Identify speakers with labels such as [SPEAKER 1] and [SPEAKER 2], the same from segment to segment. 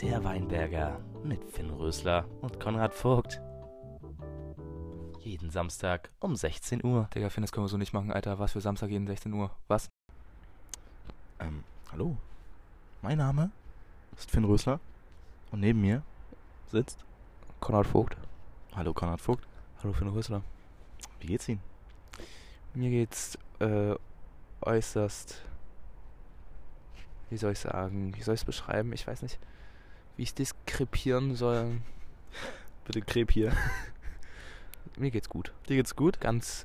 [SPEAKER 1] Der Weinberger mit Finn Rösler und Konrad Vogt. Jeden Samstag um 16 Uhr.
[SPEAKER 2] Digga, Finn, das können wir so nicht machen, Alter. Was für Samstag jeden 16 Uhr? Was?
[SPEAKER 3] Ähm, hallo. Mein Name ist Finn Rösler und neben mir sitzt.
[SPEAKER 2] Konrad Vogt.
[SPEAKER 3] Hallo Konrad Vogt.
[SPEAKER 2] Hallo Finn Rösler.
[SPEAKER 3] Wie geht's Ihnen?
[SPEAKER 2] Mir geht's äh, äußerst. Wie soll ich sagen? Wie soll ich es beschreiben? Ich weiß nicht, wie ich diskrepieren soll.
[SPEAKER 3] Bitte Krebs hier.
[SPEAKER 2] Mir geht's gut.
[SPEAKER 3] Dir geht's gut?
[SPEAKER 2] Ganz.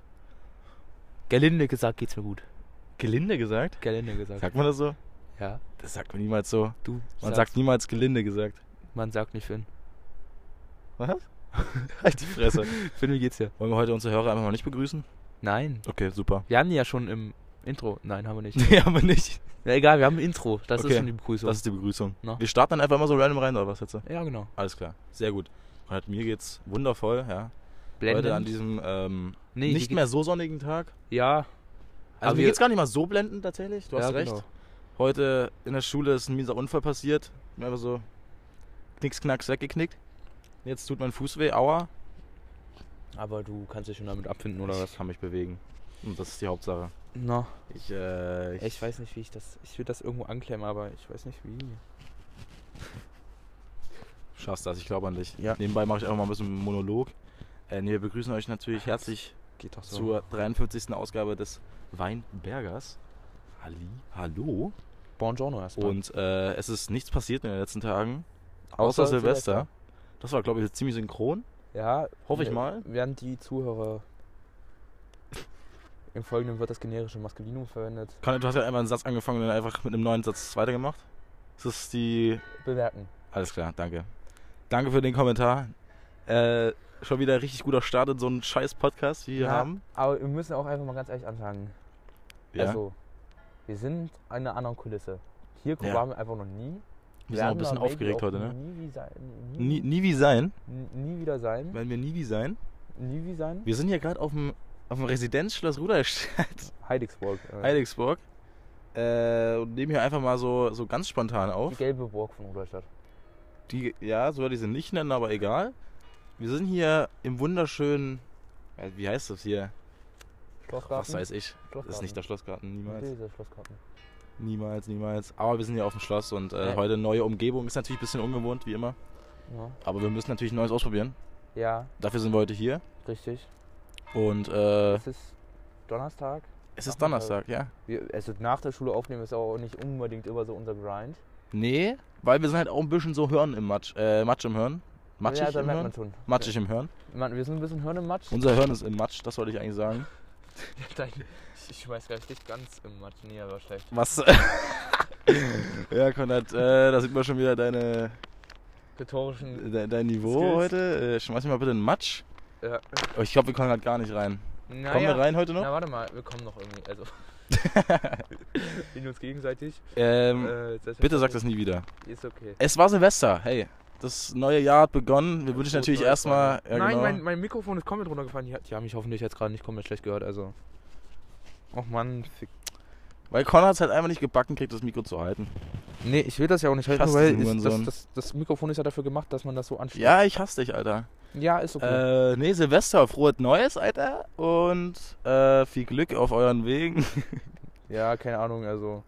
[SPEAKER 2] Gelinde gesagt geht's mir gut.
[SPEAKER 3] Gelinde gesagt?
[SPEAKER 2] Gelinde gesagt.
[SPEAKER 3] Sagt man das so?
[SPEAKER 2] Ja.
[SPEAKER 3] Das sagt man niemals so.
[SPEAKER 2] Du.
[SPEAKER 3] Man
[SPEAKER 2] sagst-
[SPEAKER 3] sagt niemals gelinde gesagt.
[SPEAKER 2] Man sagt nicht Finn.
[SPEAKER 3] Was? halt die Fresse.
[SPEAKER 2] Finn, wie geht's dir?
[SPEAKER 3] Wollen wir heute unsere Hörer einfach mal nicht begrüßen?
[SPEAKER 2] Nein.
[SPEAKER 3] Okay, super.
[SPEAKER 2] Wir hatten die ja schon im Intro. Nein, haben wir nicht.
[SPEAKER 3] Nee, aber nicht.
[SPEAKER 2] Na egal, wir haben ein Intro. Das
[SPEAKER 3] Okay.
[SPEAKER 2] ist schon die Begrüßung.
[SPEAKER 3] Das ist die Begrüßung.
[SPEAKER 2] Na.
[SPEAKER 3] Wir starten dann einfach mal so random rein, oder was jetzt?
[SPEAKER 2] ja, genau.
[SPEAKER 3] Alles klar. Sehr gut. Und mir geht's wundervoll, ja.
[SPEAKER 2] Blendend.
[SPEAKER 3] Heute an diesem ähm,
[SPEAKER 2] Nee, die
[SPEAKER 3] nicht
[SPEAKER 2] geht-
[SPEAKER 3] mehr so sonnigen Tag.
[SPEAKER 2] Ja.
[SPEAKER 3] Also
[SPEAKER 2] Aber
[SPEAKER 3] mir
[SPEAKER 2] wir-
[SPEAKER 3] geht's gar nicht mal so blendend tatsächlich. Du hast
[SPEAKER 2] ja,
[SPEAKER 3] recht.
[SPEAKER 2] Genau.
[SPEAKER 3] Heute in der Schule ist ein mieser Unfall passiert. Mir einfach so knicks, knacks weggeknickt. Jetzt tut mein Fuß weh, aua.
[SPEAKER 2] Aber du kannst dich schon damit abfinden, oder
[SPEAKER 3] Ich kann mich bewegen. Und das ist die Hauptsache.
[SPEAKER 2] Na,
[SPEAKER 3] Ich, äh,
[SPEAKER 2] ich weiß nicht, wie ich das. Ich will das irgendwo anklemmen, aber ich weiß nicht wie.
[SPEAKER 3] Schaffst das, ich glaube an dich.
[SPEAKER 2] Ja.
[SPEAKER 3] Nebenbei mache ich auch mal ein bisschen einen Monolog. Äh, nee, wir begrüßen euch natürlich herzlich
[SPEAKER 2] Geht doch
[SPEAKER 3] zur 53. Ausgabe des Weinbergers. Halli, hallo.
[SPEAKER 2] Buongiorno erstmal.
[SPEAKER 3] Und äh, es ist nichts passiert in den letzten Tagen.
[SPEAKER 2] Außer
[SPEAKER 3] Außer, Silvester. Das war, glaube ich, jetzt ziemlich synchron.
[SPEAKER 2] Ja.
[SPEAKER 3] Hoffe ich
[SPEAKER 2] wir-
[SPEAKER 3] mal.
[SPEAKER 2] Während die Zuhörer. Im Folgenden wird das generische Maskulinum verwendet.
[SPEAKER 3] Kann, du hast ja einmal einen Satz angefangen und dann einfach mit einem neuen Satz weitergemacht. Das ist die.
[SPEAKER 2] Bewerten.
[SPEAKER 3] Alles klar, danke. Danke für den Kommentar. Äh, schon wieder richtig guter Start in so einen scheiß Podcast, wie wir
[SPEAKER 2] Ja.
[SPEAKER 3] haben.
[SPEAKER 2] Aber wir müssen auch einfach mal ganz ehrlich anfangen.
[SPEAKER 3] Ja.
[SPEAKER 2] Also, wir sind an einer anderen Kulisse. Hier
[SPEAKER 3] Ja.
[SPEAKER 2] waren wir einfach noch nie.
[SPEAKER 3] wir sind auch ein
[SPEAKER 2] werden
[SPEAKER 3] bisschen
[SPEAKER 2] da maybe
[SPEAKER 3] aufgeregt
[SPEAKER 2] auch
[SPEAKER 3] heute, ne?
[SPEAKER 2] Nie, wie sein,
[SPEAKER 3] Nie,
[SPEAKER 2] nie,
[SPEAKER 3] nie wie sein.
[SPEAKER 2] nie, nie wieder sein.
[SPEAKER 3] Werden wir nie wie sein.
[SPEAKER 2] Nie wie sein.
[SPEAKER 3] Wir sind hier gerade auf dem, auf dem Residenzschloss Rudolstadt,
[SPEAKER 2] Heidigsburg. äh,
[SPEAKER 3] Heiligsburg. Äh, und nehmen hier einfach mal so, so ganz spontan
[SPEAKER 2] Die
[SPEAKER 3] auf.
[SPEAKER 2] gelbe Burg von Rudolstadt.
[SPEAKER 3] Die, ja, so werde ich sie nicht nennen, aber egal. Wir sind hier im wunderschönen. äh, Wie heißt das hier? Was
[SPEAKER 2] Schlossgarten.
[SPEAKER 3] weiß ich.
[SPEAKER 2] Schlossgarten.
[SPEAKER 3] Das ist nicht der Schlossgarten, niemals.
[SPEAKER 2] Dieser Schlossgarten.
[SPEAKER 3] Niemals, niemals. Aber wir sind hier auf dem Schloss und äh,
[SPEAKER 2] Ja.
[SPEAKER 3] heute neue Umgebung. Ist natürlich ein bisschen ungewohnt, wie immer.
[SPEAKER 2] Ja.
[SPEAKER 3] Aber wir müssen natürlich Neues ausprobieren.
[SPEAKER 2] ja,
[SPEAKER 3] Dafür sind wir heute hier.
[SPEAKER 2] richtig.
[SPEAKER 3] Und äh,
[SPEAKER 2] Es ist Donnerstag.
[SPEAKER 3] es ist
[SPEAKER 2] Nachmittag.
[SPEAKER 3] Donnerstag, ja.
[SPEAKER 2] Wir, also nach der Schule aufnehmen ist auch nicht unbedingt immer so unser Grind.
[SPEAKER 3] Nee, weil wir sind halt auch ein bisschen so Hören im Matsch. Äh, Matsch im Hören. Matschig
[SPEAKER 2] ja, da
[SPEAKER 3] im
[SPEAKER 2] merkt
[SPEAKER 3] Hören.
[SPEAKER 2] man schon.
[SPEAKER 3] Matschig im Hören.
[SPEAKER 2] Man, wir sind ein bisschen Hirn im Matsch.
[SPEAKER 3] Unser Hören ist im Matsch, das wollte ich eigentlich sagen.
[SPEAKER 2] ich schmeiß gleich dich ganz im Matsch. Nee, aber schlecht.
[SPEAKER 3] Was? ja, Konrad, äh, da sieht man schon wieder deine,
[SPEAKER 2] Rhetorischen.
[SPEAKER 3] de, dein Niveau
[SPEAKER 2] Skills.
[SPEAKER 3] heute. Äh, schmeiß mir mal bitte einen Matsch.
[SPEAKER 2] Ja.
[SPEAKER 3] Oh, ich glaube, wir kommen gerade gar nicht rein.
[SPEAKER 2] äh, Naja.
[SPEAKER 3] Kommen wir rein heute noch?
[SPEAKER 2] Na, warte mal, wir kommen noch irgendwie. Also. Sehen uns gegenseitig.
[SPEAKER 3] Ähm,
[SPEAKER 2] Äh, das-
[SPEAKER 3] bitte sag das nie wieder.
[SPEAKER 2] Ist okay.
[SPEAKER 3] Es war Silvester, hey. Das neue Jahr hat begonnen. Wir wünschen
[SPEAKER 2] Frohes
[SPEAKER 3] natürlich
[SPEAKER 2] Neues,
[SPEAKER 3] erstmal.
[SPEAKER 2] Freunde.
[SPEAKER 3] Ja,
[SPEAKER 2] Nein,
[SPEAKER 3] genau.
[SPEAKER 2] mein, mein Mikrofon ist komplett runtergefallen. Die, die haben mich hoffentlich jetzt gerade nicht komplett schlecht gehört. Also. Och Mann. Fick.
[SPEAKER 3] Weil Konrad es halt einfach nicht gebacken kriegt, das Mikro zu halten.
[SPEAKER 2] Nee, ich will das ja auch nicht halten,
[SPEAKER 3] Hasst
[SPEAKER 2] weil
[SPEAKER 3] diesen
[SPEAKER 2] ist, das,
[SPEAKER 3] Hurensohn.
[SPEAKER 2] das, das Mikrofon ist ja dafür gemacht, dass man das so anschließt.
[SPEAKER 3] Ja, ich hasse dich, Alter.
[SPEAKER 2] Ja, ist okay.
[SPEAKER 3] Äh, nee, Silvester, frohes Neues, Alter. Und äh, viel Glück auf euren Wegen.
[SPEAKER 2] Ja, keine Ahnung, also.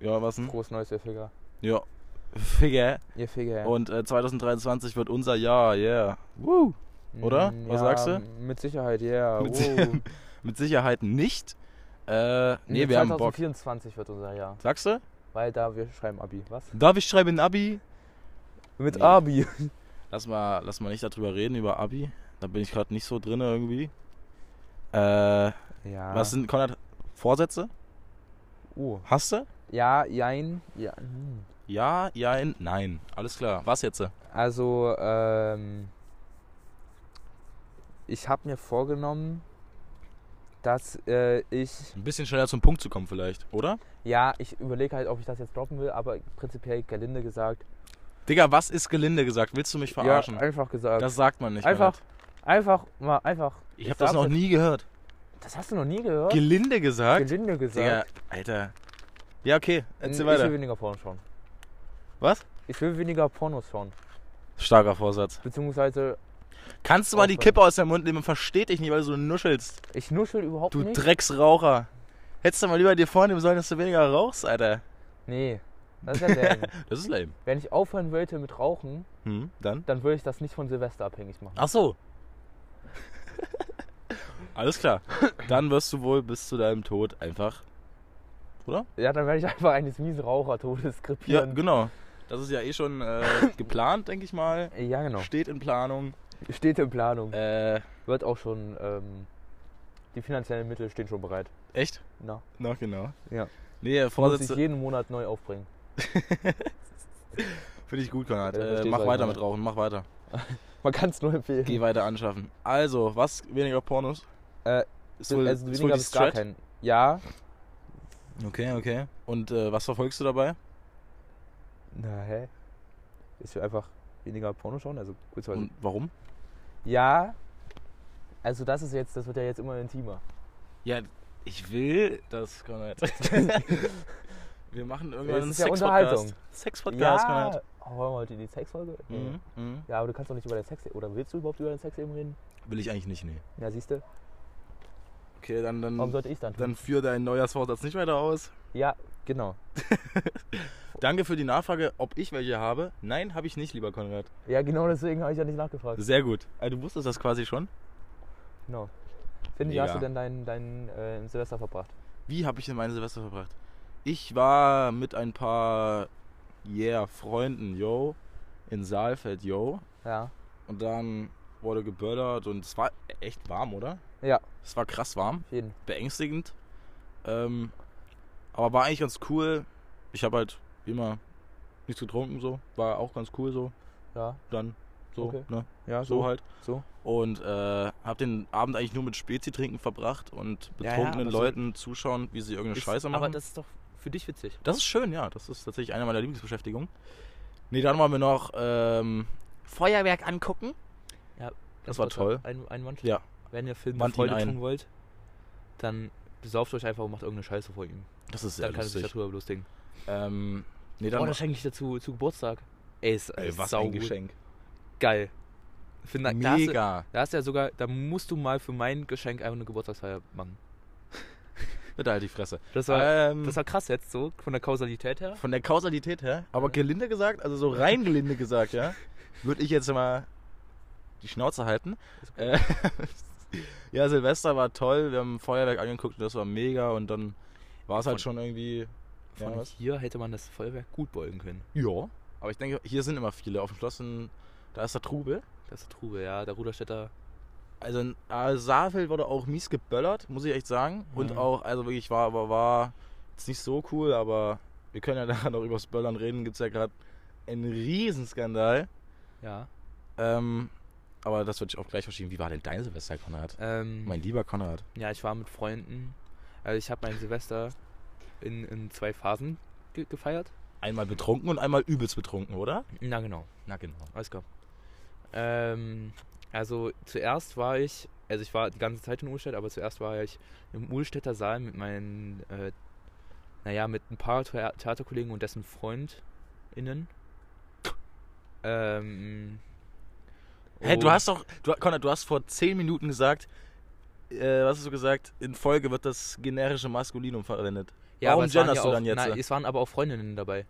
[SPEAKER 3] ja, was denn?
[SPEAKER 2] Groß neues, ihr Ficker.
[SPEAKER 3] Ja. Figge.
[SPEAKER 2] Ihr Ficker.
[SPEAKER 3] Und äh, 2023 wird unser Jahr, yeah. Woo. oder?
[SPEAKER 2] Mm,
[SPEAKER 3] Was
[SPEAKER 2] ja,
[SPEAKER 3] sagst du?
[SPEAKER 2] Mit Sicherheit, ja. oh. Yeah.
[SPEAKER 3] Mit,
[SPEAKER 2] Wow.
[SPEAKER 3] Si- mit Sicherheit nicht. Äh, nee, wir haben Bock.
[SPEAKER 2] 2024 wird unser Jahr.
[SPEAKER 3] Sagst du?
[SPEAKER 2] Weil da wir schreiben Abi. Was?
[SPEAKER 3] Darf ich schreiben ein Abi?
[SPEAKER 2] Mit
[SPEAKER 3] Nee.
[SPEAKER 2] Abi.
[SPEAKER 3] Lass mal, lass mal nicht darüber reden, über Abi. Da bin ich gerade nicht so drin irgendwie. Äh,
[SPEAKER 2] Ja.
[SPEAKER 3] was sind, Konrad, Vorsätze?
[SPEAKER 2] Oh.
[SPEAKER 3] Hast du?
[SPEAKER 2] Ja, jein. Ja. hm.
[SPEAKER 3] Ja, jein, nein. Alles klar. Was jetzt?
[SPEAKER 2] Also, ähm, ich habe mir vorgenommen, dass äh, ich,
[SPEAKER 3] Ein bisschen schneller zum Punkt zu kommen vielleicht, oder?
[SPEAKER 2] ja, ich überlege halt, ob ich das jetzt droppen will, aber prinzipiell gelinde gesagt.
[SPEAKER 3] Digga, was ist gelinde gesagt? Willst du mich verarschen?
[SPEAKER 2] Ja, einfach gesagt.
[SPEAKER 3] das sagt man nicht.
[SPEAKER 2] einfach,
[SPEAKER 3] Konrad.
[SPEAKER 2] einfach, mal, einfach.
[SPEAKER 3] Ich habe das noch
[SPEAKER 2] sag's
[SPEAKER 3] nie gehört.
[SPEAKER 2] jetzt- Das hast du noch nie gehört?
[SPEAKER 3] Gelinde gesagt?
[SPEAKER 2] Gelinde gesagt.
[SPEAKER 3] Digga, Alter. Ja, okay, erzähl
[SPEAKER 4] Ich will
[SPEAKER 3] weiter.
[SPEAKER 4] weniger Pornos schauen.
[SPEAKER 3] Was?
[SPEAKER 4] Ich will weniger Pornos schauen.
[SPEAKER 3] Starker Vorsatz.
[SPEAKER 4] Beziehungsweise,
[SPEAKER 3] Kannst du mal die
[SPEAKER 4] Aufhören.
[SPEAKER 3] Kippe aus dem Mund nehmen? Man versteht dich nicht, weil du so nuschelst.
[SPEAKER 4] ich nuschel überhaupt
[SPEAKER 3] Du
[SPEAKER 4] nicht.
[SPEAKER 3] Drecksraucher. Hättest du mal lieber dir vornehmen sollen, dass du weniger rauchst, Alter.
[SPEAKER 4] nee, das ist ja lame.
[SPEAKER 3] Das ist lame.
[SPEAKER 4] Wenn ich aufhören wollte mit Rauchen,
[SPEAKER 3] Hm, dann?
[SPEAKER 4] dann würde ich das nicht von Silvester abhängig machen.
[SPEAKER 3] Ach so. Alles klar. Dann wirst du wohl bis zu deinem Tod einfach.
[SPEAKER 4] Ja, dann werde ich einfach eines miesen Rauchertodes
[SPEAKER 3] Ja,
[SPEAKER 4] krepieren.
[SPEAKER 3] genau. Das ist ja eh schon äh, geplant, denke ich mal.
[SPEAKER 4] Ja, ja genau.
[SPEAKER 3] Steht in Planung.
[SPEAKER 4] Steht in Planung.
[SPEAKER 3] Äh,
[SPEAKER 4] Wird auch schon, ähm, die finanziellen Mittel stehen schon bereit.
[SPEAKER 3] echt?
[SPEAKER 4] Na,
[SPEAKER 3] Na genau.
[SPEAKER 4] Ja.
[SPEAKER 3] Nee,
[SPEAKER 4] muss ich
[SPEAKER 3] Vorsätze
[SPEAKER 4] jeden Monat neu aufbringen.
[SPEAKER 3] finde ich gut, Konrad.
[SPEAKER 4] Ja, ne?
[SPEAKER 3] Äh,
[SPEAKER 4] verstehst
[SPEAKER 3] mach
[SPEAKER 4] du,
[SPEAKER 3] weiter
[SPEAKER 4] ja.
[SPEAKER 3] mit Rauchen, mach weiter.
[SPEAKER 4] Man kann es nur empfehlen.
[SPEAKER 3] Geh weiter anschaffen. Also, was? Weniger Pornos?
[SPEAKER 4] Äh,
[SPEAKER 3] ist wohl,
[SPEAKER 4] also
[SPEAKER 3] ist wohl
[SPEAKER 4] weniger
[SPEAKER 3] die
[SPEAKER 4] bis gar
[SPEAKER 3] Strat?
[SPEAKER 4] keinen. Ja.
[SPEAKER 3] Okay, okay. Und äh, was verfolgst du dabei?
[SPEAKER 4] Na, hä? Ich will einfach weniger Porno schauen, also kurz
[SPEAKER 3] Und warum?
[SPEAKER 4] Ja. Also das ist jetzt, das wird ja jetzt immer intimer.
[SPEAKER 3] Ja, ich will das, Konrad. Wir machen irgendwann
[SPEAKER 4] Das
[SPEAKER 3] einen
[SPEAKER 4] ist ja
[SPEAKER 3] Sex-Podcast.
[SPEAKER 4] Unterhaltung.
[SPEAKER 3] Sex-Podcast,
[SPEAKER 4] ja.
[SPEAKER 3] Konrad.
[SPEAKER 4] Oh, wollen wir heute die Sexfolge? Nee.
[SPEAKER 3] Mhm. Mhm.
[SPEAKER 4] Ja, aber du kannst doch nicht über dein Sex oder willst du überhaupt über dein Sexleben reden?
[SPEAKER 3] Will ich eigentlich nicht, nee.
[SPEAKER 4] Ja, siehst du.
[SPEAKER 3] Okay, dann,
[SPEAKER 4] Warum
[SPEAKER 3] dann,
[SPEAKER 4] sollte ich dann tun?
[SPEAKER 3] Mhm. dann führ deinen Neujahrsvorsatz nicht weiter aus.
[SPEAKER 4] Ja, genau.
[SPEAKER 3] Danke für die Nachfrage, ob ich welche habe. Nein, habe ich nicht, lieber Konrad.
[SPEAKER 4] Ja, genau deswegen habe ich ja nicht nachgefragt.
[SPEAKER 3] Sehr gut. Ah, du wusstest das quasi schon?
[SPEAKER 4] Genau. Finn, wie
[SPEAKER 3] Mega.
[SPEAKER 4] hast du denn dein, dein äh, Silvester verbracht?
[SPEAKER 3] Wie habe ich denn meine Silvester verbracht? Ich war mit ein paar yeah, Freunden, yo, in Saalfeld, yo.
[SPEAKER 4] Ja.
[SPEAKER 3] Und dann wurde geböllert und es war echt warm, oder?
[SPEAKER 4] Ja.
[SPEAKER 3] Es war krass warm,
[SPEAKER 4] Auf jeden.
[SPEAKER 3] beängstigend. Ähm, aber war eigentlich ganz cool. Ich habe halt wie immer nichts getrunken, so. War auch ganz cool, so.
[SPEAKER 4] Ja.
[SPEAKER 3] Dann so,
[SPEAKER 4] Okay.
[SPEAKER 3] ne?
[SPEAKER 4] Ja,
[SPEAKER 3] So halt.
[SPEAKER 4] So.
[SPEAKER 3] Und äh, habe den Abend eigentlich nur mit Spezi trinken verbracht und
[SPEAKER 2] Ja, ja,
[SPEAKER 3] betrunkenen
[SPEAKER 2] aber so-
[SPEAKER 3] Leuten zuschauen, wie sie irgendeine Scheiße machen.
[SPEAKER 2] Aber das ist doch für dich witzig.
[SPEAKER 3] Das ist schön, ja. Das ist tatsächlich eine meiner Lieblingsbeschäftigungen. Nee, dann waren wir noch ähm, Feuerwerk angucken. Das war toll.
[SPEAKER 2] Ein, Einwand.
[SPEAKER 3] Ja.
[SPEAKER 2] Wenn ihr Film
[SPEAKER 3] Wand ihn
[SPEAKER 2] Freude
[SPEAKER 3] ein.
[SPEAKER 2] tun wollt, dann besauft euch einfach und macht irgendeine Scheiße vor ihm.
[SPEAKER 3] Das ist sehr
[SPEAKER 2] Dann kann er sich
[SPEAKER 3] lustig.
[SPEAKER 2] darüber belustigen.
[SPEAKER 3] Ähm, nee, dann
[SPEAKER 2] Oh, das schenke ich dir zu, zu Geburtstag. Ey, ist,
[SPEAKER 3] ey,
[SPEAKER 2] ist
[SPEAKER 3] was
[SPEAKER 2] saugut.
[SPEAKER 3] ein Geschenk.
[SPEAKER 2] Geil. Finde, da hast du-
[SPEAKER 3] Mega.
[SPEAKER 2] Da hast du ja sogar, da musst du mal für mein Geschenk einfach eine Geburtstagsfeier machen.
[SPEAKER 3] Bitte halt die Fresse.
[SPEAKER 2] Das war,
[SPEAKER 3] Ähm,
[SPEAKER 2] das war krass jetzt so, von der Kausalität her.
[SPEAKER 3] von der Kausalität her, aber gelinde gesagt, also so rein gelinde gesagt, ja, würde ich jetzt mal die Schnauze halten. Äh, ja, Silvester war toll, wir haben Feuerwerk angeguckt und das war mega und dann war es halt schon irgendwie.
[SPEAKER 2] Von
[SPEAKER 3] ja, was?
[SPEAKER 2] hier hätte man das Feuerwerk gut beugen können.
[SPEAKER 3] Ja. Aber ich denke, hier sind immer viele. Auf dem Schloss, sind, da ist der Trubel.
[SPEAKER 2] Das ist Trube, ja, der Ruderstädter.
[SPEAKER 3] Also in äh, Saarfeld wurde auch mies geböllert, muss ich echt sagen. Und
[SPEAKER 2] Mhm.
[SPEAKER 3] auch, also wirklich war, aber war jetzt nicht so cool, aber wir können ja nachher noch über das Böllern reden. Gibt es ja gerade einen Riesenskandal.
[SPEAKER 2] Ja.
[SPEAKER 3] Ähm, aber das würde ich auch gleich verschieben. Wie war denn dein Silvester, Konrad?
[SPEAKER 2] Ähm,
[SPEAKER 3] Mein lieber Konrad.
[SPEAKER 2] ja, ich war mit Freunden. Also ich habe mein Silvester in, in zwei Phasen ge gefeiert.
[SPEAKER 3] Einmal betrunken und einmal übelst betrunken, oder?
[SPEAKER 2] Na genau,
[SPEAKER 3] Na genau.
[SPEAKER 2] alles klar. Ähm, also zuerst war ich, also ich war die ganze Zeit in Uhlstedt, aber zuerst war ich im Uhlstädter Saal mit meinen, äh, naja, mit ein paar Thea- Theaterkollegen und dessen FreundInnen. Ähm,
[SPEAKER 3] Hä, du
[SPEAKER 2] und-
[SPEAKER 3] hast doch, du, Konrad, du hast vor zehn Minuten gesagt, äh, was hast du gesagt? In Folge wird das generische Maskulinum verwendet. Warum
[SPEAKER 2] aber es waren
[SPEAKER 3] genderst du
[SPEAKER 2] auch,
[SPEAKER 3] dann jetzt?
[SPEAKER 2] Nein, es waren aber auch Freundinnen dabei.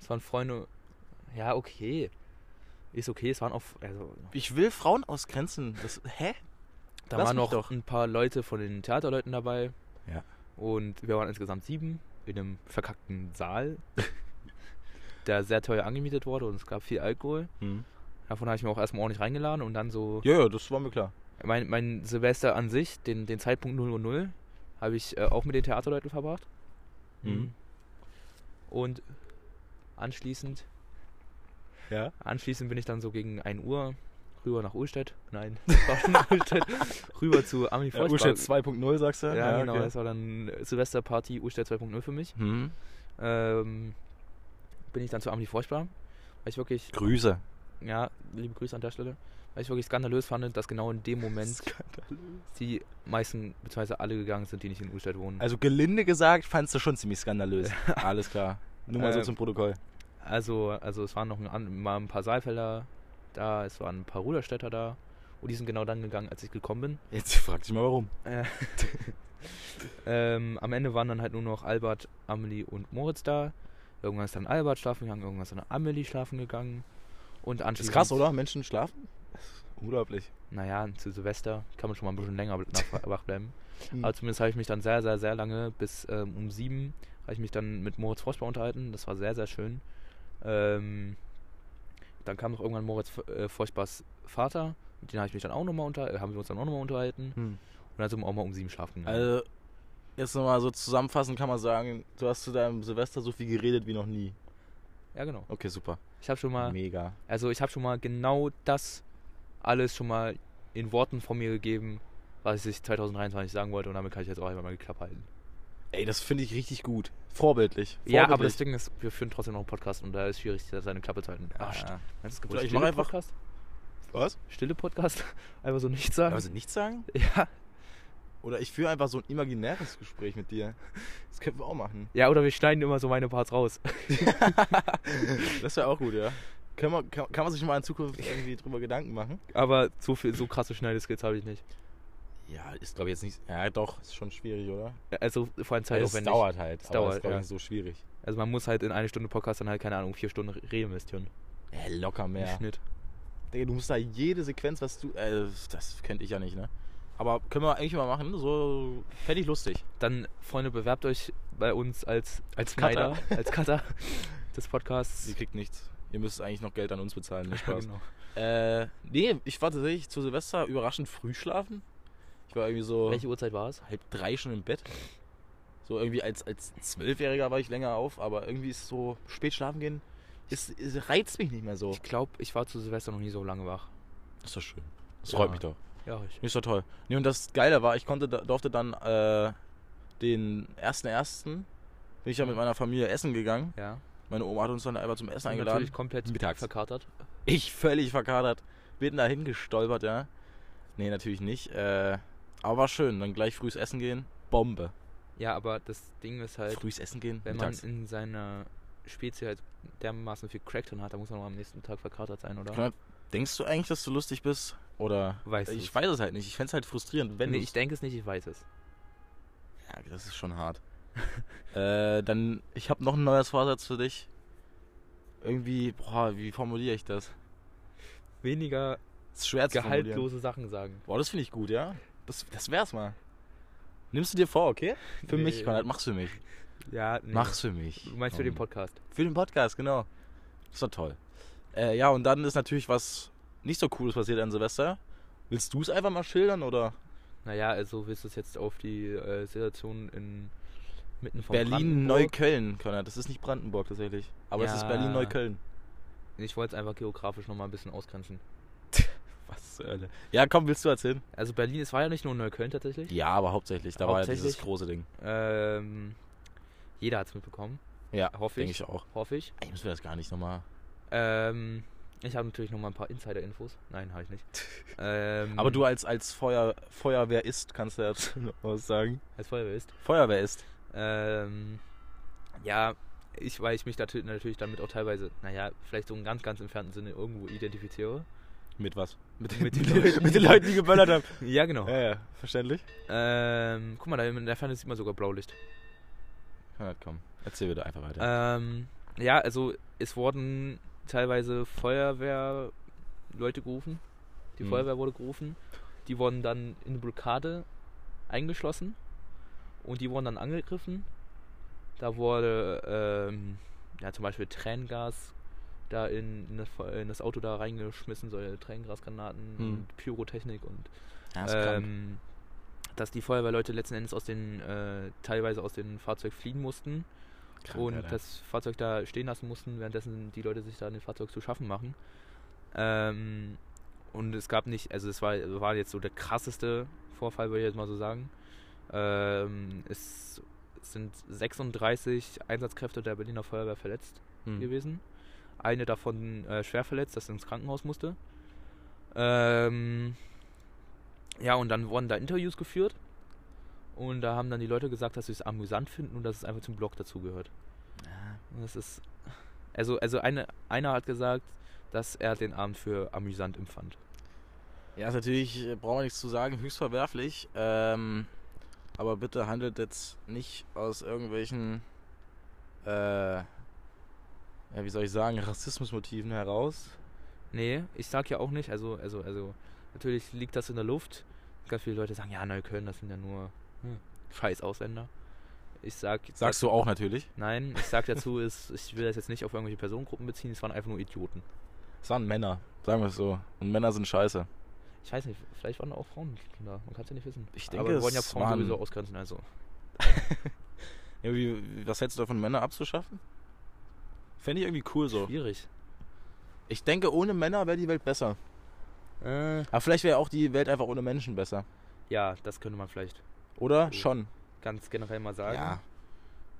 [SPEAKER 2] Es waren Freunde. Ja, okay. Ist okay, es waren auch. Also,
[SPEAKER 3] Ich will Frauen ausgrenzen. Das, hä?
[SPEAKER 2] da
[SPEAKER 3] Lass
[SPEAKER 2] waren
[SPEAKER 3] mich
[SPEAKER 2] noch
[SPEAKER 3] doch.
[SPEAKER 2] ein paar Leute von den Theaterleuten dabei.
[SPEAKER 3] Ja.
[SPEAKER 2] Und wir waren insgesamt sieben in einem verkackten Saal, der sehr teuer angemietet wurde und es gab viel Alkohol.
[SPEAKER 3] Hm.
[SPEAKER 2] Davon habe ich mir auch erstmal ordentlich reingeladen und dann so.
[SPEAKER 3] Ja, ja, das war mir klar.
[SPEAKER 2] Mein, mein Silvester an sich, den, den Zeitpunkt 0 Uhr 0, habe ich äh, auch mit den Theaterleuten verbracht.
[SPEAKER 3] Mhm.
[SPEAKER 2] Und anschließend
[SPEAKER 3] Ja.
[SPEAKER 2] Anschließend bin ich dann so gegen 1 Uhr rüber nach Ulstedt. Nein, das war schon Ulstedt. Rüber zu Ami
[SPEAKER 3] Ja,
[SPEAKER 2] Feuchtbar.
[SPEAKER 3] Uschet 2.0 sagst du?
[SPEAKER 2] ja, genau.
[SPEAKER 3] okay.
[SPEAKER 2] Das war dann Silvesterparty Ulstedt 2.0 für mich.
[SPEAKER 3] Hm.
[SPEAKER 2] Ähm, bin ich dann zu Amelie Furchtbar. Weil ich wirklich,
[SPEAKER 3] Grüße.
[SPEAKER 2] ja, liebe Grüße an der Stelle, weil ich wirklich skandalös fand, dass genau in dem Moment die meisten, beziehungsweise alle gegangen sind, die nicht in Uhlstedt wohnen.
[SPEAKER 3] Also gelinde gesagt, fandst du schon ziemlich skandalös. Alles klar. Nur mal so
[SPEAKER 2] Ähm,
[SPEAKER 3] zum Protokoll.
[SPEAKER 2] Also, also es waren noch ein, an- mal ein paar Saalfelder da, es waren ein paar Ruderstädter da. Und die sind genau dann gegangen, als ich gekommen bin.
[SPEAKER 3] Jetzt frag dich mal warum.
[SPEAKER 2] Äh, ähm, am Ende waren dann halt nur noch Albert, Amelie und Moritz da. Irgendwann ist dann Albert schlafen gegangen, irgendwann ist dann Amelie schlafen gegangen. Und
[SPEAKER 3] Das
[SPEAKER 2] anschließend.
[SPEAKER 3] ist krass, oder? Menschen schlafen? Unglaublich.
[SPEAKER 2] Naja, zu Silvester kann man schon mal ein bisschen länger nach- wach bleiben.
[SPEAKER 3] Hm.
[SPEAKER 2] Aber zumindest habe ich mich dann sehr, sehr, sehr lange, bis ähm, um sieben, habe ich mich dann mit Moritz Froschbauer unterhalten. Das war sehr, sehr schön. Ähm, dann kam noch irgendwann Moritz F- äh, Furchtbars Vater. Mit dem habe ich mich dann auch nochmal unter, äh, haben wir uns dann auch nochmal unterhalten.
[SPEAKER 3] Hm.
[SPEAKER 2] Und dann sind wir auch mal um sieben schlafen gegangen.
[SPEAKER 3] Also, jetzt nochmal so zusammenfassend kann man sagen, du hast zu deinem Silvester so viel geredet wie noch nie.
[SPEAKER 2] ja, genau.
[SPEAKER 3] Okay, super.
[SPEAKER 2] Ich habe schon mal,
[SPEAKER 3] Mega.
[SPEAKER 2] also ich habe schon mal genau das alles schon mal in Worten von mir gegeben, was ich 2023 sagen wollte. Und damit kann ich jetzt auch einfach mal geklappt halten.
[SPEAKER 3] Ey, das finde ich richtig gut. Vorbildlich. Vorbildlich.
[SPEAKER 2] Ja, aber das Ding ist, wir führen trotzdem noch einen Podcast und da ist schwierig, seine Klappe zu halten.
[SPEAKER 3] Ah,
[SPEAKER 2] Ach, stimmt. Es gibt
[SPEAKER 3] Oder
[SPEAKER 2] so
[SPEAKER 3] ich mach
[SPEAKER 2] stille
[SPEAKER 3] einfach-
[SPEAKER 2] Podcast.
[SPEAKER 3] Was?
[SPEAKER 2] Stille Podcast. Einfach so nichts sagen.
[SPEAKER 3] Also nichts sagen?
[SPEAKER 2] ja.
[SPEAKER 3] Oder ich führe einfach so ein imaginäres Gespräch mit dir. Das könnten wir auch machen.
[SPEAKER 2] ja, oder wir schneiden immer so meine Parts raus.
[SPEAKER 3] Das wäre auch gut, ja. Kann man, kann, kann man sich mal in Zukunft irgendwie drüber Gedanken machen?
[SPEAKER 2] Aber so viel, so krasse Schneideskills habe ich nicht.
[SPEAKER 3] Ja, ist glaube ich jetzt nicht. Ja, doch, ist schon schwierig, oder?
[SPEAKER 2] Also vor allem
[SPEAKER 3] es
[SPEAKER 2] zeitaufwendig.
[SPEAKER 3] dauert halt. aber
[SPEAKER 2] dauert,
[SPEAKER 3] ist, glaub ich,
[SPEAKER 2] ja.
[SPEAKER 3] nicht so schwierig.
[SPEAKER 2] Also man muss halt in eine Stunde Podcast dann halt, keine Ahnung, vier Stunden reinvestieren.
[SPEAKER 3] Ja, locker
[SPEAKER 2] Im
[SPEAKER 3] mehr.
[SPEAKER 2] Schnitt.
[SPEAKER 3] Digga, du musst da jede Sequenz, was du. Äh, das könnte ich ja nicht, ne? Aber können wir eigentlich mal machen, so fertig lustig.
[SPEAKER 2] Dann, Freunde, bewerbt euch bei uns als, als Cutter. als Cutter des Podcasts.
[SPEAKER 3] Sie kriegt nichts. Ihr müsst eigentlich noch Geld an uns bezahlen, nicht
[SPEAKER 2] Ja,
[SPEAKER 3] Spaß.
[SPEAKER 2] genau.
[SPEAKER 3] äh, nee, ich war tatsächlich zu Silvester überraschend früh schlafen. Ich war irgendwie so
[SPEAKER 2] Welche Uhrzeit war es?
[SPEAKER 3] halb drei schon im Bett. So irgendwie als, als Zwölfjähriger war ich länger auf, aber irgendwie ist so spät schlafen gehen, ist, ist, reizt mich nicht mehr so.
[SPEAKER 2] Ich glaube, ich war zu Silvester noch nie so lange wach.
[SPEAKER 3] Das ist doch schön. Das
[SPEAKER 2] Ja.
[SPEAKER 3] freut mich doch.
[SPEAKER 2] Ja, ich.
[SPEAKER 3] Nee, ist doch toll. Nee, und das Geile war, ich konnte, da- durfte dann äh, den ersten ersten bin ich ja mit meiner Familie essen gegangen.
[SPEAKER 2] Ja.
[SPEAKER 3] Meine Oma hat uns dann einfach zum Essen
[SPEAKER 2] Und
[SPEAKER 3] eingeladen.
[SPEAKER 2] Natürlich komplett
[SPEAKER 3] Mittags.
[SPEAKER 2] verkatert.
[SPEAKER 3] Ich völlig verkadert. Bin dahin gestolpert, ja. Nee, natürlich nicht. Äh, aber war schön. Dann gleich frühes Essen gehen. Bombe.
[SPEAKER 2] Ja, aber das Ding ist halt,
[SPEAKER 3] Frühes Essen gehen.
[SPEAKER 2] wenn
[SPEAKER 3] mittags.
[SPEAKER 2] man in seiner Spezie halt dermaßen viel Crack drin hat, dann muss man auch am nächsten Tag verkatert sein, oder?
[SPEAKER 3] Klar. Denkst du eigentlich, dass du lustig bist? Oder.
[SPEAKER 2] Weißt
[SPEAKER 3] ich
[SPEAKER 2] du's.
[SPEAKER 3] weiß es halt nicht. Ich fände es halt frustrierend, wenn
[SPEAKER 2] nee,
[SPEAKER 3] du's-
[SPEAKER 2] ich denke es nicht, ich weiß es.
[SPEAKER 3] Ja, das ist schon hart. äh, dann, ich habe noch ein neues Vorsatz für dich. Irgendwie, boah, wie formuliere ich das?
[SPEAKER 2] Weniger
[SPEAKER 3] Ist schwer zu formulieren.
[SPEAKER 2] gehaltlose Sachen sagen.
[SPEAKER 3] Boah, das finde ich gut, ja? Das, das wär's mal. Nimmst du dir vor, okay? Für
[SPEAKER 2] Nee.
[SPEAKER 3] mich, Konrad, mach's für mich.
[SPEAKER 2] Ja, nee.
[SPEAKER 3] Mach's für mich.
[SPEAKER 2] Du meinst für den
[SPEAKER 3] Komm.
[SPEAKER 2] Podcast.
[SPEAKER 3] Für den Podcast, genau. Ist doch toll. Äh, ja, und dann ist natürlich was nicht so cooles passiert an Silvester. Willst du es einfach mal schildern oder?
[SPEAKER 2] Naja, also willst du es jetzt auf die äh, Situation in mitten von Brandenburg?
[SPEAKER 3] Berlin-Neukölln, Konrad. Das ist nicht Brandenburg tatsächlich. Aber es ist
[SPEAKER 2] Ja.
[SPEAKER 3] Berlin-Neukölln.
[SPEAKER 2] Ich wollte es einfach geografisch nochmal ein bisschen ausgrenzen.
[SPEAKER 3] Was zur Hölle? Ja, komm, willst du erzählen?
[SPEAKER 2] Also Berlin, es war ja nicht nur Neukölln tatsächlich.
[SPEAKER 3] Ja, aber hauptsächlich. Da war ja
[SPEAKER 2] Hauptsächlich?
[SPEAKER 3] dieses große Ding.
[SPEAKER 2] Ähm, jeder hat es mitbekommen,
[SPEAKER 3] Ja,
[SPEAKER 2] Hoffe
[SPEAKER 3] denke
[SPEAKER 2] ich.
[SPEAKER 3] ich auch.
[SPEAKER 2] hoffe ich.
[SPEAKER 3] Eigentlich müssen wir das gar nicht nochmal.
[SPEAKER 2] Ähm, ich habe natürlich noch mal ein paar Insider-Infos. Nein, habe ich nicht. ähm,
[SPEAKER 3] Mhm. Aber du als, als Feuer, Feuerwehr ist, kannst du jetzt noch was sagen.
[SPEAKER 2] als Feuerwehr ist.
[SPEAKER 3] Feuerwehr ist.
[SPEAKER 2] Ähm, ja, ich, weil ich mich natürlich, natürlich damit auch teilweise, naja, vielleicht so im ganz, ganz entfernten Sinne irgendwo identifiziere.
[SPEAKER 3] Mit was? Mit,
[SPEAKER 2] Mit
[SPEAKER 3] den Oh.
[SPEAKER 2] den Leuten.
[SPEAKER 3] mit den Leuten, die geböllert haben.
[SPEAKER 2] Ja, genau.
[SPEAKER 3] Ja, ja, verständlich.
[SPEAKER 2] Ähm, guck mal, da in der Ferne sieht man sogar Blaulicht.
[SPEAKER 3] Konrad, komm. Erzähl bitte einfach weiter.
[SPEAKER 2] Ähm, ja, also es wurden teilweise Feuerwehrleute gerufen. Die
[SPEAKER 3] Mhm.
[SPEAKER 2] Feuerwehr wurde gerufen. Die wurden dann in eine Blockade eingeschlossen und die wurden dann angegriffen. Da wurde ähm, ja, zum Beispiel Tränengas da in, in, das, Fe- in das Auto da reingeschmissen, solche Tränengasgranaten
[SPEAKER 3] Mhm.
[SPEAKER 2] und Pyrotechnik und
[SPEAKER 3] ja, ist krank.
[SPEAKER 2] ähm, dass die Feuerwehrleute letzten Endes aus den äh, teilweise aus dem Fahrzeug fliehen mussten
[SPEAKER 3] Krank,
[SPEAKER 2] und
[SPEAKER 3] Alter.
[SPEAKER 2] das Fahrzeug da stehen lassen mussten, währenddessen die Leute sich da an dem Fahrzeug zu schaffen machen. Ähm, und es gab nicht, also es war, war jetzt so der krasseste Vorfall, würde ich jetzt mal so sagen. Ähm, es sind 36 Einsatzkräfte der Berliner Feuerwehr verletzt
[SPEAKER 3] Hm.
[SPEAKER 2] gewesen. eine davon äh, schwer verletzt, dass sie ins Krankenhaus musste. Ähm, ja, und dann wurden da Interviews geführt. Und da haben dann die Leute gesagt, dass sie es amüsant finden und dass es einfach zum Blog dazugehört. Und Das ist. Also, also eine, einer hat gesagt, dass er den Abend für amüsant empfand.
[SPEAKER 3] Ja, ist natürlich, äh, brauchen wir nichts zu sagen, höchst verwerflich. Ähm, aber bitte handelt jetzt nicht aus irgendwelchen, äh, ja, wie soll ich sagen, Rassismusmotiven heraus.
[SPEAKER 2] Nee, ich sag ja auch nicht, also, also, also, natürlich liegt das in der Luft. Ganz viele Leute sagen, ja, Neukölln, das sind ja nur hm, scheiß Ausländer. Ich sag.
[SPEAKER 3] Sagst du auch natürlich.
[SPEAKER 2] Nein, ich sag dazu, ist, ich will das jetzt nicht auf irgendwelche Personengruppen beziehen, es waren einfach nur Idioten.
[SPEAKER 3] Es waren Männer, sagen wir es so. Und Männer sind scheiße.
[SPEAKER 2] Ich weiß nicht, vielleicht waren da auch Frauen Kinder, man kann es ja nicht wissen.
[SPEAKER 3] Ich
[SPEAKER 2] Aber
[SPEAKER 3] denke,
[SPEAKER 2] wir wollen ja
[SPEAKER 3] es
[SPEAKER 2] Frauen
[SPEAKER 3] waren-
[SPEAKER 2] sowieso ausgrenzen, also.
[SPEAKER 3] Ja, wie, wie- was hältst du davon, Männer abzuschaffen? Fände ich irgendwie cool so.
[SPEAKER 2] Schwierig.
[SPEAKER 3] Ich denke, ohne Männer wäre die Welt besser.
[SPEAKER 2] Äh,
[SPEAKER 3] Aber vielleicht wäre auch die Welt einfach ohne Menschen besser.
[SPEAKER 2] ja, das könnte man vielleicht
[SPEAKER 3] Oder?
[SPEAKER 2] Oh.
[SPEAKER 3] Schon.
[SPEAKER 2] ganz generell mal sagen.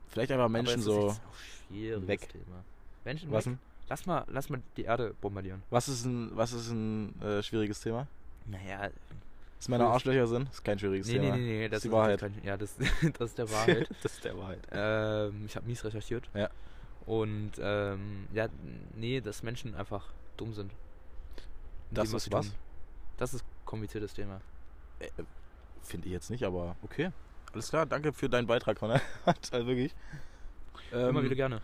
[SPEAKER 3] Vielleicht einfach
[SPEAKER 2] Aber
[SPEAKER 3] Menschen
[SPEAKER 2] es ist
[SPEAKER 3] so.
[SPEAKER 2] jetzt auch schwieriges
[SPEAKER 3] weg.
[SPEAKER 2] Thema. Menschen
[SPEAKER 3] Was,
[SPEAKER 2] weg?
[SPEAKER 3] denn?
[SPEAKER 2] Lass mal, lass mal die Erde bombardieren.
[SPEAKER 3] was ist ein, was ist ein äh, schwieriges Thema?
[SPEAKER 2] Naja,
[SPEAKER 3] Dass Männer Arschlöcher sind? Ist kein schwieriges
[SPEAKER 2] nee, nee,
[SPEAKER 3] Thema.
[SPEAKER 2] nee, nee, das
[SPEAKER 3] die
[SPEAKER 2] ist
[SPEAKER 3] Wahrheit.
[SPEAKER 2] Kein, ja, das, das ist der Wahrheit.
[SPEAKER 3] das ist der Wahrheit.
[SPEAKER 2] ähm, ich habe mies recherchiert.
[SPEAKER 3] Ja.
[SPEAKER 2] Und ähm, ja, nee, dass Menschen einfach dumm sind. In
[SPEAKER 3] Das
[SPEAKER 2] dem,
[SPEAKER 3] ist
[SPEAKER 2] sie
[SPEAKER 3] was?
[SPEAKER 2] tun. Das ist kompliziertes Thema.
[SPEAKER 3] Finde ich jetzt nicht, aber okay. Alles klar, danke für deinen Beitrag, Conor. also wirklich.
[SPEAKER 2] Immer
[SPEAKER 3] Ähm,
[SPEAKER 2] wieder gerne.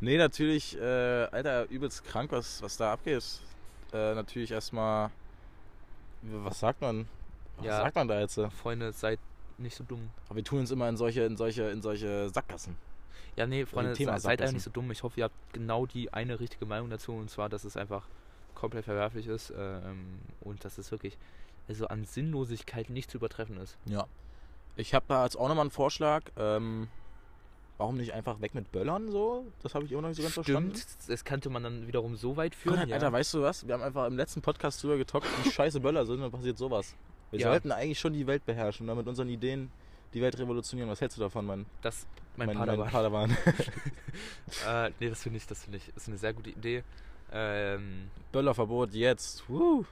[SPEAKER 3] Nee, natürlich, äh, Alter, übelst krank, was, was da abgeht. Äh, natürlich erstmal, was sagt man? Was
[SPEAKER 2] Ja.
[SPEAKER 3] sagt man da jetzt? Aber
[SPEAKER 2] Freunde, seid nicht so dumm.
[SPEAKER 3] wir tun uns immer in solche, in solche, in solche Sackgassen.
[SPEAKER 2] Ja, nee, Freunde,
[SPEAKER 3] Also Thema
[SPEAKER 2] se- seid
[SPEAKER 3] Sackgassen.
[SPEAKER 2] einfach nicht so dumm. Ich hoffe, ihr habt genau die eine richtige Meinung dazu und zwar, dass es einfach komplett verwerflich ist ähm, und dass es wirklich also an Sinnlosigkeit nicht zu übertreffen ist.
[SPEAKER 3] Ja. Ich habe da jetzt auch nochmal einen Vorschlag. Ähm, warum nicht einfach weg mit Böllern so? Das habe ich auch noch nicht so Also ganz verstanden.
[SPEAKER 2] Stimmt, das könnte man dann wiederum so weit führen.
[SPEAKER 3] Konrad,
[SPEAKER 2] ja.
[SPEAKER 3] Alter, halt weißt du was? Wir haben einfach im letzten Podcast drüber getockt, wie scheiße Böller sind und dann passiert sowas. Wir
[SPEAKER 2] Ja.
[SPEAKER 3] sollten eigentlich schon die Welt beherrschen und dann mit unseren Ideen die Welt revolutionieren. Was hältst du davon, mein,
[SPEAKER 2] das, mein, Padawan.
[SPEAKER 3] Padawan?
[SPEAKER 2] äh, nee, das finde ich, das finde ich. Ist eine sehr gute Idee. Ähm,
[SPEAKER 3] Böllerverbot jetzt. Woo.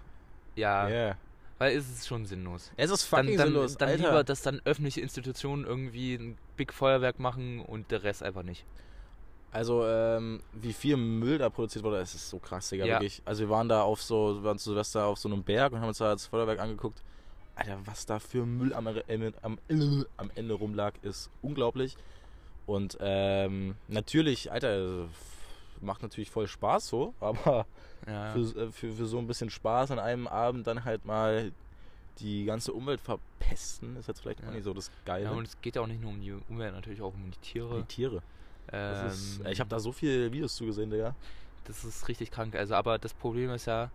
[SPEAKER 2] ja,
[SPEAKER 3] Yeah.
[SPEAKER 2] weil es ist schon sinnlos.
[SPEAKER 3] Es ist
[SPEAKER 2] Dann,
[SPEAKER 3] fucking
[SPEAKER 2] dann,
[SPEAKER 3] sinnlos,
[SPEAKER 2] dann
[SPEAKER 3] Alter.
[SPEAKER 2] lieber, dass dann öffentliche Institutionen irgendwie ein Big Feuerwerk machen und der Rest einfach nicht.
[SPEAKER 3] Also, ähm, wie viel Müll da produziert wurde, es ist so krass, Digga,
[SPEAKER 2] Ja.
[SPEAKER 3] wirklich. Also, wir waren da auf so, wir waren zu Silvester auf so einem Berg und haben uns da das Feuerwerk angeguckt. Alter, was da für Müll am, am, am, am Ende rumlag, ist unglaublich. Und ähm, natürlich, Alter, f- macht natürlich voll Spaß so, aber
[SPEAKER 2] Ja.
[SPEAKER 3] für, äh, für, für so ein bisschen Spaß an einem Abend dann halt mal die ganze Umwelt verpesten, ist jetzt vielleicht
[SPEAKER 2] Ja.
[SPEAKER 3] auch nicht so das Geile.
[SPEAKER 2] ja, und es geht ja auch nicht nur um die Umwelt, natürlich auch um die
[SPEAKER 3] die
[SPEAKER 2] Tiere.
[SPEAKER 3] Tiere. Das ist, äh,
[SPEAKER 2] Ähm,
[SPEAKER 3] ich habe da so viele Videos zugesehen, Digga.
[SPEAKER 2] Das ist richtig krank. Also, aber das Problem ist ja,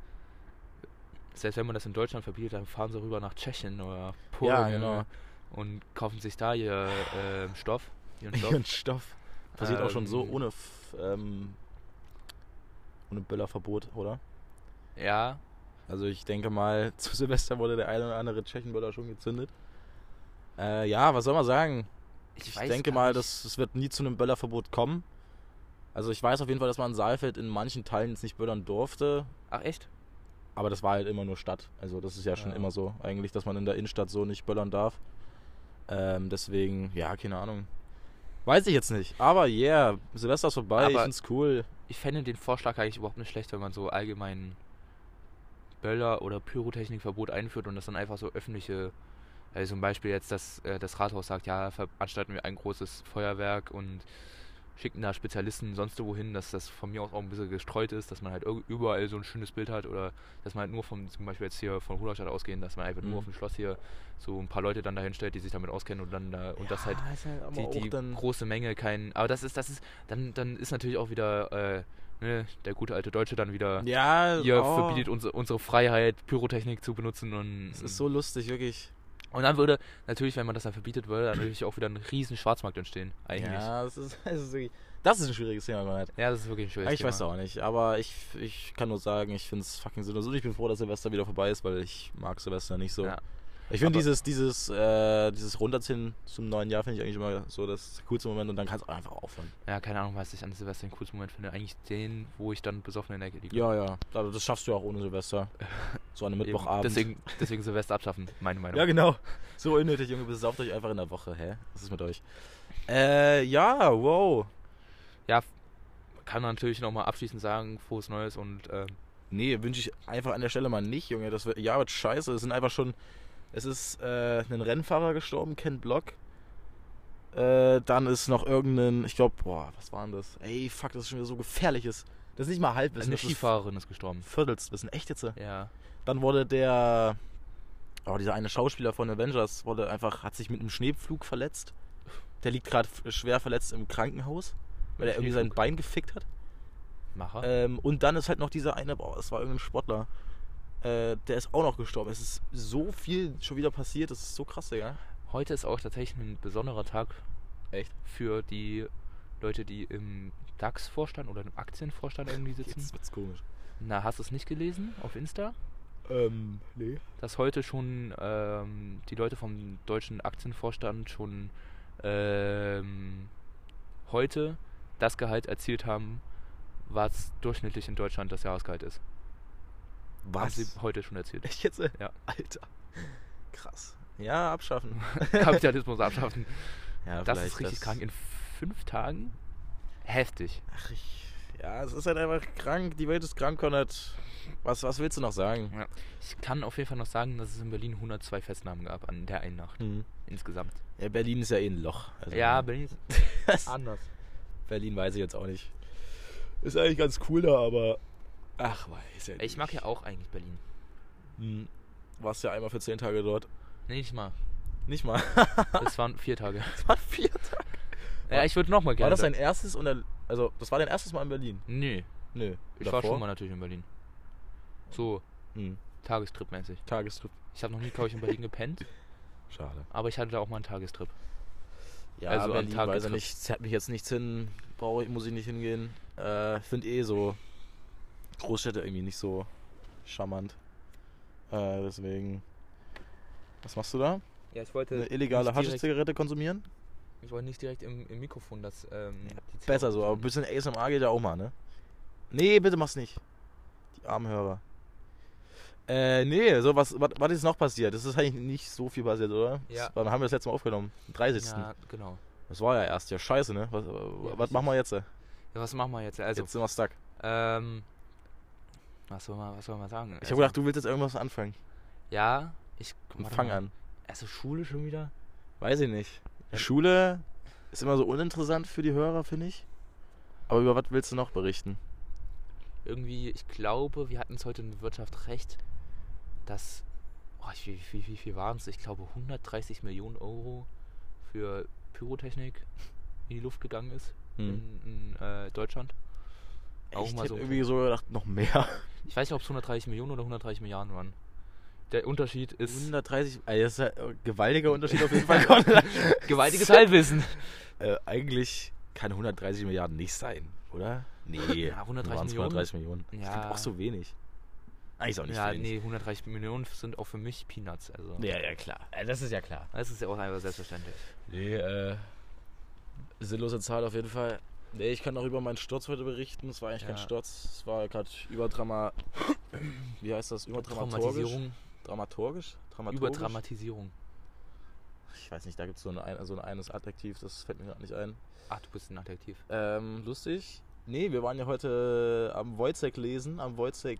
[SPEAKER 2] selbst wenn man das in Deutschland verbietet, dann fahren sie rüber nach Tschechien oder Polen
[SPEAKER 3] Ja, genau.
[SPEAKER 2] und kaufen sich da ihr ähm, Stoff. Ihren Stoff.
[SPEAKER 3] Ihren Stoff. Passiert auch schon so
[SPEAKER 2] Ähm,
[SPEAKER 3] ohne, F- ähm, ohne Böllerverbot, oder?
[SPEAKER 2] Ja,
[SPEAKER 3] Also ich denke mal, zu Silvester wurde der eine oder andere Tschechenböller schon gezündet. Äh, ja, was soll man sagen?
[SPEAKER 2] ich,
[SPEAKER 3] Ich
[SPEAKER 2] weiß
[SPEAKER 3] denke
[SPEAKER 2] gar
[SPEAKER 3] mal,
[SPEAKER 2] nicht.
[SPEAKER 3] das, es wird nie zu einem Böllerverbot kommen. Also ich weiß auf jeden Fall, dass man in Saalfeld in manchen Teilen jetzt nicht böllern durfte.
[SPEAKER 2] Ach, echt?
[SPEAKER 3] Aber das war halt immer nur Stadt. Also das ist ja schon
[SPEAKER 2] Ja.
[SPEAKER 3] immer so eigentlich, dass man in der Innenstadt so nicht böllern darf. Ähm, deswegen, ja, keine Ahnung. Weiß ich jetzt nicht. Aber yeah, Silvester ist vorbei, ich
[SPEAKER 2] Aber-
[SPEAKER 3] find's cool.
[SPEAKER 2] Ich fände den Vorschlag eigentlich überhaupt nicht schlecht, wenn man so allgemein Böller- oder Pyrotechnikverbot einführt und das dann einfach so öffentliche. Also zum Beispiel jetzt, dass äh, das Rathaus sagt: Ja, veranstalten wir ein großes Feuerwerk und schicken da Spezialisten sonst wohin, dass das von mir aus auch ein bisschen gestreut ist, dass man halt irg- überall so ein schönes Bild hat oder dass man halt nur vom, zum Beispiel jetzt hier von Rudolstadt ausgehen, dass man einfach
[SPEAKER 3] Mhm.
[SPEAKER 2] nur auf dem Schloss hier so ein paar Leute dann dahin stellt, die sich damit auskennen und dann da und das halt
[SPEAKER 3] ist halt aber
[SPEAKER 2] die,
[SPEAKER 3] auch
[SPEAKER 2] die
[SPEAKER 3] dann,
[SPEAKER 2] große Menge kein. Aber das ist, das ist, dann, dann ist natürlich auch wieder äh, ne, der gute alte Deutsche dann wieder.
[SPEAKER 3] ja,
[SPEAKER 2] Ihr
[SPEAKER 3] oh,
[SPEAKER 2] verbietet unsere, unsere Freiheit, Pyrotechnik zu benutzen und.
[SPEAKER 3] es ist so lustig, wirklich.
[SPEAKER 2] und dann würde, natürlich, wenn man das dann verbieten würde, dann natürlich auch wieder ein riesen Schwarzmarkt entstehen. Eigentlich. Ja,
[SPEAKER 3] Ja, es ist, es ist wirklich, das ist ein schwieriges Thema, Konrad.
[SPEAKER 2] das ist wirklich ein schwieriges
[SPEAKER 3] Ich weiß
[SPEAKER 2] Thema.
[SPEAKER 3] auch nicht, aber ich, ich kann nur sagen, ich find's fucking sinnlos. Und ich bin froh, dass Silvester wieder vorbei ist, weil ich mag Silvester nicht so.
[SPEAKER 2] Ja.
[SPEAKER 3] Ich finde
[SPEAKER 2] Aber-
[SPEAKER 3] dieses, dieses, äh, dieses Runterziehen zum neuen Jahr finde ich eigentlich immer so das coolste Moment und dann kannst du einfach aufhören.
[SPEAKER 2] Ja, keine Ahnung, was ich an Silvester einen coolen Moment finde. Eigentlich den, wo ich dann besoffen in der Ecke liege.
[SPEAKER 3] Ja, ja. Aber das schaffst du ja auch ohne Silvester. So an einem
[SPEAKER 2] Eben.
[SPEAKER 3] Mittwochabend.
[SPEAKER 2] Deswegen, deswegen Silvester abschaffen, meine Meinung.
[SPEAKER 3] Ja, genau. So unnötig, Junge, besauft euch einfach in der Woche. Hä? Was ist mit euch? Äh, ja, wow.
[SPEAKER 2] Kann man natürlich nochmal abschließend sagen, frohes Neues und ähm,
[SPEAKER 3] Nee, wünsche ich einfach an der Stelle mal nicht, Junge. Das wird, ja, wird scheiße. Es sind einfach schon. Es ist äh, ein Rennfahrer gestorben, Ken Block. Äh, dann ist noch irgendein. Ich glaube, boah, was war denn das? Ey, fuck, das ist schon wieder so gefährliches. Das ist nicht mal Halbwissen.
[SPEAKER 2] eine
[SPEAKER 3] das ist
[SPEAKER 2] Skifahrerin ist gestorben.
[SPEAKER 3] Viertelstwissen. Echt jetzt?
[SPEAKER 2] Ja.
[SPEAKER 3] Dann wurde der. Oh, dieser eine Schauspieler von Avengers wurde einfach, hat sich mit einem Schneepflug verletzt. Der liegt gerade f- schwer verletzt im Krankenhaus, weil er irgendwie sein
[SPEAKER 2] Schneepflug.
[SPEAKER 3] Bein gefickt hat.
[SPEAKER 2] Macher.
[SPEAKER 3] Ähm, und dann ist halt noch dieser eine, boah, das war irgendein Sportler. Äh, der ist auch noch gestorben. Es ist so viel schon wieder passiert, das ist so krass, Digga.
[SPEAKER 2] Heute ist auch tatsächlich ein besonderer Tag.
[SPEAKER 3] Echt?
[SPEAKER 2] Für die Leute, die im DAX-Vorstand oder im Aktienvorstand irgendwie sitzen.
[SPEAKER 3] Jetzt wird's komisch.
[SPEAKER 2] Na, hast du es nicht gelesen auf Insta?
[SPEAKER 3] Ähm, nee.
[SPEAKER 2] Dass heute schon ähm, die Leute vom deutschen Aktienvorstand schon ähm, heute das Gehalt erzielt haben, was durchschnittlich in Deutschland das Jahresgehalt ist. Haben
[SPEAKER 3] Was?
[SPEAKER 2] sie heute schon erzielt.
[SPEAKER 3] Also, Echt jetzt?
[SPEAKER 2] Ja.
[SPEAKER 3] Alter. Krass. Ja, abschaffen.
[SPEAKER 2] Kapitalismus abschaffen.
[SPEAKER 3] Ja,
[SPEAKER 2] Das
[SPEAKER 3] vielleicht
[SPEAKER 2] ist richtig krank. In fünf Tagen? Heftig.
[SPEAKER 3] Ach, ich, ja, es ist halt einfach krank. Die Welt ist krank, Konrad. Was, was willst du noch sagen?
[SPEAKER 2] Ich kann auf jeden Fall noch sagen, dass es in Berlin 102 Festnahmen gab an der einen Nacht insgesamt.
[SPEAKER 3] Hm. Ja, Berlin ist ja eh ein Loch. Also,
[SPEAKER 2] Ja, Berlin ist
[SPEAKER 5] Anders.
[SPEAKER 3] Berlin weiß ich jetzt auch nicht. Ist eigentlich ganz cool da, aber. Ach, weiß ja
[SPEAKER 2] Ich mag ja auch eigentlich Berlin.
[SPEAKER 3] Hm. Warst ja einmal für zehn Tage dort.
[SPEAKER 2] Nee, nicht mal.
[SPEAKER 3] Nicht mal.
[SPEAKER 2] Das waren vier Tage.
[SPEAKER 3] Das war vier Tage.
[SPEAKER 2] Ja, ich würde nochmal
[SPEAKER 3] War
[SPEAKER 2] gerne.
[SPEAKER 3] das
[SPEAKER 2] da-
[SPEAKER 3] dein erstes und dein- Also, das war dein erstes Mal in Berlin?
[SPEAKER 2] Nee,
[SPEAKER 3] Nö.
[SPEAKER 2] ich war schon mal natürlich in Berlin. So,
[SPEAKER 3] Hm.
[SPEAKER 2] Tagestrip-mäßig.
[SPEAKER 3] Tagestrip.
[SPEAKER 2] Ich habe noch nie, glaube ich, in Berlin gepennt,
[SPEAKER 3] Schade.
[SPEAKER 2] aber ich hatte da auch mal einen Tagestrip.
[SPEAKER 3] Ja,
[SPEAKER 2] Also
[SPEAKER 3] also
[SPEAKER 2] am
[SPEAKER 3] Berlin
[SPEAKER 2] Tag
[SPEAKER 3] weiß ich
[SPEAKER 2] getroffen.
[SPEAKER 3] nicht, zerrt mich jetzt nichts hin, brauche ich, muss ich nicht hingehen. Äh, finde eh so Großstädte irgendwie nicht so charmant. Äh, deswegen. Was machst du da?
[SPEAKER 2] Ja, ich wollte
[SPEAKER 3] Eine illegale
[SPEAKER 2] Äh, nicht direkt,
[SPEAKER 3] Haschisch-Zigarette konsumieren?
[SPEAKER 2] Ich wollte nicht direkt im, im Mikrofon das. Ähm, die Zigarette-
[SPEAKER 3] Besser so, aber ein bisschen ASMR geht ja auch mal, ne? Nee, bitte mach's nicht. Die armen Hörer. Äh, nee, so was, was, was ist noch passiert? Das ist eigentlich nicht so viel passiert, oder?
[SPEAKER 2] Ja.
[SPEAKER 3] Das, wann haben wir das letzte Mal aufgenommen? Am 30.
[SPEAKER 2] Ja, genau.
[SPEAKER 3] Das war ja erst, ja scheiße, ne? Was, was
[SPEAKER 2] richtig.
[SPEAKER 3] machen wir jetzt? äh?
[SPEAKER 2] Ja, was machen wir jetzt? Also,
[SPEAKER 3] Jetzt sind wir stuck.
[SPEAKER 2] ähm. Was soll man, was soll man sagen? Also,
[SPEAKER 3] Ich habe gedacht, du willst jetzt irgendwas anfangen.
[SPEAKER 2] Ja, ich. also warte
[SPEAKER 3] Fang
[SPEAKER 2] mal.
[SPEAKER 3] an.
[SPEAKER 2] Also, Schule schon wieder?
[SPEAKER 3] Weiß ich nicht. Schule ist immer so uninteressant für die Hörer, finde ich. Aber über was willst du noch berichten?
[SPEAKER 2] irgendwie, ich glaube, wir hatten es heute in Wirtschaft recht, dass, oh, ich, wie, wie, wie viel waren es? Ich glaube, 130 Millionen Euro für Pyrotechnik in die Luft gegangen ist
[SPEAKER 3] Mhm.
[SPEAKER 2] in, in äh, Deutschland. Auch
[SPEAKER 3] Echt?
[SPEAKER 2] mal
[SPEAKER 3] Hm. ich hätte
[SPEAKER 2] so ein
[SPEAKER 3] irgendwie so gedacht, noch mehr.
[SPEAKER 2] Ich weiß nicht, ob es 130 Millionen oder 130 Milliarden waren. Der Unterschied ist
[SPEAKER 3] 130, ey, das ist ja ein gewaltiger Unterschied auf jeden Fall. Konrad.
[SPEAKER 2] gewaltiges Halbwissen.
[SPEAKER 3] äh, eigentlich kann 130 Milliarden nicht sein, oder? Nee,
[SPEAKER 2] Ja, 130
[SPEAKER 3] waren's
[SPEAKER 2] Millionen?
[SPEAKER 3] 130 Millionen. Das
[SPEAKER 2] Ja.
[SPEAKER 3] klingt auch so wenig. Eigentlich ist auch nicht
[SPEAKER 2] Ja,
[SPEAKER 3] wenig.
[SPEAKER 2] nee, 130 Millionen sind auch für mich Peanuts. Also,
[SPEAKER 3] Ja, ja, klar. Äh, Das ist ja klar.
[SPEAKER 2] das ist ja auch einfach selbstverständlich.
[SPEAKER 3] Nee, äh, sinnlose Zahl auf jeden Fall. Nee, ich kann auch über meinen Sturz heute berichten. Es war eigentlich kein
[SPEAKER 2] Ja.
[SPEAKER 3] Sturz. Es war gerade überdrama... Wie heißt das? Überdramaturgisch?
[SPEAKER 2] Traumatisierung,
[SPEAKER 3] Dramaturgisch? Dramaturgisch?
[SPEAKER 2] Überdramatisierung.
[SPEAKER 3] Ich weiß nicht, da gibt so es ein, so ein eines Adjektiv, das fällt mir gerade nicht ein.
[SPEAKER 2] Ach, Ah, du bist ein Adjektiv.
[SPEAKER 3] Ähm, lustig. Nee, wir waren ja heute äh, am Wojcek lesen, am Wojcek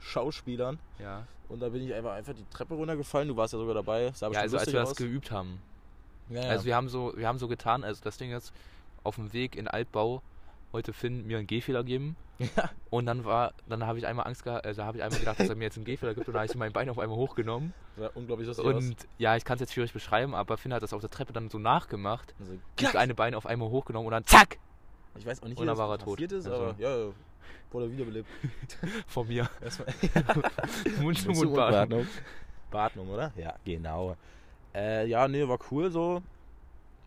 [SPEAKER 3] Schauspielern.
[SPEAKER 2] Ja.
[SPEAKER 3] Und da bin ich einfach, einfach die Treppe runtergefallen. Du warst ja sogar dabei. Sah
[SPEAKER 2] Ja,
[SPEAKER 3] bestimmt
[SPEAKER 2] also als
[SPEAKER 3] lustig
[SPEAKER 2] wir
[SPEAKER 3] aus.
[SPEAKER 2] das geübt haben.
[SPEAKER 3] ja, ja.
[SPEAKER 2] Also wir haben so, wir haben so getan, also das Ding ist, auf dem Weg in Altbau heute Finn mir einen Gehfehler geben. Und dann war, dann habe ich einmal Angst gehabt, also habe ich einmal gedacht, dass er mir jetzt einen Gehfehler gibt und dann habe ich mein Bein auf einmal hochgenommen.
[SPEAKER 3] Sah unglaublich lustig aus.
[SPEAKER 2] Und ja, ich kann es jetzt schwierig beschreiben, aber Finn hat das auf der Treppe dann so nachgemacht.
[SPEAKER 3] Also,
[SPEAKER 2] Das eine Bein auf einmal hochgenommen und dann zack!
[SPEAKER 3] Ich weiß auch nicht, wie das
[SPEAKER 2] Wunderbarer Tod.
[SPEAKER 3] passiert ist,
[SPEAKER 2] Also-
[SPEAKER 3] aber ja, ja, wurde wiederbelebt.
[SPEAKER 2] Von mir.
[SPEAKER 3] Erstmal
[SPEAKER 2] Mund zu Mund Beatmung.
[SPEAKER 3] Beatmung, oder? Ja, genau. Äh, ja, nee, war cool so.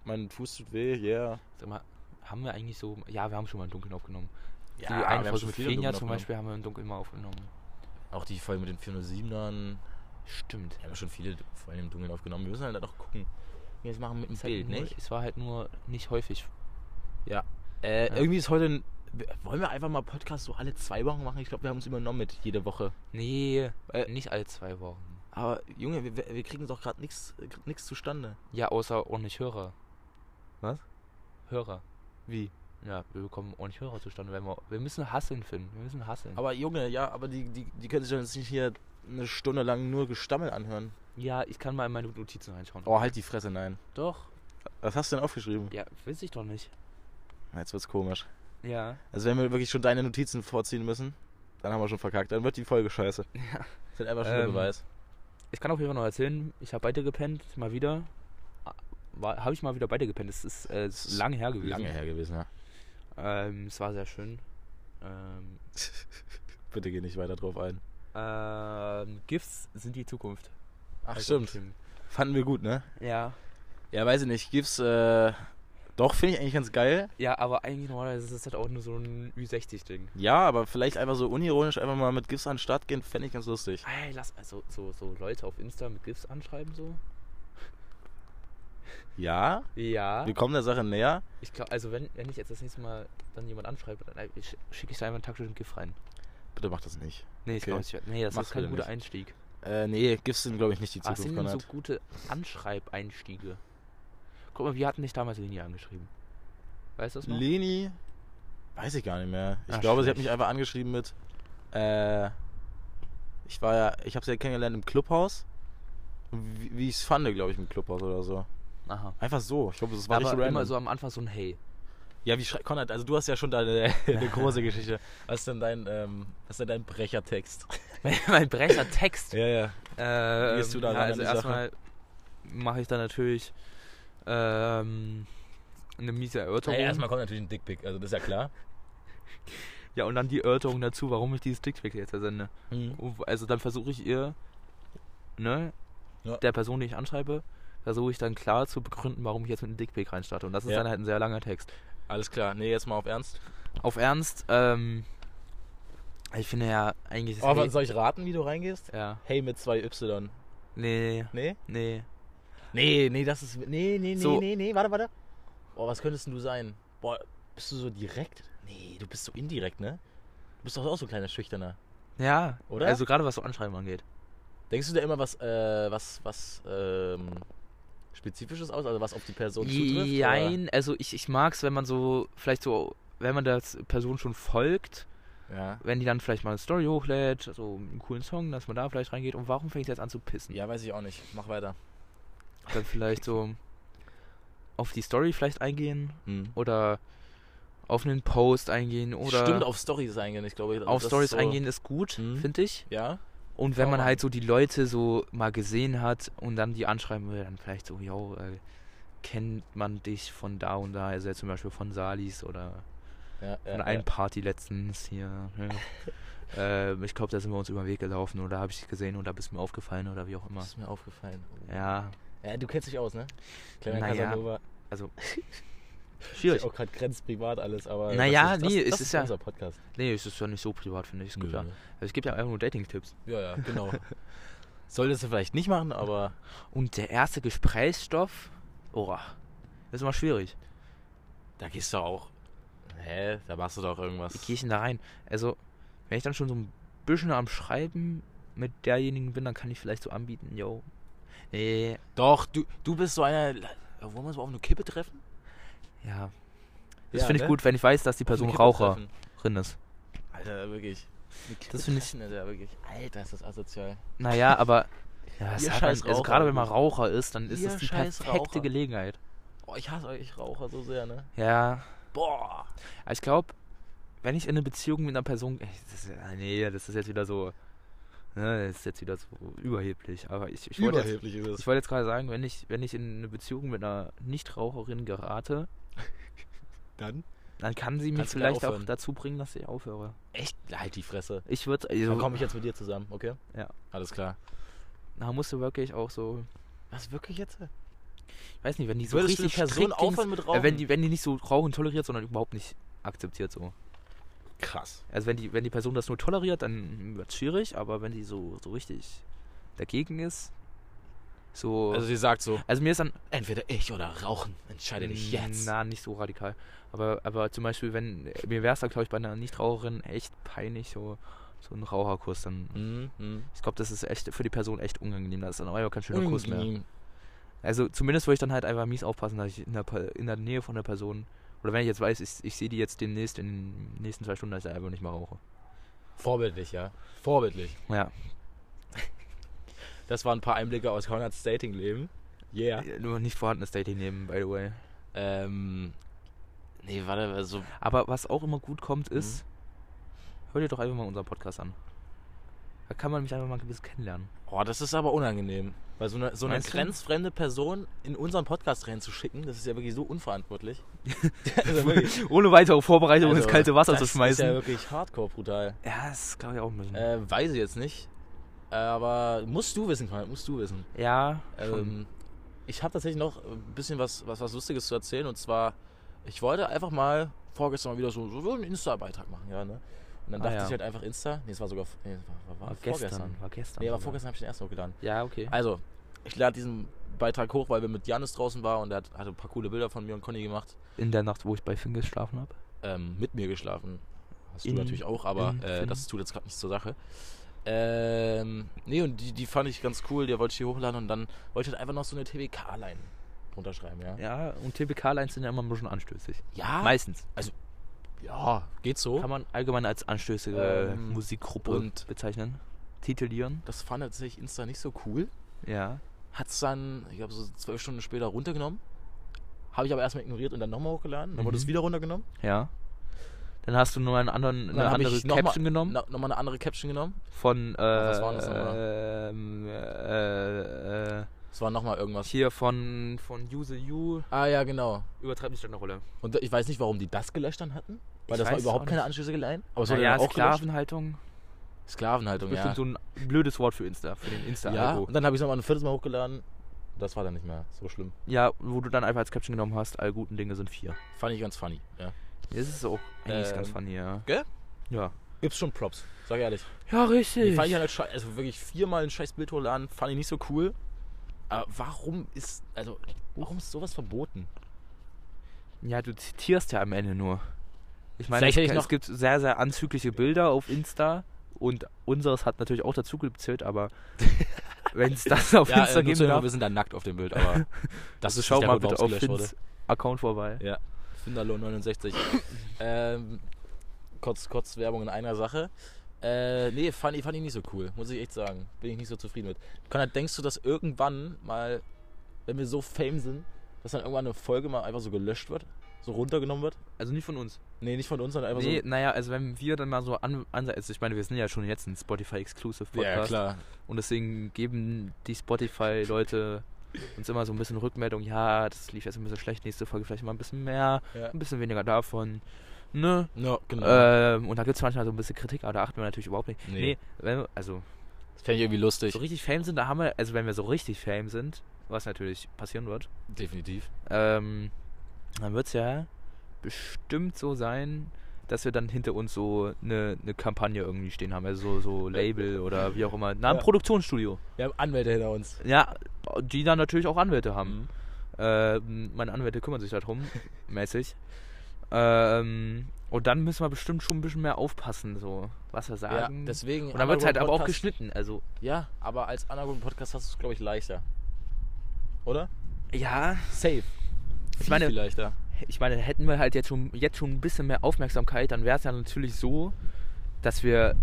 [SPEAKER 3] Mein Fuß tut weh, yeah.
[SPEAKER 2] Sag mal, haben wir eigentlich so, ja, wir haben schon mal im Dunkeln aufgenommen.
[SPEAKER 3] Ja,
[SPEAKER 2] Die
[SPEAKER 3] wir haben
[SPEAKER 2] eine
[SPEAKER 3] schon
[SPEAKER 2] Folge mit
[SPEAKER 3] viele im
[SPEAKER 2] Fenia
[SPEAKER 3] Dunkeln
[SPEAKER 2] zum Beispiel haben wir im Dunkeln mal aufgenommen.
[SPEAKER 3] Auch die Folge mit den 407ern.
[SPEAKER 2] Stimmt.
[SPEAKER 3] Wir haben schon viele vor allem im Dunkeln aufgenommen. Wir müssen halt doch gucken, wie wir das machen mit dem
[SPEAKER 2] Es, hat
[SPEAKER 3] Bild,
[SPEAKER 2] nur,
[SPEAKER 3] nicht?
[SPEAKER 2] es war halt nur nicht häufig.
[SPEAKER 3] Äh,
[SPEAKER 2] Ja.
[SPEAKER 3] Irgendwie ist heute. ein- Wollen wir einfach mal Podcast so alle zwei Wochen machen? Ich glaube, wir haben uns übernommen mit jede Woche.
[SPEAKER 2] Nee, äh, nicht alle zwei Wochen.
[SPEAKER 3] Aber Junge, wir, wir kriegen doch gerade nichts nichts zustande.
[SPEAKER 2] Ja, außer ordentlich Hörer.
[SPEAKER 6] Was?
[SPEAKER 2] Hörer.
[SPEAKER 3] Wie?
[SPEAKER 2] Ja, wir bekommen ordentlich Hörer zustande, wenn wir. Wir müssen Hasseln finden. Wir müssen Hasseln.
[SPEAKER 3] Aber Junge, ja, aber die, die, die können sich doch jetzt nicht hier eine Stunde lang nur Gestammel anhören.
[SPEAKER 2] ja, ich kann mal in meine Notizen reinschauen.
[SPEAKER 3] Oh, halt die Fresse, nein.
[SPEAKER 2] Doch.
[SPEAKER 3] Was hast du denn aufgeschrieben?
[SPEAKER 2] Ja, weiß ich doch nicht.
[SPEAKER 3] Jetzt wird's komisch.
[SPEAKER 2] Ja.
[SPEAKER 3] Also wenn wir wirklich schon deine Notizen vorziehen müssen, dann haben wir schon verkackt. Dann wird die Folge scheiße.
[SPEAKER 2] Ja.
[SPEAKER 3] Das ist einfach schon der
[SPEAKER 2] Ähm,
[SPEAKER 3] Beweis.
[SPEAKER 2] Ich kann auf jeden Fall noch erzählen, ich habe beide gepennt, mal wieder. Habe ich mal wieder beide gepennt. Es ist, äh,
[SPEAKER 3] Es ist
[SPEAKER 2] lange her gewesen.
[SPEAKER 3] Lange her gewesen, ja.
[SPEAKER 2] Ähm, es war sehr schön. Ähm,
[SPEAKER 3] Bitte geh nicht weiter drauf ein.
[SPEAKER 2] ähm, Gifts sind die Zukunft.
[SPEAKER 3] Ach
[SPEAKER 2] Also
[SPEAKER 3] stimmt.
[SPEAKER 2] bestimmt.
[SPEAKER 3] Fanden wir gut, ne?
[SPEAKER 2] Ja.
[SPEAKER 3] Ja, weiß ich nicht. Gibt's, äh... Doch, finde ich eigentlich ganz geil.
[SPEAKER 2] Ja, aber eigentlich normalerweise ist es halt auch nur so ein Ü60-Ding.
[SPEAKER 3] Ja, aber vielleicht einfach so unironisch einfach mal mit GIFs an den Start gehen, fände ich ganz lustig.
[SPEAKER 2] Ey, lass also so, so Leute auf Insta mit GIFs anschreiben so.
[SPEAKER 3] Ja,
[SPEAKER 2] Ja.
[SPEAKER 3] wir kommen der Sache näher.
[SPEAKER 2] Ich glaub, also wenn, wenn ich jetzt das nächste Mal dann jemand anschreibe, dann schicke ich da einfach einen taktischen GIF rein.
[SPEAKER 3] Bitte mach das nicht.
[SPEAKER 2] Nee, ich
[SPEAKER 3] Okay.
[SPEAKER 2] glaub, ich werd- nee, das
[SPEAKER 3] Mach's
[SPEAKER 2] ist kein
[SPEAKER 3] bitte
[SPEAKER 2] guter
[SPEAKER 3] nicht.
[SPEAKER 2] Einstieg.
[SPEAKER 3] Äh, nee, GIFs sind, glaube ich, nicht die
[SPEAKER 2] Ah, es
[SPEAKER 3] Zukunft,
[SPEAKER 2] sind denn so
[SPEAKER 3] Konrad.
[SPEAKER 2] gute Anschreibeinstiege. Guck mal, wir hatten dich damals Linie angeschrieben. Weißt du das noch?
[SPEAKER 3] Leni, weiß ich gar nicht mehr. Ich
[SPEAKER 2] Ah,
[SPEAKER 3] glaube, sie hat
[SPEAKER 2] schlecht.
[SPEAKER 3] mich einfach angeschrieben mit, äh, ich war ja, ich habe sie ja kennengelernt im Clubhaus. Wie, wie ich es fand, glaube ich, im Clubhaus oder so.
[SPEAKER 2] Aha.
[SPEAKER 3] Einfach so. Ich glaube, das war
[SPEAKER 2] Aber
[SPEAKER 3] richtig
[SPEAKER 2] immer
[SPEAKER 3] random.
[SPEAKER 2] so am Anfang so ein Hey.
[SPEAKER 3] Ja, wie schrei- Konrad, also du hast ja schon deine, eine große Geschichte. Was ist denn dein, ähm, was ist denn dein Brechertext?
[SPEAKER 2] mein brecher Text.
[SPEAKER 3] Ja, ja.
[SPEAKER 2] Ähm,
[SPEAKER 3] Wie gehst du da
[SPEAKER 2] ja,
[SPEAKER 3] ran an
[SPEAKER 2] Also
[SPEAKER 3] die Sache?
[SPEAKER 2] erstmal mache ich dann natürlich ähm, eine miese Erörterung.
[SPEAKER 3] Naja, erstmal kommt natürlich ein Dickpick, also das ist ja klar.
[SPEAKER 2] Ja, und dann die Erörterung dazu, warum ich dieses Dickpick jetzt versende.
[SPEAKER 3] Hm.
[SPEAKER 2] Also dann versuche ich ihr, ne,
[SPEAKER 3] Ja.
[SPEAKER 2] der Person, die ich anschreibe, versuche ich dann klar zu begründen, warum ich jetzt mit einem Dickpick reinstarte. Und das ist
[SPEAKER 3] Ja.
[SPEAKER 2] dann halt ein sehr langer Text.
[SPEAKER 3] Alles klar, nee, jetzt mal auf Ernst.
[SPEAKER 2] Auf Ernst, ähm, ich finde ja eigentlich... ist
[SPEAKER 3] Oh, Aber
[SPEAKER 2] Hey-
[SPEAKER 3] soll ich raten, wie du reingehst?
[SPEAKER 2] ja,
[SPEAKER 3] Hey mit zwei Y.
[SPEAKER 2] nee,
[SPEAKER 3] Nee?
[SPEAKER 2] nee.
[SPEAKER 3] Nee, nee, das ist. Nee, nee, nee,
[SPEAKER 2] So.
[SPEAKER 3] nee, nee, warte, warte. Boah, was könntest denn du sein? Boah, bist du so direkt? Nee, du bist so indirekt, ne? Du bist doch auch so ein kleiner Schüchterner.
[SPEAKER 2] Ja,
[SPEAKER 3] Oder?
[SPEAKER 2] Also gerade was so Anschreiben angeht.
[SPEAKER 3] Denkst du da immer was, äh, was, was, ähm, Spezifisches aus? Also was auf die Person zutrifft?
[SPEAKER 2] Nein, also ich, ich mag es, wenn man so, vielleicht so, wenn man der Person schon folgt,
[SPEAKER 3] Oder? Ja.
[SPEAKER 2] wenn die dann vielleicht mal eine Story hochlädt, so einen coolen Song, dass man da vielleicht reingeht. Und warum fängt es jetzt an zu pissen?
[SPEAKER 3] Ja, weiß ich auch nicht. Mach weiter.
[SPEAKER 2] Dann vielleicht so auf die Story vielleicht eingehen oder auf einen Post eingehen Hm. oder
[SPEAKER 3] Stimmt, auf Stories eingehen, ich glaube.
[SPEAKER 2] auf
[SPEAKER 3] das ist
[SPEAKER 2] Stories
[SPEAKER 3] so-
[SPEAKER 2] eingehen ist gut,
[SPEAKER 3] Mhm.
[SPEAKER 2] finde ich.
[SPEAKER 3] Ja?
[SPEAKER 2] Und wenn
[SPEAKER 3] Kann
[SPEAKER 2] man
[SPEAKER 3] man
[SPEAKER 2] halt so die Leute so mal gesehen hat und dann die anschreiben will, dann vielleicht so, yo, äh, kennt man dich von da und da, also jetzt zum Beispiel von Salis oder
[SPEAKER 3] Ja,
[SPEAKER 2] von einem Party letztens hier. Ja. ähm, ich glaube, da sind wir uns über den Weg gelaufen oder habe ich dich gesehen oder bist mir aufgefallen oder wie auch immer.
[SPEAKER 3] Das ist mir aufgefallen.
[SPEAKER 2] Ja,
[SPEAKER 3] Ja, du kennst dich aus, ne?
[SPEAKER 2] Naja.
[SPEAKER 3] Casanova.
[SPEAKER 2] also
[SPEAKER 3] Ist
[SPEAKER 2] schwierig.
[SPEAKER 3] ja auch gerade grenzprivat alles, aber.
[SPEAKER 2] Naja,
[SPEAKER 3] das ist, das,
[SPEAKER 2] nee,
[SPEAKER 3] das
[SPEAKER 2] es ist ja-
[SPEAKER 3] unser Podcast.
[SPEAKER 2] Nee, es ist ja nicht so privat, finde ich. Es gibt, ja, also es gibt ja einfach nur Dating-Tipps.
[SPEAKER 3] Ja, ja, genau. Solltest du vielleicht nicht machen, aber
[SPEAKER 2] Und der erste Gesprächsstoff, oh, das ist immer schwierig.
[SPEAKER 3] da gehst du auch. Hä? Da machst du doch irgendwas.
[SPEAKER 2] Wie gehe ich denn da rein? Also, wenn ich dann schon so ein bisschen am Schreiben mit derjenigen bin, dann kann ich vielleicht so anbieten, yo. Nee,
[SPEAKER 3] Doch, du, du bist so einer. Ja, Wollen wir uns mal auf eine Kippe treffen?
[SPEAKER 2] ja. Das
[SPEAKER 3] Ja,
[SPEAKER 2] finde ich
[SPEAKER 3] ne?
[SPEAKER 2] gut, wenn ich weiß, dass die
[SPEAKER 3] Auf eine
[SPEAKER 2] Person
[SPEAKER 3] Kippe
[SPEAKER 2] Raucherin
[SPEAKER 3] treffen.
[SPEAKER 2] ist.
[SPEAKER 3] Alter, wirklich.
[SPEAKER 2] Das finde ich-
[SPEAKER 3] ich. Alter, wirklich. Alter, ist das asozial.
[SPEAKER 2] Naja, aber. Ja,
[SPEAKER 3] Ihr
[SPEAKER 2] das hat man,
[SPEAKER 3] scheiß
[SPEAKER 2] also
[SPEAKER 3] Raucher.
[SPEAKER 2] gerade wenn man Raucher ist, dann ist
[SPEAKER 3] Ihr
[SPEAKER 2] es die
[SPEAKER 3] scheiß
[SPEAKER 2] perfekte
[SPEAKER 3] Raucher.
[SPEAKER 2] Gelegenheit.
[SPEAKER 3] Oh, ich hasse euch Raucher so sehr, ne?
[SPEAKER 2] Ja.
[SPEAKER 3] Boah.
[SPEAKER 2] Aber ich glaube, wenn ich in eine Beziehung mit einer Person. Ey, Das ist, ah, nee, das ist jetzt wieder so. Ne, das ist jetzt wieder so überheblich. Aber ich, ich wollte
[SPEAKER 3] ist
[SPEAKER 2] jetzt, Ich wollte jetzt gerade sagen, wenn ich, wenn ich in eine Beziehung mit einer Nichtraucherin gerate,
[SPEAKER 3] Dann?
[SPEAKER 2] dann kann sie mich
[SPEAKER 3] Kannst du
[SPEAKER 2] vielleicht
[SPEAKER 3] wieder
[SPEAKER 2] auch
[SPEAKER 3] aufhören.
[SPEAKER 2] dazu bringen, dass ich aufhöre.
[SPEAKER 3] Echt? Halt die Fresse.
[SPEAKER 2] Ich würde,
[SPEAKER 3] Dann
[SPEAKER 2] also,
[SPEAKER 3] komme ich jetzt mit dir zusammen, okay?
[SPEAKER 2] Ja.
[SPEAKER 3] Alles klar.
[SPEAKER 2] da musst du wirklich auch so,
[SPEAKER 3] Was, wirklich jetzt?
[SPEAKER 2] ich weiß nicht, wenn die so
[SPEAKER 3] Würdest du eine
[SPEAKER 2] richtig
[SPEAKER 3] Person
[SPEAKER 2] strikt Dings-
[SPEAKER 3] aufhören mit
[SPEAKER 2] äh,
[SPEAKER 3] Rauchen?
[SPEAKER 2] wenn die, wenn die nicht so Rauchen toleriert, sondern überhaupt nicht akzeptiert so.
[SPEAKER 3] Krass.
[SPEAKER 2] Also wenn die, wenn die Person das nur toleriert, dann wird's schwierig, aber wenn die so, so richtig dagegen ist. So.
[SPEAKER 3] Also sie sagt so,
[SPEAKER 2] also mir ist dann
[SPEAKER 3] entweder ich oder rauchen. Entscheide dich jetzt.
[SPEAKER 2] Na, nicht so radikal. Aber, aber zum Beispiel, wenn mir wäre es da, glaube ich, bei einer Nichtraucherin echt peinlich, so, so ein Raucherkurs. Dann,
[SPEAKER 3] Mhm, mhm.
[SPEAKER 2] ich glaube, das ist echt für die Person echt unangenehm. Das ist dann auch ja kein schöner Kurs mehr. Also zumindest würde ich dann halt einfach mies aufpassen, dass ich in der, Per- in der Nähe von der Person, oder wenn ich jetzt weiß, ich, ich sehe die jetzt demnächst in den nächsten zwei Stunden, dass ich einfach nicht mehr rauche.
[SPEAKER 3] Vorbildlich, ja. Vorbildlich.
[SPEAKER 2] Ja.
[SPEAKER 3] Das waren ein paar Einblicke aus Konrads Dating-Leben. Yeah.
[SPEAKER 2] Nur nicht vorhandenes Dating nehmen, by the way.
[SPEAKER 3] Ähm. Nee, warte, also.
[SPEAKER 2] Aber was auch immer gut kommt, ist, hör dir doch einfach mal unseren Podcast an. Da kann man mich einfach mal ein bisschen kennenlernen.
[SPEAKER 3] Oh, das ist aber unangenehm. Weil so eine, so eine
[SPEAKER 2] Meinst du?
[SPEAKER 3] grenzfremde Person in unseren Podcast reinzuschicken, das ist ja wirklich so unverantwortlich. also wirklich.
[SPEAKER 2] Ohne weitere Vorbereitung
[SPEAKER 3] Also,
[SPEAKER 2] Um ins kalte Wasser
[SPEAKER 3] das
[SPEAKER 2] zu schmeißen. Mhm.
[SPEAKER 3] ist ja wirklich hardcore brutal.
[SPEAKER 2] Ja, das glaube ich auch ein bisschen.
[SPEAKER 3] Äh, weiß ich jetzt nicht. Aber musst du wissen, Konrad, musst du wissen.
[SPEAKER 2] ja, schon.
[SPEAKER 3] Ähm, ich habe tatsächlich noch ein bisschen was, was, was Lustiges zu erzählen. Und zwar, ich wollte einfach mal vorgestern mal wieder so, so einen Insta-Beitrag machen. Ja, ne? Und dann
[SPEAKER 2] Ah,
[SPEAKER 3] dachte
[SPEAKER 2] ja.
[SPEAKER 3] ich halt einfach Insta. Nee, es war sogar nee, es war, war, war
[SPEAKER 2] war
[SPEAKER 3] vorgestern.
[SPEAKER 2] gestern. War gestern.
[SPEAKER 3] Nee, aber
[SPEAKER 2] sogar.
[SPEAKER 3] vorgestern habe ich den ersten hochgeladen.
[SPEAKER 2] Ja, okay.
[SPEAKER 3] Also, ich lade diesen Beitrag hoch, weil wir mit Janis draußen waren und er hat, hatte ein paar coole Bilder von mir und Conny gemacht.
[SPEAKER 2] In der Nacht, wo ich bei Finn geschlafen habe.
[SPEAKER 3] Ähm, mit mir geschlafen. Hast
[SPEAKER 2] In-
[SPEAKER 3] du natürlich auch, aber
[SPEAKER 2] in
[SPEAKER 3] äh,
[SPEAKER 2] Finn.
[SPEAKER 3] das tut jetzt gerade nichts zur Sache. Ähm, nee, und die, die fand ich ganz cool, die wollte ich hier hochladen und dann wollte ich halt einfach noch so eine TWK-Line drunter schreiben, ja?
[SPEAKER 2] Ja, und TBK-Lines sind ja immer ein bisschen anstößig.
[SPEAKER 3] Ja,
[SPEAKER 2] Meistens.
[SPEAKER 3] ja geht so.
[SPEAKER 2] Kann man allgemein als anstößige
[SPEAKER 3] Ähm,
[SPEAKER 2] Musikgruppe
[SPEAKER 3] und-
[SPEAKER 2] bezeichnen. Titulieren.
[SPEAKER 3] Das fand tatsächlich Insta nicht so cool.
[SPEAKER 2] Ja.
[SPEAKER 3] Hat es dann, ich glaube, so zwölf Stunden später runtergenommen. Habe ich aber erstmal ignoriert und dann nochmal hochgeladen. Dann
[SPEAKER 2] Mhm.
[SPEAKER 3] wurde es wieder runtergenommen.
[SPEAKER 2] Ja. Dann hast du nur einen anderen,
[SPEAKER 3] Und
[SPEAKER 2] eine
[SPEAKER 3] dann habe
[SPEAKER 2] andere
[SPEAKER 3] ich
[SPEAKER 2] Caption
[SPEAKER 3] nochmal
[SPEAKER 2] genommen
[SPEAKER 3] noch mal eine andere Caption genommen.
[SPEAKER 2] von äh,
[SPEAKER 3] was war das
[SPEAKER 2] äh, äh, äh,
[SPEAKER 3] Es war nochmal irgendwas.
[SPEAKER 2] hier von von Use You
[SPEAKER 3] Ah ja, genau.
[SPEAKER 2] übertreibt nicht eine Rolle.
[SPEAKER 3] Und ich weiß nicht, warum die das gelöscht dann hatten. Weil
[SPEAKER 2] Ich
[SPEAKER 3] das war
[SPEAKER 2] weiß
[SPEAKER 3] überhaupt
[SPEAKER 2] auch
[SPEAKER 3] keine
[SPEAKER 2] nicht.
[SPEAKER 3] anschlüssige Line. Aber es wurde
[SPEAKER 2] Naja,
[SPEAKER 3] dann auch gelöscht.
[SPEAKER 2] Sklavenhaltung.
[SPEAKER 3] Sklavenhaltung, ja.
[SPEAKER 2] Bestimmt so ein blödes Wort für Insta, für den Insta.
[SPEAKER 3] ja,
[SPEAKER 2] Algo.
[SPEAKER 3] und dann habe ich es nochmal ein viertes Mal hochgeladen. Das war dann nicht mehr so schlimm.
[SPEAKER 2] ja, wo du dann einfach als Caption genommen hast, all guten Dinge sind vier.
[SPEAKER 3] Fand ich ganz funny. Ja.
[SPEAKER 2] Das ist auch eigentlich ganz
[SPEAKER 3] Ähm,
[SPEAKER 2] funny, ja.
[SPEAKER 3] gell?
[SPEAKER 2] Ja.
[SPEAKER 3] Gibt's schon Props, sag ich ehrlich.
[SPEAKER 2] Ja,
[SPEAKER 3] Die
[SPEAKER 2] richtig.
[SPEAKER 3] fand ich halt scheiße. Also wirklich viermal ein scheiß Bild hochladen, fand ich nicht so cool. Aber warum ist, also, warum ist sowas verboten?
[SPEAKER 2] Ja, du zitierst ja am Ende nur. Ich meine, es,
[SPEAKER 3] Vielleicht hätte ich
[SPEAKER 2] es
[SPEAKER 3] noch-
[SPEAKER 2] gibt sehr, sehr anzügliche Bilder auf Insta und unseres hat natürlich auch dazu gezählt, aber wenn es das auf Insta
[SPEAKER 3] äh, nur
[SPEAKER 2] geben
[SPEAKER 3] zur Info,
[SPEAKER 2] darf,
[SPEAKER 3] wir sind dann nackt auf dem Bild, aber das ist
[SPEAKER 2] Also schau
[SPEAKER 3] nicht der
[SPEAKER 2] mal
[SPEAKER 3] Grund,
[SPEAKER 2] bitte auf
[SPEAKER 3] warum es gelöscht
[SPEAKER 2] Finns Account vorbei.
[SPEAKER 3] Ja, Finderlohn 69. ähm, kurz, kurz Werbung in einer Sache. Äh, nee, fand, ich- fand ich nicht so cool, muss ich echt sagen. Bin ich nicht so zufrieden mit. Konrad, denkst du, dass irgendwann mal, wenn wir so fame sind, dass dann irgendwann eine Folge mal einfach so gelöscht wird? So runtergenommen wird?
[SPEAKER 2] Also nicht von uns.
[SPEAKER 3] Nee, nicht von uns, sondern einfach
[SPEAKER 2] nee, naja, also wenn wir dann mal so an, an also ich meine, wir sind ja schon jetzt ein
[SPEAKER 3] so.
[SPEAKER 2] Spotify-Exclusive-Podcast.
[SPEAKER 3] Ja, klar.
[SPEAKER 2] Und deswegen geben die Spotify-Leute uns immer so ein bisschen Rückmeldung, ja, das lief jetzt ein bisschen schlecht, nächste Folge vielleicht mal ein bisschen mehr,
[SPEAKER 3] Ja.
[SPEAKER 2] ein bisschen weniger davon. Ne?
[SPEAKER 3] No, genau.
[SPEAKER 2] Ähm, und da gibt es manchmal so ein bisschen Kritik, aber da achten wir natürlich überhaupt nicht.
[SPEAKER 3] Nee.
[SPEAKER 2] Nee, wenn, wir- also
[SPEAKER 3] das fände ich irgendwie lustig.
[SPEAKER 2] so richtig Fame sind, da haben wir, also wenn wir so richtig Fame sind, was natürlich passieren wird,
[SPEAKER 3] Definitiv.
[SPEAKER 2] ähm, dann wird es ja bestimmt so sein, dass wir dann hinter uns so eine, eine Kampagne irgendwie stehen haben, also so, so Label oder wie auch immer. Na, ein
[SPEAKER 3] Ja.
[SPEAKER 2] Produktionsstudio.
[SPEAKER 3] Wir haben Anwälte hinter uns.
[SPEAKER 2] Ja, die dann natürlich auch Anwälte haben.
[SPEAKER 3] Mhm.
[SPEAKER 2] Ähm, meine Anwälte kümmern sich darum, mäßig. Ähm, und dann müssen wir bestimmt schon ein bisschen mehr aufpassen, so was wir
[SPEAKER 3] Ja,
[SPEAKER 2] sagen.
[SPEAKER 3] deswegen.
[SPEAKER 2] und dann wird es halt aber auch
[SPEAKER 3] Underground-Podcast-
[SPEAKER 2] geschnitten. Also
[SPEAKER 3] Ja, aber als Underground-Podcast hast du es, glaube ich, leichter. Oder?
[SPEAKER 2] ja,
[SPEAKER 3] Safe.
[SPEAKER 2] ich meine,
[SPEAKER 3] vielleicht, ja.
[SPEAKER 2] ich meine, hätten wir halt jetzt schon jetzt schon ein bisschen mehr Aufmerksamkeit, dann wäre es ja natürlich so, dass wir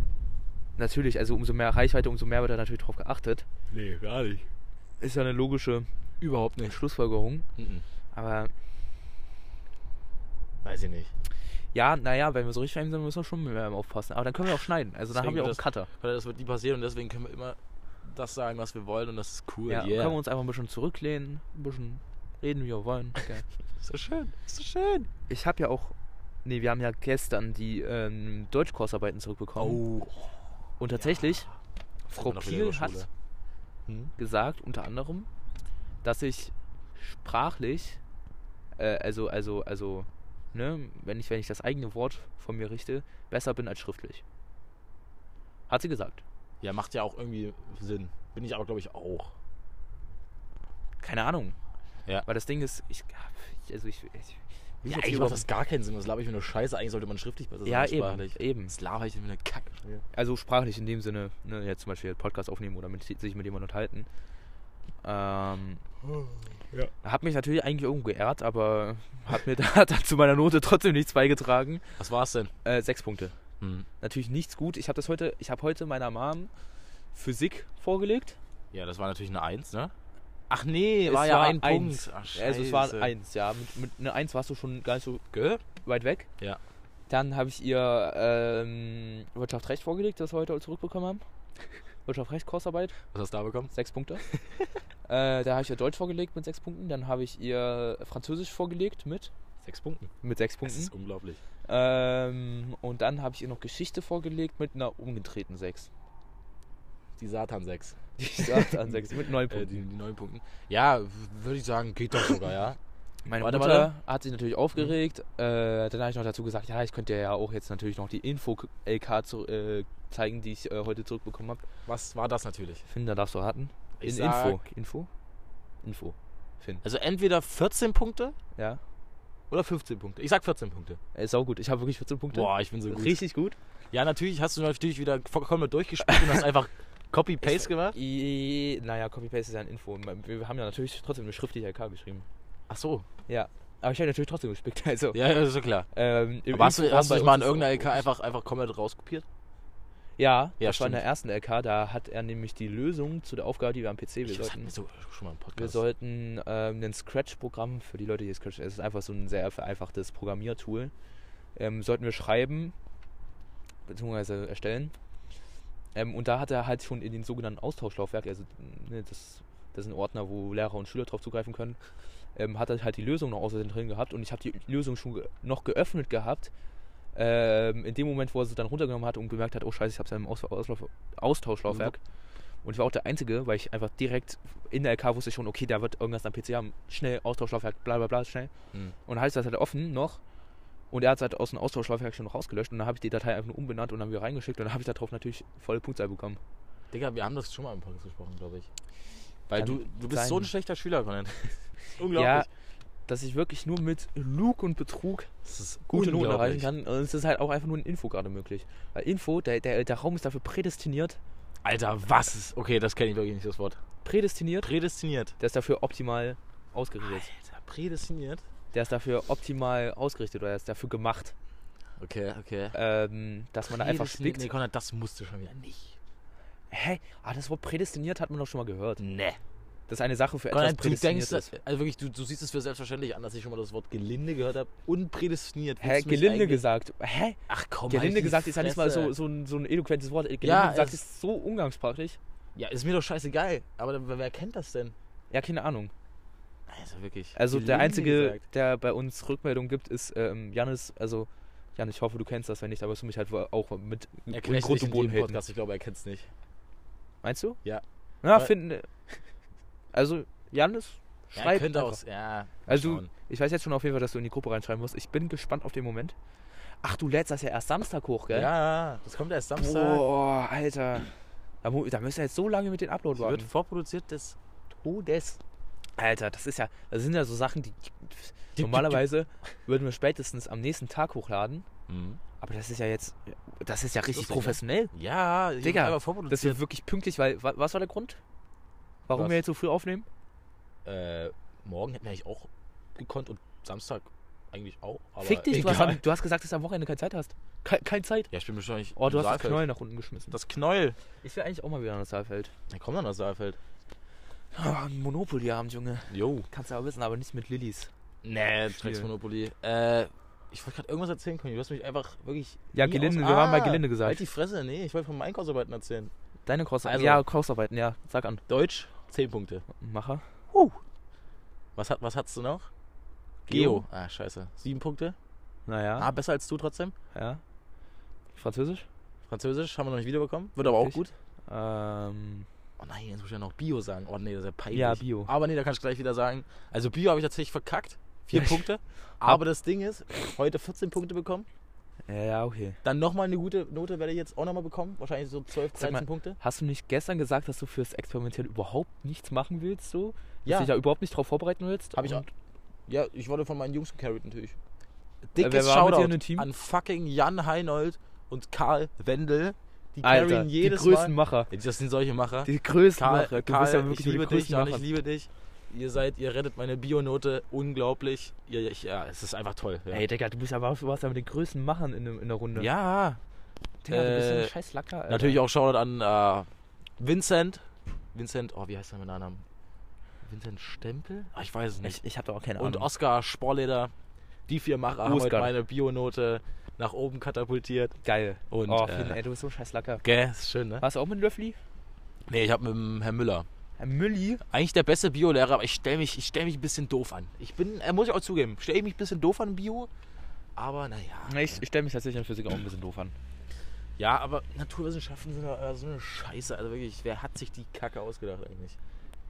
[SPEAKER 2] natürlich, also umso mehr Reichweite, umso mehr wird da natürlich drauf geachtet.
[SPEAKER 3] Nee, gar nicht.
[SPEAKER 2] Ist ja eine logische
[SPEAKER 3] Überhaupt nicht.
[SPEAKER 2] Schlussfolgerung. Aber
[SPEAKER 3] Weiß ich nicht.
[SPEAKER 2] ja, naja, wenn wir so richtig fame sind, müssen wir schon mehr aufpassen. Aber dann können wir auch schneiden. Also dann
[SPEAKER 3] Deswegen
[SPEAKER 2] haben wir auch einen
[SPEAKER 3] das-
[SPEAKER 2] Cutter.
[SPEAKER 3] Das wird nie passieren und deswegen können wir immer das sagen, was wir wollen und das ist cool.
[SPEAKER 2] Ja, können wir uns einfach ein bisschen zurücklehnen, ein bisschen reden, wie wir wollen.
[SPEAKER 3] Ist so schön. Ist so schön.
[SPEAKER 2] Ich habe ja auch, nee, wir haben ja gestern die ähm, Deutschkursarbeiten
[SPEAKER 3] Oh.
[SPEAKER 2] zurückbekommen. Und tatsächlich, Oh, Frau
[SPEAKER 3] Hm. Immer noch wieder in der
[SPEAKER 2] Piel hat
[SPEAKER 3] Schule. Hm?
[SPEAKER 2] gesagt, unter anderem, dass ich sprachlich, äh, also, also, also, ne, wenn ich, wenn ich das eigene Wort von mir richte, besser bin als schriftlich. Hat sie gesagt.
[SPEAKER 3] Ja, macht ja auch irgendwie Sinn. Bin ich aber, glaube ich, auch.
[SPEAKER 2] Keine Ahnung.
[SPEAKER 3] Ja.
[SPEAKER 2] Weil das Ding ist, ich, also ich, ich will
[SPEAKER 3] Ja, eigentlich
[SPEAKER 2] jetzt hier
[SPEAKER 3] macht
[SPEAKER 2] überhaupt-
[SPEAKER 3] das gar keinen Sinn. Das laber ich mir nur Scheiße. Eigentlich sollte man schriftlich besser sein.
[SPEAKER 2] ja
[SPEAKER 3] als
[SPEAKER 2] eben,
[SPEAKER 3] sprachlich.
[SPEAKER 2] eben.
[SPEAKER 3] Das laber ich mir eine Kacke.
[SPEAKER 2] Also sprachlich in dem Sinne, ne, jetzt zum Beispiel einen Podcast aufnehmen oder mit, sich mit jemandem unterhalten. Ähm,
[SPEAKER 3] Ja.
[SPEAKER 2] Hat mich natürlich eigentlich irgendwo geehrt, aber hat mir da, hat zu meiner Note trotzdem nichts beigetragen.
[SPEAKER 3] Was war's denn?
[SPEAKER 2] Äh, sechs Punkte.
[SPEAKER 3] Hm.
[SPEAKER 2] Natürlich nichts gut. Ich habe das heute, ich habe heute meiner Mom Physik vorgelegt.
[SPEAKER 3] Ja, das war natürlich eine Eins, ne? Ach nee,
[SPEAKER 2] Es
[SPEAKER 3] war ja
[SPEAKER 2] war
[SPEAKER 3] ein
[SPEAKER 2] eins.
[SPEAKER 3] Punkt. Ach,
[SPEAKER 2] Also es war
[SPEAKER 3] Scheiße.
[SPEAKER 2] eins, ja. Mit, mit einer Eins warst du schon gar nicht so
[SPEAKER 3] Gell?
[SPEAKER 2] weit weg.
[SPEAKER 3] Ja.
[SPEAKER 2] Dann habe ich ihr ähm, Wirtschaft Recht vorgelegt, das wir heute zurückbekommen haben. Wirtschaft Recht, Kursarbeit.
[SPEAKER 3] Was hast du da bekommen?
[SPEAKER 2] sechs Punkte. äh, da habe ich ihr Deutsch vorgelegt mit sechs Punkten, dann habe ich ihr Französisch vorgelegt mit
[SPEAKER 3] Sechs Punkten.
[SPEAKER 2] mit sechs
[SPEAKER 3] Das
[SPEAKER 2] Punkten.
[SPEAKER 3] ist unglaublich.
[SPEAKER 2] Ähm, und dann habe ich ihr noch Geschichte vorgelegt mit einer umgedrehten sechs.
[SPEAKER 3] Die Satan 6.
[SPEAKER 2] Die sagt an sechs mit neun
[SPEAKER 3] Äh,
[SPEAKER 2] Punkten.
[SPEAKER 3] die, die neun Punkten. Ja, w- würde ich sagen, geht doch sogar, ja.
[SPEAKER 2] Meine
[SPEAKER 3] Warte,
[SPEAKER 2] Mutter
[SPEAKER 3] warte.
[SPEAKER 2] hat sich natürlich aufgeregt. Äh, dann habe ich noch dazu gesagt, ja, ich könnte ja auch jetzt natürlich noch die Info-LK zu, äh, zeigen, die ich äh, heute zurückbekommen habe.
[SPEAKER 3] Was war das natürlich?
[SPEAKER 2] Finn, da darfst du raten.
[SPEAKER 3] Ich
[SPEAKER 2] In
[SPEAKER 3] sag-
[SPEAKER 2] Info. Info? Info. Finn.
[SPEAKER 3] Also entweder 14 Punkte
[SPEAKER 2] Ja. Äh,
[SPEAKER 3] oder 15 Punkte. Ich sag 14 Punkte.
[SPEAKER 2] Ist auch gut. Ich habe wirklich 14 Punkte.
[SPEAKER 3] Boah, ich bin so gut.
[SPEAKER 2] Richtig gut.
[SPEAKER 3] Ja, natürlich hast du natürlich wieder vollkommen durchgespielt und hast einfach Copy-Paste gemacht.
[SPEAKER 2] I, naja, Copy-Paste ist ja ein Info. Wir haben ja natürlich trotzdem eine schriftliche LK geschrieben.
[SPEAKER 3] Ach so.
[SPEAKER 2] Aber ich habe natürlich trotzdem gespickt. Also,
[SPEAKER 3] Ja, ja, ist ja klar.
[SPEAKER 2] ähm, im
[SPEAKER 3] Aber hast du,
[SPEAKER 2] Info-
[SPEAKER 3] hast du
[SPEAKER 2] bei
[SPEAKER 3] dich mal
[SPEAKER 2] uns
[SPEAKER 3] in
[SPEAKER 2] ist
[SPEAKER 3] irgendeiner LK
[SPEAKER 2] auch-
[SPEAKER 3] einfach, einfach komplett rauskopiert?
[SPEAKER 2] Ja,
[SPEAKER 3] Ja,
[SPEAKER 2] das war in
[SPEAKER 3] stimmt.
[SPEAKER 2] der ersten LK. Da hat er nämlich die Lösung zu der Aufgabe, die wir am PC wir
[SPEAKER 3] Ich das hatten
[SPEAKER 2] sollten.
[SPEAKER 3] wir so schon mal im
[SPEAKER 2] Wir
[SPEAKER 3] Podcast.
[SPEAKER 2] sollten ähm, ein Scratch-Programm für die Leute, die Scratch. Es ist einfach so ein sehr vereinfachtes Programmiertool. Ähm, sollten wir schreiben, beziehungsweise erstellen. Ähm, und da hat er halt schon in den sogenannten Austauschlaufwerk, also ne, das, das ist ein Ordner, wo Lehrer und Schüler drauf zugreifen können, ähm, hat er halt die Lösung noch außerdem drin gehabt und ich habe die Lösung schon ge noch geöffnet gehabt. Ähm, in dem Moment, wo er sie dann runtergenommen hat und gemerkt hat, oh scheiße, ich habe es ja im Aus Auslauf Austauschlaufwerk. Und ich war auch der Einzige, weil ich einfach direkt in der LK wusste ich schon, okay, da wird irgendwas am PC haben. Schnell, Austauschlaufwerk, bla bla bla, schnell.
[SPEAKER 3] Mhm.
[SPEAKER 2] Und dann hatte ich das halt offen noch. Und er hat es halt aus dem Austauschlaufwerk schon noch rausgelöscht. Und dann habe ich die Datei einfach nur umbenannt und dann wieder reingeschickt. Und dann habe ich darauf natürlich volle Punktzahl bekommen.
[SPEAKER 3] Digga, wir haben das schon mal im Podcast gesprochen, glaube ich. Weil
[SPEAKER 2] Kann
[SPEAKER 3] du, du bist
[SPEAKER 2] sein.
[SPEAKER 3] so ein schlechter Schüler, Conan.
[SPEAKER 2] Ja, dass ich wirklich nur mit Lug und Betrug
[SPEAKER 3] das ist
[SPEAKER 2] gute Noten erreichen
[SPEAKER 3] unglaublich.
[SPEAKER 2] kann. Und es ist halt auch einfach nur in Info gerade möglich. Weil Info, der, der, der Raum ist dafür prädestiniert.
[SPEAKER 3] Alter, was ist. Okay, das kenne ich wirklich nicht, das Wort.
[SPEAKER 2] Prädestiniert.
[SPEAKER 3] Prädestiniert.
[SPEAKER 2] Der ist dafür optimal ausgerichtet.
[SPEAKER 3] Alter, prädestiniert?
[SPEAKER 2] Der ist dafür optimal ausgerichtet oder er ist dafür gemacht,
[SPEAKER 3] Okay, okay.
[SPEAKER 2] ähm, dass man da einfach
[SPEAKER 3] Prädestiniert-
[SPEAKER 2] spickt.
[SPEAKER 3] Nee, Conan, das musst du schon wieder nicht.
[SPEAKER 2] Hä? Ah, das Wort prädestiniert hat man doch schon mal gehört.
[SPEAKER 3] Nee.
[SPEAKER 2] Das ist eine Sache für etwas
[SPEAKER 3] Conan, du
[SPEAKER 2] prädestiniert
[SPEAKER 3] denkst,
[SPEAKER 2] ist.
[SPEAKER 3] also wirklich, du, du siehst es für selbstverständlich an, dass ich schon mal das Wort gelinde gehört habe. Unprädestiniert.
[SPEAKER 2] Hä,
[SPEAKER 3] Willst du mich
[SPEAKER 2] gelinde
[SPEAKER 3] eigentlich-
[SPEAKER 2] gesagt. Hä?
[SPEAKER 3] Ach komm,
[SPEAKER 2] gelinde
[SPEAKER 3] halt die
[SPEAKER 2] gesagt ist ja nicht mal so,
[SPEAKER 3] Fresse.
[SPEAKER 2] so, ein, so ein eloquentes Wort. Gelinde
[SPEAKER 3] Ja,
[SPEAKER 2] gesagt
[SPEAKER 3] es-
[SPEAKER 2] ist so umgangssprachlich.
[SPEAKER 3] Ja, ist mir doch scheißegal. Aber dann- wer kennt das denn?
[SPEAKER 2] Ja, keine Ahnung.
[SPEAKER 3] Also wirklich.
[SPEAKER 2] Also der
[SPEAKER 3] gelinde
[SPEAKER 2] Einzige,
[SPEAKER 3] gesagt.
[SPEAKER 2] der bei uns Rückmeldung gibt, ist ähm, Janis. Also, Jan, ich hoffe, du kennst das, wenn nicht, aber es mich halt auch mit
[SPEAKER 3] Er
[SPEAKER 2] mit
[SPEAKER 3] kennt
[SPEAKER 2] Grund
[SPEAKER 3] Grund
[SPEAKER 2] und
[SPEAKER 3] nicht
[SPEAKER 2] Boden
[SPEAKER 3] Boden
[SPEAKER 2] haten.
[SPEAKER 3] Podcast, ich glaube, er kennt es nicht.
[SPEAKER 2] Meinst du?
[SPEAKER 3] Ja. Äh.
[SPEAKER 2] Na,
[SPEAKER 3] Weil-
[SPEAKER 2] finden. Also, Janis,
[SPEAKER 3] Ja, er
[SPEAKER 2] schreib
[SPEAKER 3] könnte
[SPEAKER 2] einfach.
[SPEAKER 3] auch. Ja,
[SPEAKER 2] Also,
[SPEAKER 3] schauen.
[SPEAKER 2] ich weiß jetzt schon auf jeden Fall, dass du in die Gruppe reinschreiben musst. Ich bin gespannt auf den Moment. Ach, du lädst das ja erst Samstag hoch, gell?
[SPEAKER 3] ja, das kommt erst Samstag.
[SPEAKER 2] Boah, Alter. Da, mu- da müssen wir jetzt so lange mit den Upload
[SPEAKER 3] Es wird
[SPEAKER 2] warten.
[SPEAKER 3] vorproduziert des Todes.
[SPEAKER 2] Alter, das ist ja, das sind ja so Sachen, die normalerweise würden wir spätestens am nächsten Tag hochladen.
[SPEAKER 3] Mhm.
[SPEAKER 2] Aber das ist ja jetzt, das ist ja richtig
[SPEAKER 3] Lustig, ne?
[SPEAKER 2] professionell.
[SPEAKER 3] Ja, hier
[SPEAKER 2] Digga,
[SPEAKER 3] wird einfach
[SPEAKER 2] Das
[SPEAKER 3] vorproduziert.
[SPEAKER 2] wird wirklich pünktlich, weil, wa- was war der Grund? Warum
[SPEAKER 3] Was?
[SPEAKER 2] wir jetzt so früh aufnehmen?
[SPEAKER 3] äh, morgen hätten wir eigentlich auch gekonnt und Samstag eigentlich auch. Aber
[SPEAKER 2] Fick dich, du hast,
[SPEAKER 3] egal.
[SPEAKER 2] am, du hast gesagt, dass du am Wochenende keine Zeit hast. Keine kein Zeit.
[SPEAKER 3] Ja, ich bin wahrscheinlich.
[SPEAKER 2] Oh, du
[SPEAKER 3] im
[SPEAKER 2] hast das
[SPEAKER 3] Saalfeld.
[SPEAKER 2] Knäuel nach unten geschmissen.
[SPEAKER 3] Das Knäuel.
[SPEAKER 2] ich will eigentlich auch mal wieder an das Saalfeld.
[SPEAKER 3] Ja, komm dann aus Saalfeld.
[SPEAKER 2] Ah, ein Monopoly-Abend, Junge.
[SPEAKER 3] Jo.
[SPEAKER 2] Kannst du aber wissen, aber nicht mit Lillis.
[SPEAKER 3] Nee, Drecksmonopoly. Äh, ich wollte gerade irgendwas erzählen, Conny. Du hast mich einfach wirklich.
[SPEAKER 2] Ja,
[SPEAKER 3] nie
[SPEAKER 2] Gelinde,
[SPEAKER 3] aus-
[SPEAKER 2] wir waren bei
[SPEAKER 3] Ah,
[SPEAKER 2] Gelinde gesagt.
[SPEAKER 3] Halt die Fresse, nee, ich wollte von meinen Einkaufsarbeiten erzählen.
[SPEAKER 2] Deine
[SPEAKER 3] Also-
[SPEAKER 2] Kursarbeiten. ja, Kursarbeiten, ja. Sag an.
[SPEAKER 3] Deutsch, 10 Punkte.
[SPEAKER 2] Macher.
[SPEAKER 3] Was, hat, was hast du noch?
[SPEAKER 2] Geo.
[SPEAKER 3] Geo. Ah, scheiße. 7 Punkte.
[SPEAKER 2] Naja.
[SPEAKER 3] Ah, besser als du trotzdem.
[SPEAKER 2] Ja. Französisch?
[SPEAKER 3] Französisch haben wir noch nicht wiederbekommen. Wird aber auch
[SPEAKER 2] Richtig.
[SPEAKER 3] gut.
[SPEAKER 2] Ähm,
[SPEAKER 3] Oh nein, jetzt muss ich ja noch Bio sagen. Oh nee, das ist ja peinlich.
[SPEAKER 2] Ja, Bio.
[SPEAKER 3] Aber nee, da kann ich gleich wieder sagen. Also Bio habe ich tatsächlich verkackt. Vier Punkte. Aber das Ding ist, heute 14 Punkte bekommen.
[SPEAKER 2] Ja, ja, okay.
[SPEAKER 3] Dann nochmal eine gute Note werde ich jetzt auch nochmal bekommen. Wahrscheinlich so 12,
[SPEAKER 2] Sag
[SPEAKER 3] 13
[SPEAKER 2] mal,
[SPEAKER 3] Punkte.
[SPEAKER 2] Hast du nicht gestern gesagt, dass du fürs Experimentell überhaupt nichts machen willst, so? Dass
[SPEAKER 3] Ja.
[SPEAKER 2] du dich da überhaupt nicht drauf vorbereiten willst?
[SPEAKER 3] Hab ich
[SPEAKER 2] Und-
[SPEAKER 3] Ja, ich wurde von meinen Jungs gecarried natürlich.
[SPEAKER 2] wer
[SPEAKER 3] Dickes
[SPEAKER 2] war mit dir
[SPEAKER 3] Shoutout
[SPEAKER 2] in dem Team?
[SPEAKER 3] an fucking Jan Heinold und Karl Wendel. Die
[SPEAKER 2] Alter,
[SPEAKER 3] carryen jedes
[SPEAKER 2] die größten
[SPEAKER 3] Mal.
[SPEAKER 2] Macher.
[SPEAKER 3] Ja, das sind solche Macher.
[SPEAKER 2] Die größten
[SPEAKER 3] Karl,
[SPEAKER 2] Macher. Du
[SPEAKER 3] Karl
[SPEAKER 2] bist ja wirklich
[SPEAKER 3] ich liebe
[SPEAKER 2] über die
[SPEAKER 3] dich,
[SPEAKER 2] größten
[SPEAKER 3] Jan, ich
[SPEAKER 2] Macher.
[SPEAKER 3] liebe dich. Ihr seid, ihr rettet meine Bionote unglaublich. Ja, ja, ich, ja, es ist einfach toll. Ja,
[SPEAKER 2] Ey, Digga, du bist aber du warst ja mit den größten Machern in, dem- in der Runde.
[SPEAKER 3] ja
[SPEAKER 2] Digga, du bist ja
[SPEAKER 3] äh,
[SPEAKER 2] ein scheiß Lacker, Alter.
[SPEAKER 3] natürlich auch Shoutout an äh, Vincent. Vincent, oh, wie heißt der mit Nachnamen? Vincent Stempel? Ah, ich weiß es nicht.
[SPEAKER 2] Ich, ich hab doch auch keine Ahnung.
[SPEAKER 3] Und Oscar Sporleder. Die vier Macher haben heute
[SPEAKER 2] Oscar.
[SPEAKER 3] meine Bionote nach oben katapultiert.
[SPEAKER 2] Geil.
[SPEAKER 3] Und,
[SPEAKER 2] oh,
[SPEAKER 3] äh,
[SPEAKER 2] Finn, ey, du bist so ein scheiß Lacker.
[SPEAKER 3] Gell, ist schön, ne?
[SPEAKER 2] Warst du auch mit Löffli?
[SPEAKER 3] Nee, ich habe mit dem Herrn Müller.
[SPEAKER 2] Herr Äh, Mülli?
[SPEAKER 3] Eigentlich der beste Biolehrer, aber ich stelle mich, ich stell mich ein bisschen doof an. Ich bin, äh, muss ich auch zugeben, stelle ich mich ein bisschen doof an Bio. Aber naja.
[SPEAKER 2] Ich, ich stelle mich tatsächlich in Physik auch ein bisschen doof an.
[SPEAKER 3] Ja, aber Naturwissenschaften sind ja äh, so eine Scheiße. Also wirklich, wer hat sich die Kacke ausgedacht eigentlich?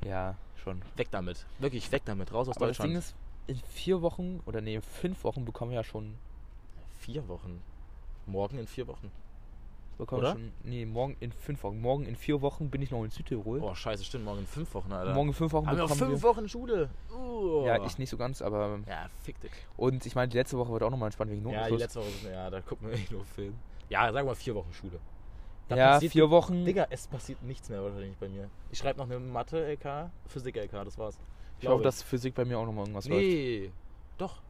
[SPEAKER 2] Ja, schon.
[SPEAKER 3] Weg damit. Wirklich, weg damit. Raus aus
[SPEAKER 2] Aber das Ding
[SPEAKER 3] Deutschland.
[SPEAKER 2] ist, in vier Wochen oder nee, in fünf Wochen bekommen wir ja schon.
[SPEAKER 3] vier Wochen. Morgen in vier Wochen.
[SPEAKER 2] Bekommen
[SPEAKER 3] Oder?
[SPEAKER 2] Wir schon nee, morgen in fünf Wochen. Morgen in vier Wochen bin ich noch in Südtirol.
[SPEAKER 3] Oh, scheiße, stimmt. Morgen in fünf Wochen, Alter.
[SPEAKER 2] morgen in fünf Wochen
[SPEAKER 3] Haben wir auch
[SPEAKER 2] bekommen
[SPEAKER 3] fünf Wochen Schule. Uh.
[SPEAKER 2] Ja, ich nicht so ganz, aber.
[SPEAKER 3] Ja, fick dich.
[SPEAKER 2] Und ich meine, die letzte Woche wird auch nochmal entspannt wegen
[SPEAKER 3] Ja, die
[SPEAKER 2] Notenschluss.
[SPEAKER 3] letzte Woche, ist- ja, da gucken wir eh nur Film. Ja, sagen wir vier Wochen Schule. Da
[SPEAKER 2] Ja,
[SPEAKER 3] passiert-
[SPEAKER 2] vier Wochen.
[SPEAKER 3] Digga, es passiert nichts mehr wahrscheinlich bei mir. Ich schreibe noch eine Mathe-LK, Physik-LK, das war's.
[SPEAKER 2] ich hoffe, dass Physik bei mir auch nochmal irgendwas läuft.
[SPEAKER 3] Nee, doch.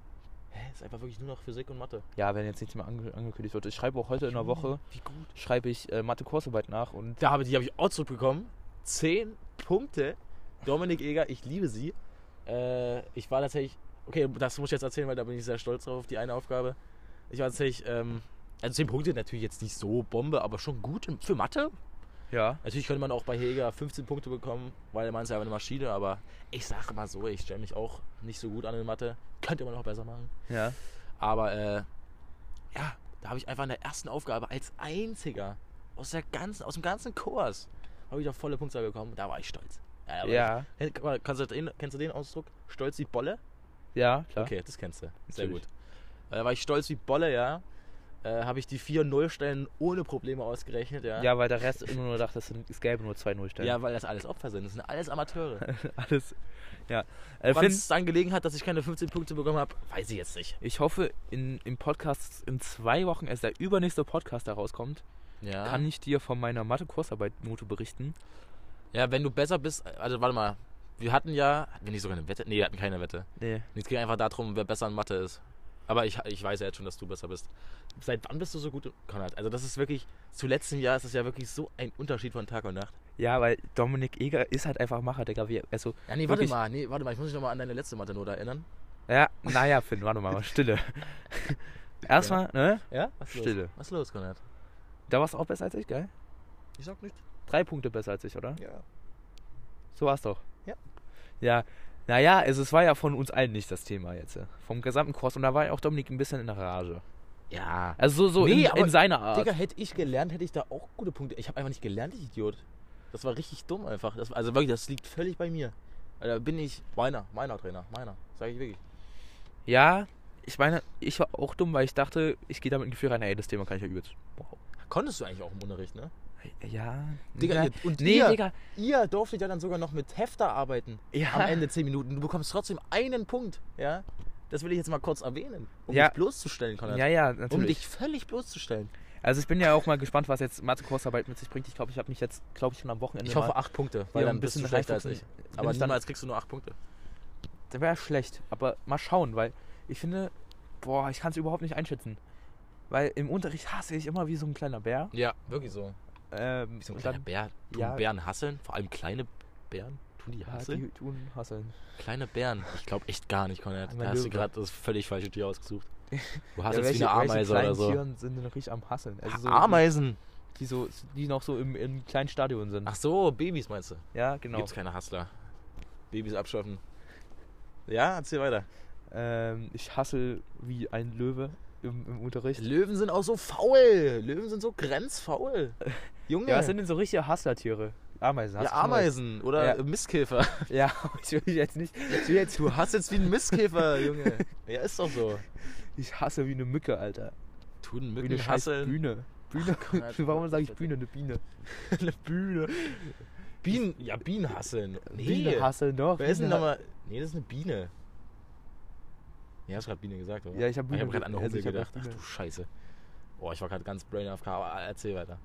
[SPEAKER 3] Hä, ist einfach wirklich nur noch Physik und Mathe.
[SPEAKER 2] Ja, wenn jetzt nicht mehr ange angekündigt wird. Ich schreibe auch heute in
[SPEAKER 3] Mhm.
[SPEAKER 2] der Woche,
[SPEAKER 3] Wie gut.
[SPEAKER 2] schreibe ich äh, Mathe-Kursarbeit nach und
[SPEAKER 3] Da habe die habe ich auch zurückbekommen. Zehn Punkte. Dominik Eger, ich liebe sie. Äh, ich war tatsächlich. Okay, das muss ich jetzt erzählen, weil da bin ich sehr stolz drauf, auf die eine Aufgabe. Ich war tatsächlich. Ähm, also zehn Punkte natürlich jetzt nicht so Bombe, aber schon gut in- für Mathe.
[SPEAKER 2] ja.
[SPEAKER 3] Natürlich könnte man auch bei Heger 15 Punkte bekommen, weil der Mann ist ja einfach eine Maschine, aber ich sage mal so, ich stelle mich auch nicht so gut an in Mathe. Könnte man auch besser machen.
[SPEAKER 2] Ja.
[SPEAKER 3] Aber äh, ja, da habe ich einfach in der ersten Aufgabe als einziger aus, der ganzen, aus dem ganzen Kurs habe ich da volle Punktzahl bekommen. Da war ich stolz. Ja. da war
[SPEAKER 2] Ja.
[SPEAKER 3] Ich, Kenn- warte, kannst du den, kennst du den Ausdruck? Stolz wie Bolle?
[SPEAKER 2] Ja, klar.
[SPEAKER 3] Okay, das kennst du. Sehr
[SPEAKER 2] Natürlich.
[SPEAKER 3] gut. Äh, Da war ich stolz wie Bolle, ja. Äh, habe ich die vier Nullstellen ohne Probleme ausgerechnet, ja.
[SPEAKER 2] Ja, weil der Rest immer nur dachte, es sind- es gäbe nur zwei Nullstellen.
[SPEAKER 3] Ja, weil das alles Opfer sind. Das sind alles Amateure.
[SPEAKER 2] alles. Ja. Äh,
[SPEAKER 3] Wann
[SPEAKER 2] Finn,
[SPEAKER 3] es dann gelegen hat, dass ich keine 15 Punkte bekommen habe, weiß ich jetzt nicht.
[SPEAKER 2] ich hoffe, in, im Podcast in zwei Wochen, als der übernächste Podcast da rauskommt,
[SPEAKER 3] Ja.
[SPEAKER 2] kann ich dir von meiner Mathe-Kursarbeit-Note berichten.
[SPEAKER 3] ja, wenn du besser bist, also warte mal. Wir hatten ja, hatten wir nicht sogar eine Wette? Nee, wir hatten keine Wette.
[SPEAKER 2] Nee.
[SPEAKER 3] Es ging einfach darum, wer besser in Mathe ist. Aber ich, ich weiß ja jetzt schon, dass du besser bist. Seit wann bist du so gut, Konrad? Also das ist wirklich, zu letztem Jahr ist das ja wirklich so ein Unterschied von Tag und Nacht.
[SPEAKER 2] Ja, weil Dominik Eger ist halt einfach Macher, Digga. Wir, also,
[SPEAKER 3] Ja, nee,
[SPEAKER 2] Wirklich?
[SPEAKER 3] mal, nee, warte mal, ich muss mich nochmal an deine letzte Mathe-Note erinnern.
[SPEAKER 2] ja, naja, Finn, warte mal, Stille. Erstmal, ne?
[SPEAKER 3] Ja? Was ist
[SPEAKER 2] Stille.
[SPEAKER 3] Los? Was ist los, Konrad?
[SPEAKER 2] Da warst du auch besser als ich, gell?
[SPEAKER 3] Ich sag nicht.
[SPEAKER 2] Drei Punkte besser als ich, oder?
[SPEAKER 3] Ja.
[SPEAKER 2] So war's doch.
[SPEAKER 3] Ja.
[SPEAKER 2] Ja, naja, also es war ja von uns allen nicht das Thema jetzt. äh, Vom gesamten Kurs. Und da war ja auch Dominik ein bisschen in der Rage.
[SPEAKER 3] Ja.
[SPEAKER 2] Also so, so
[SPEAKER 3] Nee,
[SPEAKER 2] in,
[SPEAKER 3] aber-
[SPEAKER 2] in seiner Art.
[SPEAKER 3] Digga, hätte ich gelernt, hätte ich da auch gute Punkte. Ich habe einfach nicht gelernt, ich Idiot. Das war richtig dumm einfach. Das, war- also wirklich, das liegt völlig bei mir. Da bin ich meiner, meiner Trainer, meiner. Sag ich wirklich.
[SPEAKER 2] Ja, ich meine, ich war auch dumm, weil ich dachte, ich gehe damit ein Gefühl rein, ey, das Thema kann ich ja übelst. Wow.
[SPEAKER 3] Konntest du eigentlich auch im Unterricht, ne?
[SPEAKER 2] Ja.
[SPEAKER 3] Digga,
[SPEAKER 2] ja.
[SPEAKER 3] ihr- und
[SPEAKER 2] nee,
[SPEAKER 3] ihr?
[SPEAKER 2] Digga.
[SPEAKER 3] Ihr durftet ja dann sogar noch mit Hefter arbeiten.
[SPEAKER 2] Ja.
[SPEAKER 3] Am Ende 10 Minuten. Du bekommst trotzdem einen Punkt, ja? Das will ich jetzt mal kurz erwähnen. Um
[SPEAKER 2] Ja.
[SPEAKER 3] dich bloßzustellen, Konrad.
[SPEAKER 2] Ja, ja,
[SPEAKER 3] um
[SPEAKER 2] natürlich.
[SPEAKER 3] dich völlig bloßzustellen.
[SPEAKER 2] also ich bin ja auch mal gespannt, was jetzt Mathe-Kursarbeit mit sich bringt. Ich glaube, ich habe mich jetzt, glaube ich, schon am Wochenende
[SPEAKER 3] Ich hoffe
[SPEAKER 2] mal,
[SPEAKER 3] 8 Punkte, weil
[SPEAKER 2] Ja,
[SPEAKER 3] dann bist du schlechter als ich.
[SPEAKER 2] reinfuchsen. Wenn
[SPEAKER 3] Aber
[SPEAKER 2] ich dann,
[SPEAKER 3] niemals kriegst du nur 8 Punkte.
[SPEAKER 2] das wäre ah, schlecht. Aber mal schauen, weil ich finde, boah, ich kann es überhaupt nicht einschätzen. Weil im Unterricht hasse ich immer wie so ein kleiner Bär.
[SPEAKER 3] Ja, wirklich so.
[SPEAKER 2] Ähm,
[SPEAKER 3] Wie so ein
[SPEAKER 2] und
[SPEAKER 3] kleiner
[SPEAKER 2] dann-
[SPEAKER 3] Bär. Tun
[SPEAKER 2] ja.
[SPEAKER 3] Bären hasseln? Vor allem kleine Bären? Tun die
[SPEAKER 2] Ja,
[SPEAKER 3] hasseln?
[SPEAKER 2] die tun hasseln.
[SPEAKER 3] Kleine Bären. Ich glaube echt gar nicht, Konrad.
[SPEAKER 2] Mein
[SPEAKER 3] Da hast du
[SPEAKER 2] Löwe.
[SPEAKER 3] gerade das völlig falsche Tier ausgesucht. Du hast jetzt
[SPEAKER 2] ja,
[SPEAKER 3] wie
[SPEAKER 2] welche-
[SPEAKER 3] eine Ameise
[SPEAKER 2] welche
[SPEAKER 3] oder so.
[SPEAKER 2] Kleintieren sind denn richtig am Hasseln? Also so,
[SPEAKER 3] Ameisen.
[SPEAKER 2] Die, so, die noch so im, im kleinen Stadion sind.
[SPEAKER 3] Ach so, Babys meinst du?
[SPEAKER 2] Ja, genau.
[SPEAKER 3] Gibt's keine Hassler. Babys abschaffen. Ja, erzähl weiter.
[SPEAKER 2] Ähm, ich hassel wie ein Löwe im, im Unterricht.
[SPEAKER 3] Löwen sind auch so faul. Löwen sind so grenzfaul. Junge.
[SPEAKER 2] Ja, was sind denn so richtige Hasslertiere? Ameisen. hast
[SPEAKER 3] Ja,
[SPEAKER 2] du schon mal-
[SPEAKER 3] Ameisen oder
[SPEAKER 2] Ja.
[SPEAKER 3] Mistkäfer.
[SPEAKER 2] Ja, ich will jetzt nicht. Ich will jetzt
[SPEAKER 3] Du hast jetzt wie ein Mistkäfer, Junge. Ja, ist doch so.
[SPEAKER 2] Ich hasse wie eine Mücke, Alter.
[SPEAKER 3] Tun
[SPEAKER 2] Wie eine
[SPEAKER 3] Mücken
[SPEAKER 2] scheiß
[SPEAKER 3] hasseln. halt
[SPEAKER 2] Bühne. Bühne.
[SPEAKER 3] Konrad,
[SPEAKER 2] Warum sage ich
[SPEAKER 3] bitte.
[SPEAKER 2] Bühne? Eine Biene.
[SPEAKER 3] Eine Bühne. Bienen, ja, Bienen hasseln. Nee.
[SPEAKER 2] Biene hasseln doch.
[SPEAKER 3] Wer ist denn
[SPEAKER 2] Biene-
[SPEAKER 3] nochmal? Nee, das ist eine Biene. Ja, hast gerade Biene gesagt, oder?
[SPEAKER 2] Ja, ich habe
[SPEAKER 3] ich
[SPEAKER 2] Biene
[SPEAKER 3] habe gerade an eine
[SPEAKER 2] also
[SPEAKER 3] Hummel
[SPEAKER 2] ich hab
[SPEAKER 3] gedacht.
[SPEAKER 2] Biene.
[SPEAKER 3] Ach du Scheiße. Boah, ich war gerade ganz brain AFK, aber erzähl weiter.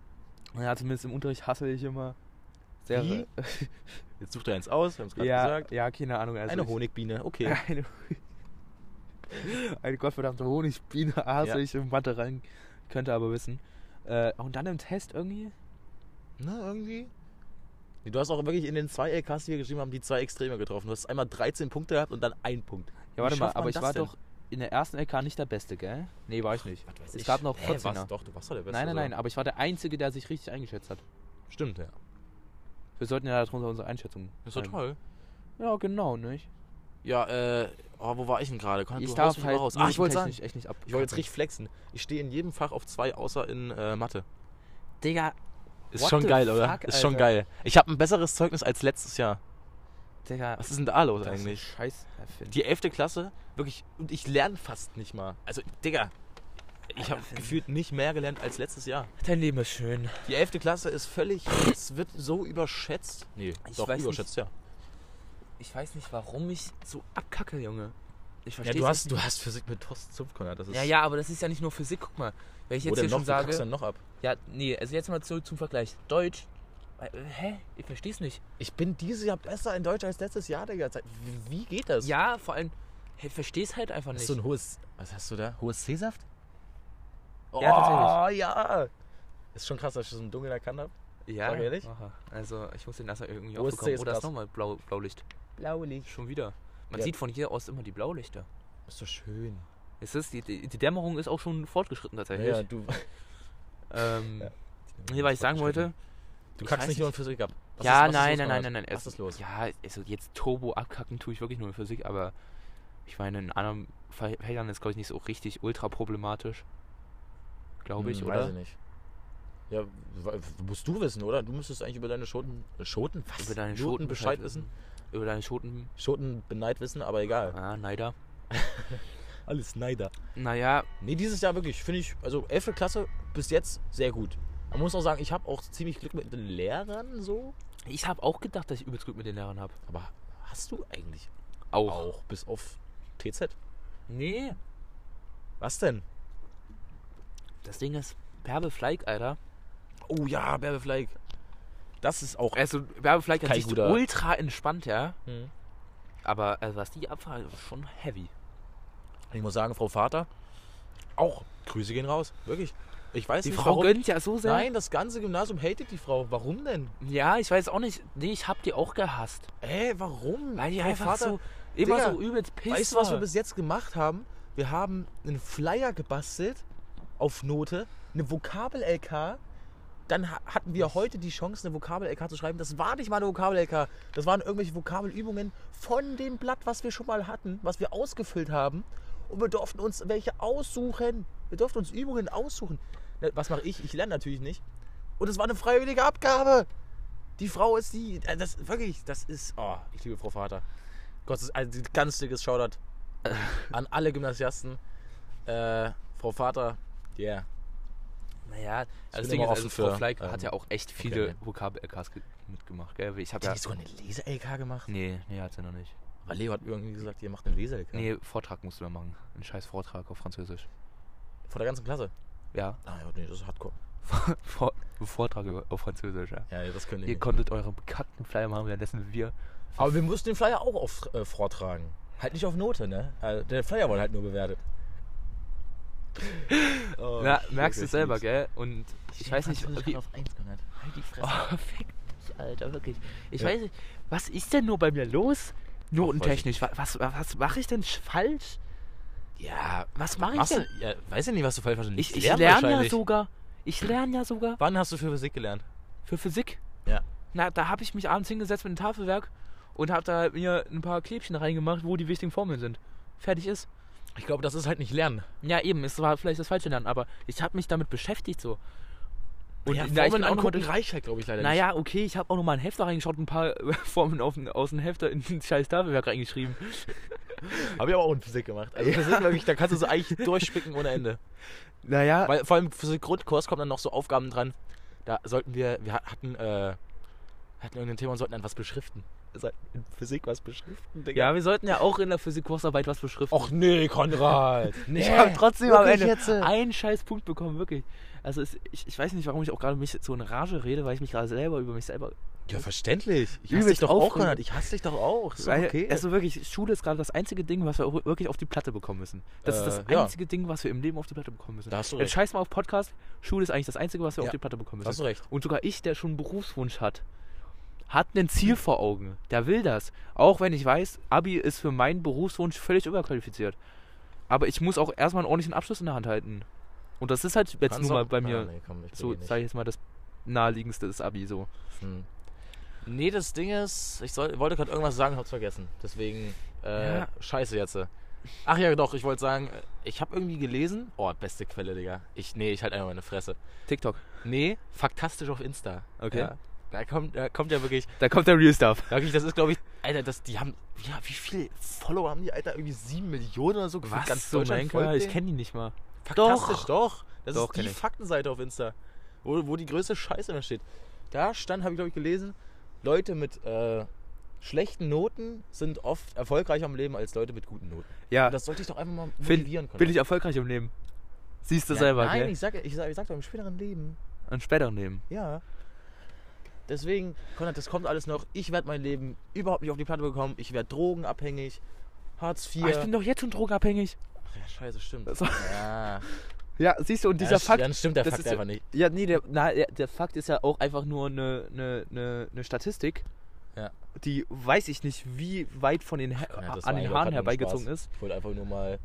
[SPEAKER 2] Ja, zumindest im Unterricht hasse ich immer. Sehr
[SPEAKER 3] Wie? Jetzt sucht er eins aus, wir haben es gerade
[SPEAKER 2] ja,
[SPEAKER 3] gesagt.
[SPEAKER 2] ja, keine Ahnung. Also
[SPEAKER 3] eine
[SPEAKER 2] ich-
[SPEAKER 3] Honigbiene, okay.
[SPEAKER 2] Eine, eine gottverdammte Honigbiene hasse
[SPEAKER 3] Ja.
[SPEAKER 2] ich im Mathe rein. Könnte aber wissen. Äh, und dann im Test irgendwie?
[SPEAKER 3] Na, irgendwie. Nee, Du hast auch wirklich in den zwei LKs, die wir geschrieben haben, die zwei Extreme getroffen. Du hast einmal 13 Punkte gehabt und dann einen Punkt. Wie
[SPEAKER 2] Ja, warte mal,
[SPEAKER 3] schafft man
[SPEAKER 2] aber ich
[SPEAKER 3] das
[SPEAKER 2] war
[SPEAKER 3] denn?
[SPEAKER 2] doch in der ersten LK nicht der Beste, gell? Nee, war ich nicht.
[SPEAKER 3] Was weiß
[SPEAKER 2] Es
[SPEAKER 3] ich.
[SPEAKER 2] gab noch
[SPEAKER 3] Hä,
[SPEAKER 2] 14er.
[SPEAKER 3] was? Doch, du warst doch der Beste.
[SPEAKER 2] nein, nein, nein,
[SPEAKER 3] so.
[SPEAKER 2] aber ich war der Einzige, der sich richtig eingeschätzt hat.
[SPEAKER 3] Stimmt, ja.
[SPEAKER 2] Wir sollten ja darunter unsere Einschätzung.
[SPEAKER 3] Ist doch
[SPEAKER 2] schreiben.
[SPEAKER 3] toll.
[SPEAKER 2] Ja, genau, nicht?
[SPEAKER 3] Ja, äh, oh, wo war ich denn gerade? Konrad,
[SPEAKER 2] ich
[SPEAKER 3] du haust
[SPEAKER 2] darf
[SPEAKER 3] mich
[SPEAKER 2] halt
[SPEAKER 3] mal raus. Ach, ich wollte sagen.
[SPEAKER 2] notentechnisch echt nicht ab.
[SPEAKER 3] Ich wollte jetzt richtig flexen. Ich stehe in jedem Fach auf zwei, außer in äh, Mathe.
[SPEAKER 2] Digga,
[SPEAKER 3] Ist
[SPEAKER 2] What
[SPEAKER 3] schon
[SPEAKER 2] the
[SPEAKER 3] geil, oder?
[SPEAKER 2] fuck,
[SPEAKER 3] ist schon
[SPEAKER 2] Alter.
[SPEAKER 3] geil. Ich habe ein besseres Zeugnis als letztes Jahr.
[SPEAKER 2] Digga.
[SPEAKER 3] Was ist denn da los
[SPEAKER 2] das ist ein
[SPEAKER 3] eigentlich?
[SPEAKER 2] Scheiß, Erfind-
[SPEAKER 3] Die 11. Klasse, wirklich, und ich lerne fast nicht mal. Also, Digga, ich habe
[SPEAKER 2] Alter,
[SPEAKER 3] gefühlt nicht mehr gelernt als letztes Jahr.
[SPEAKER 2] Dein Leben ist schön.
[SPEAKER 3] Die 11. Klasse ist völlig, es wird so überschätzt. Nee,
[SPEAKER 2] Ich
[SPEAKER 3] doch,
[SPEAKER 2] weiß nicht.
[SPEAKER 3] überschätzt, ja.
[SPEAKER 2] Ich weiß nicht, warum ich so abkacke, Junge. Ich
[SPEAKER 3] Ja,
[SPEAKER 2] verstehe
[SPEAKER 3] du hast, du hast Physik mit Thorsten Zumpf, Konrad. Das ist
[SPEAKER 2] Ja, ja, aber das ist ja nicht nur Physik. Guck mal, wenn ich
[SPEAKER 3] wo
[SPEAKER 2] jetzt
[SPEAKER 3] denn
[SPEAKER 2] hier
[SPEAKER 3] noch?
[SPEAKER 2] schon
[SPEAKER 3] Wo kackst du
[SPEAKER 2] sage.
[SPEAKER 3] denn noch ab?
[SPEAKER 2] Ja, nee, also jetzt mal zurück zum Vergleich. Deutsch. äh, Hä? Ich versteh's nicht.
[SPEAKER 3] Ich bin dieses Jahr besser in Deutsch als letztes Jahr, Digga. Wie, wie geht das?
[SPEAKER 2] Ja, vor allem, hey, ich versteh's halt einfach nicht.
[SPEAKER 3] Hast du ein hohes. Was hast du da? Hohes Teesaft? Oh,
[SPEAKER 2] Ja, tatsächlich.
[SPEAKER 3] ja. Ist schon krass, dass ich das im Dunkeln erkannt habe.
[SPEAKER 2] ja,
[SPEAKER 3] Sag ehrlich?
[SPEAKER 2] Aha. Also, ich muss den Nasser irgendwie
[SPEAKER 3] OSC
[SPEAKER 2] aufbekommen.
[SPEAKER 3] ist
[SPEAKER 2] Oder ist
[SPEAKER 3] krass.
[SPEAKER 2] nochmal Blau, Blaulicht. Blaulicht. Schon wieder. Man
[SPEAKER 3] Ja.
[SPEAKER 2] sieht von hier aus immer die Blaulichter.
[SPEAKER 3] Ist doch schön.
[SPEAKER 2] Es ist, die, die die Dämmerung ist auch schon fortgeschritten tatsächlich.
[SPEAKER 3] Ja, du.
[SPEAKER 2] Ähm, Nee, was ich sagen wollte.
[SPEAKER 3] Du
[SPEAKER 2] ich
[SPEAKER 3] kackst
[SPEAKER 2] weiß
[SPEAKER 3] nicht nur in Physik ab. Was
[SPEAKER 2] ja,
[SPEAKER 3] ist- was ist
[SPEAKER 2] nein,
[SPEAKER 3] los,
[SPEAKER 2] nein, nein,
[SPEAKER 3] Konrad?
[SPEAKER 2] nein, nein.
[SPEAKER 3] Was ist los?
[SPEAKER 2] Ja, also jetzt Turbo abkacken tue ich wirklich nur in Physik, aber ich meine, in anderen Ver- Feldern ist, glaube ich, nicht so richtig ultra problematisch. Glaube ich,
[SPEAKER 3] Hm, Weiß
[SPEAKER 2] oder?
[SPEAKER 3] ich nicht. Ja, w- w- musst du wissen, oder? Du müsstest eigentlich über deine Schoten. Schoten? Was?
[SPEAKER 2] Über deine
[SPEAKER 3] Noten
[SPEAKER 2] Schoten
[SPEAKER 3] Bescheid
[SPEAKER 2] Bescheid
[SPEAKER 3] wissen?
[SPEAKER 2] Über deine Schoten.
[SPEAKER 3] Schoten beneid wissen, aber egal.
[SPEAKER 2] Ah, leider.
[SPEAKER 3] Alles Neider.
[SPEAKER 2] Naja,
[SPEAKER 3] Nee, dieses Jahr wirklich, finde ich, also 11. Klasse bis jetzt sehr gut. Man muss auch sagen, ich habe auch ziemlich Glück mit den Lehrern so.
[SPEAKER 2] ich habe auch gedacht, dass ich übelst gut mit den Lehrern habe.
[SPEAKER 3] Aber hast du eigentlich
[SPEAKER 2] Auch.
[SPEAKER 3] auch, bis auf TZ?
[SPEAKER 2] Nee,
[SPEAKER 3] Was denn?
[SPEAKER 2] das Ding ist, Bärbe Fleig, Alter.
[SPEAKER 3] Oh ja, Bärbe Fleig. Das ist auch.
[SPEAKER 2] Also, Bärbe Fleig hat
[SPEAKER 3] Kein
[SPEAKER 2] sich
[SPEAKER 3] guter-
[SPEAKER 2] ultra entspannt, ja.
[SPEAKER 3] Mhm.
[SPEAKER 2] Aber also, was die abfahren, ist schon heavy.
[SPEAKER 3] Ich muss sagen, Frau Vater, auch Grüße gehen raus. Wirklich. Ich weiß
[SPEAKER 2] Die
[SPEAKER 3] nicht,
[SPEAKER 2] Frau
[SPEAKER 3] warum.
[SPEAKER 2] gönnt ja so sehr.
[SPEAKER 3] Nein, das ganze Gymnasium hatet die Frau. Warum denn?
[SPEAKER 2] Ja, ich weiß auch nicht. Nee, ich hab die auch gehasst.
[SPEAKER 3] Ey, warum?
[SPEAKER 2] Weil die
[SPEAKER 3] Frau
[SPEAKER 2] einfach so immer
[SPEAKER 3] Digga,
[SPEAKER 2] so übelst pisst
[SPEAKER 3] Weißt du, was wir
[SPEAKER 2] war.
[SPEAKER 3] bis jetzt gemacht haben? Wir haben einen Flyer gebastelt auf Note, eine Vokabel-LK. Dann ha- hatten wir heute die Chance, eine Vokabel-LK zu schreiben. Das war nicht mal eine Vokabel-LK. Das waren irgendwelche Vokabelübungen von dem Blatt, was wir schon mal hatten, was wir ausgefüllt haben. Und wir durften uns welche aussuchen. Wir durften uns Übungen aussuchen. Na, Was mache ich? Ich lerne natürlich nicht. Und es war eine freiwillige Abgabe. Die Frau ist die. äh, Das wirklich, das ist. Oh, ich liebe Frau Vater. Gott, das ist ein ganz dickes Shoutout an alle Gymnasiasten. Äh, Frau Vater, yeah.
[SPEAKER 2] Naja, also das
[SPEAKER 3] bin
[SPEAKER 2] Ding
[SPEAKER 3] immer
[SPEAKER 2] ist, also
[SPEAKER 3] offen
[SPEAKER 2] Frau
[SPEAKER 3] für,
[SPEAKER 2] Fleig
[SPEAKER 3] ähm,
[SPEAKER 2] hat ja auch echt viele
[SPEAKER 3] Komplimente.
[SPEAKER 2] Vokabel-LKs ge- mitgemacht, gell? Ich hab
[SPEAKER 3] Hat
[SPEAKER 2] ja...
[SPEAKER 3] die sogar eine Lese-LK gemacht?
[SPEAKER 2] Nee, nee, hat sie noch nicht.
[SPEAKER 3] Weil Leo hat irgendwie gesagt, ihr macht eine Lese-LK.
[SPEAKER 2] Nee, Vortrag musst du da machen. Ein scheiß Vortrag auf Französisch.
[SPEAKER 3] Vor der ganzen Klasse.
[SPEAKER 2] Ja,
[SPEAKER 3] Ah ja, nee, das ist hardcore.
[SPEAKER 2] Vor ein Vortrag über- auf Französisch, ja.
[SPEAKER 3] Ja, ja, das können die.
[SPEAKER 2] Ihr
[SPEAKER 3] nicht.
[SPEAKER 2] konntet euren bekackten Flyer machen, währenddessen wir...
[SPEAKER 3] Aber wir mussten den Flyer auch auf, äh, vortragen. Halt nicht auf Note, ne? Also, der Flyer wurde halt nur bewertet. Oh,
[SPEAKER 2] Na,
[SPEAKER 3] ich
[SPEAKER 2] merkst du
[SPEAKER 3] lieb's,
[SPEAKER 2] selber,
[SPEAKER 3] lieb's.
[SPEAKER 2] gell? Und ich, weiß nicht, wie...
[SPEAKER 3] auf 1 genannt. Halt die Fresse.
[SPEAKER 2] Oh, fick mich, Alter, wirklich. Ich
[SPEAKER 3] Ja.
[SPEAKER 2] weiß nicht, was ist denn nur bei mir los? Notentechnisch, wa- was, wa- was mache ich denn sch- falsch?
[SPEAKER 3] Ja,
[SPEAKER 2] Was mache ich
[SPEAKER 3] machst du,
[SPEAKER 2] denn?
[SPEAKER 3] ja, weiß ja nicht, was du falsch verstanden
[SPEAKER 2] Ich,
[SPEAKER 3] hast.
[SPEAKER 2] ich
[SPEAKER 3] Lernen
[SPEAKER 2] lerne ja
[SPEAKER 3] wahrscheinlich.
[SPEAKER 2] sogar. Ich lerne ja sogar
[SPEAKER 3] Wann hast du für Physik gelernt?
[SPEAKER 2] für Physik.
[SPEAKER 3] Ja.
[SPEAKER 2] Na, da habe ich mich abends hingesetzt mit dem Tafelwerk und habe da mir ein paar Klebchen reingemacht, wo die wichtigen Formeln sind. Fertig ist.
[SPEAKER 3] Ich glaube, das ist halt nicht Lernen.
[SPEAKER 2] Ja, eben, es war vielleicht das falsche Lernen, aber ich habe mich damit beschäftigt so. Und
[SPEAKER 3] ja,
[SPEAKER 2] na,
[SPEAKER 3] Formeln
[SPEAKER 2] ich bin auch noch mal
[SPEAKER 3] angucken
[SPEAKER 2] durch,
[SPEAKER 3] reicht halt, glaube ich, leider
[SPEAKER 2] naja, okay, ich habe auch nochmal einen Hefter reingeschaut, ein paar Formen auf, aus dem Hefter in den scheiß Tafelwerk reingeschrieben.
[SPEAKER 3] nicht. Habe ich aber auch in Physik gemacht. Also Physik, wirklich, da kannst du so eigentlich durchspicken ohne Ende.
[SPEAKER 2] Naja,
[SPEAKER 3] Weil vor allem für den Grundkurs kommen dann noch so Aufgaben dran. Da sollten wir, wir hatten, äh, hatten irgendein Thema und sollten dann was beschriften. Wir sollten in Physik was beschriften, Digga.
[SPEAKER 2] ja, wir sollten ja auch in der Physik-Kursarbeit was beschriften.
[SPEAKER 3] Och nee, Konrad. Nee.
[SPEAKER 2] Ich habe trotzdem am
[SPEAKER 3] wirklich
[SPEAKER 2] Ende
[SPEAKER 3] jetzt, äh?
[SPEAKER 2] einen scheiß Punkt bekommen, wirklich. Also es, ich, ich weiß nicht, warum ich auch gerade mich so in Rage rede, weil ich mich gerade selber über mich selber...
[SPEAKER 3] Ja, verständlich. Ich hasse
[SPEAKER 2] Übelst
[SPEAKER 3] dich doch auch,
[SPEAKER 2] aufregend.
[SPEAKER 3] Konrad. Ich hasse dich doch auch. Ist doch
[SPEAKER 2] Weil-
[SPEAKER 3] okay.
[SPEAKER 2] Also wirklich, Schule ist gerade das einzige Ding, was wir auch wirklich auf die Platte bekommen müssen. Das ist das
[SPEAKER 3] Äh, ja.
[SPEAKER 2] einzige Ding, was wir im Leben auf die Platte bekommen müssen.
[SPEAKER 3] Da hast du
[SPEAKER 2] Jetzt
[SPEAKER 3] recht.
[SPEAKER 2] scheiß mal auf Podcast. Schule ist eigentlich das einzige, was wir
[SPEAKER 3] Ja.
[SPEAKER 2] auf die Platte bekommen
[SPEAKER 3] Da hast du
[SPEAKER 2] müssen.
[SPEAKER 3] recht.
[SPEAKER 2] Und sogar ich, der schon einen Berufswunsch hat, hat ein
[SPEAKER 3] Hm.
[SPEAKER 2] Ziel vor Augen. Der will das. Auch wenn ich weiß, Abi ist für meinen Berufswunsch völlig überqualifiziert. Aber ich muss auch erstmal einen ordentlichen Abschluss in der Hand halten. Und das ist halt jetzt
[SPEAKER 3] Kannst
[SPEAKER 2] nur mal
[SPEAKER 3] auch-
[SPEAKER 2] bei
[SPEAKER 3] Ah,
[SPEAKER 2] mir,
[SPEAKER 3] nee, komm, ich
[SPEAKER 2] so
[SPEAKER 3] bin eh nicht.
[SPEAKER 2] sage ich jetzt mal, das naheliegendste ist Abi so.
[SPEAKER 3] Hm. Nee, das Ding ist, ich soll, wollte gerade irgendwas sagen, hab's vergessen. Deswegen, äh,
[SPEAKER 2] Ja.
[SPEAKER 3] scheiße jetzt. Ach ja, doch, ich wollte sagen, äh, ich habe irgendwie gelesen. Oh, beste Quelle, Digga. Ich, nee, ich halt einfach meine Fresse.
[SPEAKER 2] TikTok.
[SPEAKER 3] Nee, faktastisch auf Insta.
[SPEAKER 2] Okay.
[SPEAKER 3] Ja. Da kommt, da kommt ja wirklich,
[SPEAKER 2] Da kommt der Real Stuff.
[SPEAKER 3] wirklich, das ist glaube ich, Alter, das, die haben, ja, wie viel Follower haben die, Alter? Irgendwie sieben Millionen oder so?
[SPEAKER 2] Was?
[SPEAKER 3] Ganz
[SPEAKER 2] so
[SPEAKER 3] Deutschland
[SPEAKER 2] mein
[SPEAKER 3] folgt
[SPEAKER 2] Gott, ich
[SPEAKER 3] denen.
[SPEAKER 2] kenne die nicht mal.
[SPEAKER 3] Faktastisch, doch. Das
[SPEAKER 2] Doch,
[SPEAKER 3] ist die
[SPEAKER 2] kenn ich.
[SPEAKER 3] Faktenseite auf Insta, wo, wo die größte Scheiße immer steht. Da stand, habe ich glaube ich gelesen, Leute mit äh, schlechten Noten sind oft erfolgreicher im Leben als Leute mit guten Noten.
[SPEAKER 2] Ja,
[SPEAKER 3] Und das sollte ich doch einfach mal
[SPEAKER 2] bin,
[SPEAKER 3] motivieren können.
[SPEAKER 2] bin ich erfolgreich im Leben. Siehst du selber,
[SPEAKER 3] Nein,
[SPEAKER 2] gell?
[SPEAKER 3] ich sag, ich, sag, ich sag doch im späteren Leben.
[SPEAKER 2] Und später Leben.
[SPEAKER 3] Ja. Deswegen, Konrad, das kommt alles noch. Ich werde mein Leben überhaupt nicht auf die Platte bekommen. Ich werde drogenabhängig. Hartz IV.
[SPEAKER 2] Ah, ich bin doch jetzt schon drogenabhängig.
[SPEAKER 3] Ach ja, scheiße, stimmt.
[SPEAKER 2] Das war-
[SPEAKER 3] ja.
[SPEAKER 2] Ja, siehst du, und
[SPEAKER 3] ja, st- Dann stimmt der
[SPEAKER 2] das
[SPEAKER 3] Fakt
[SPEAKER 2] ist ja-
[SPEAKER 3] einfach nicht.
[SPEAKER 2] Ja, nee, der, na, der, der Fakt ist ja auch einfach nur eine, eine, eine, eine Statistik.
[SPEAKER 3] Ja.
[SPEAKER 2] Die weiß ich nicht, wie weit von den He
[SPEAKER 3] Ja, das
[SPEAKER 2] an
[SPEAKER 3] war eigentlich auch
[SPEAKER 2] den Haaren
[SPEAKER 3] gerade nur ein
[SPEAKER 2] herbeigezogen
[SPEAKER 3] Spaß.
[SPEAKER 2] ist.
[SPEAKER 3] Ich wollte einfach nur mal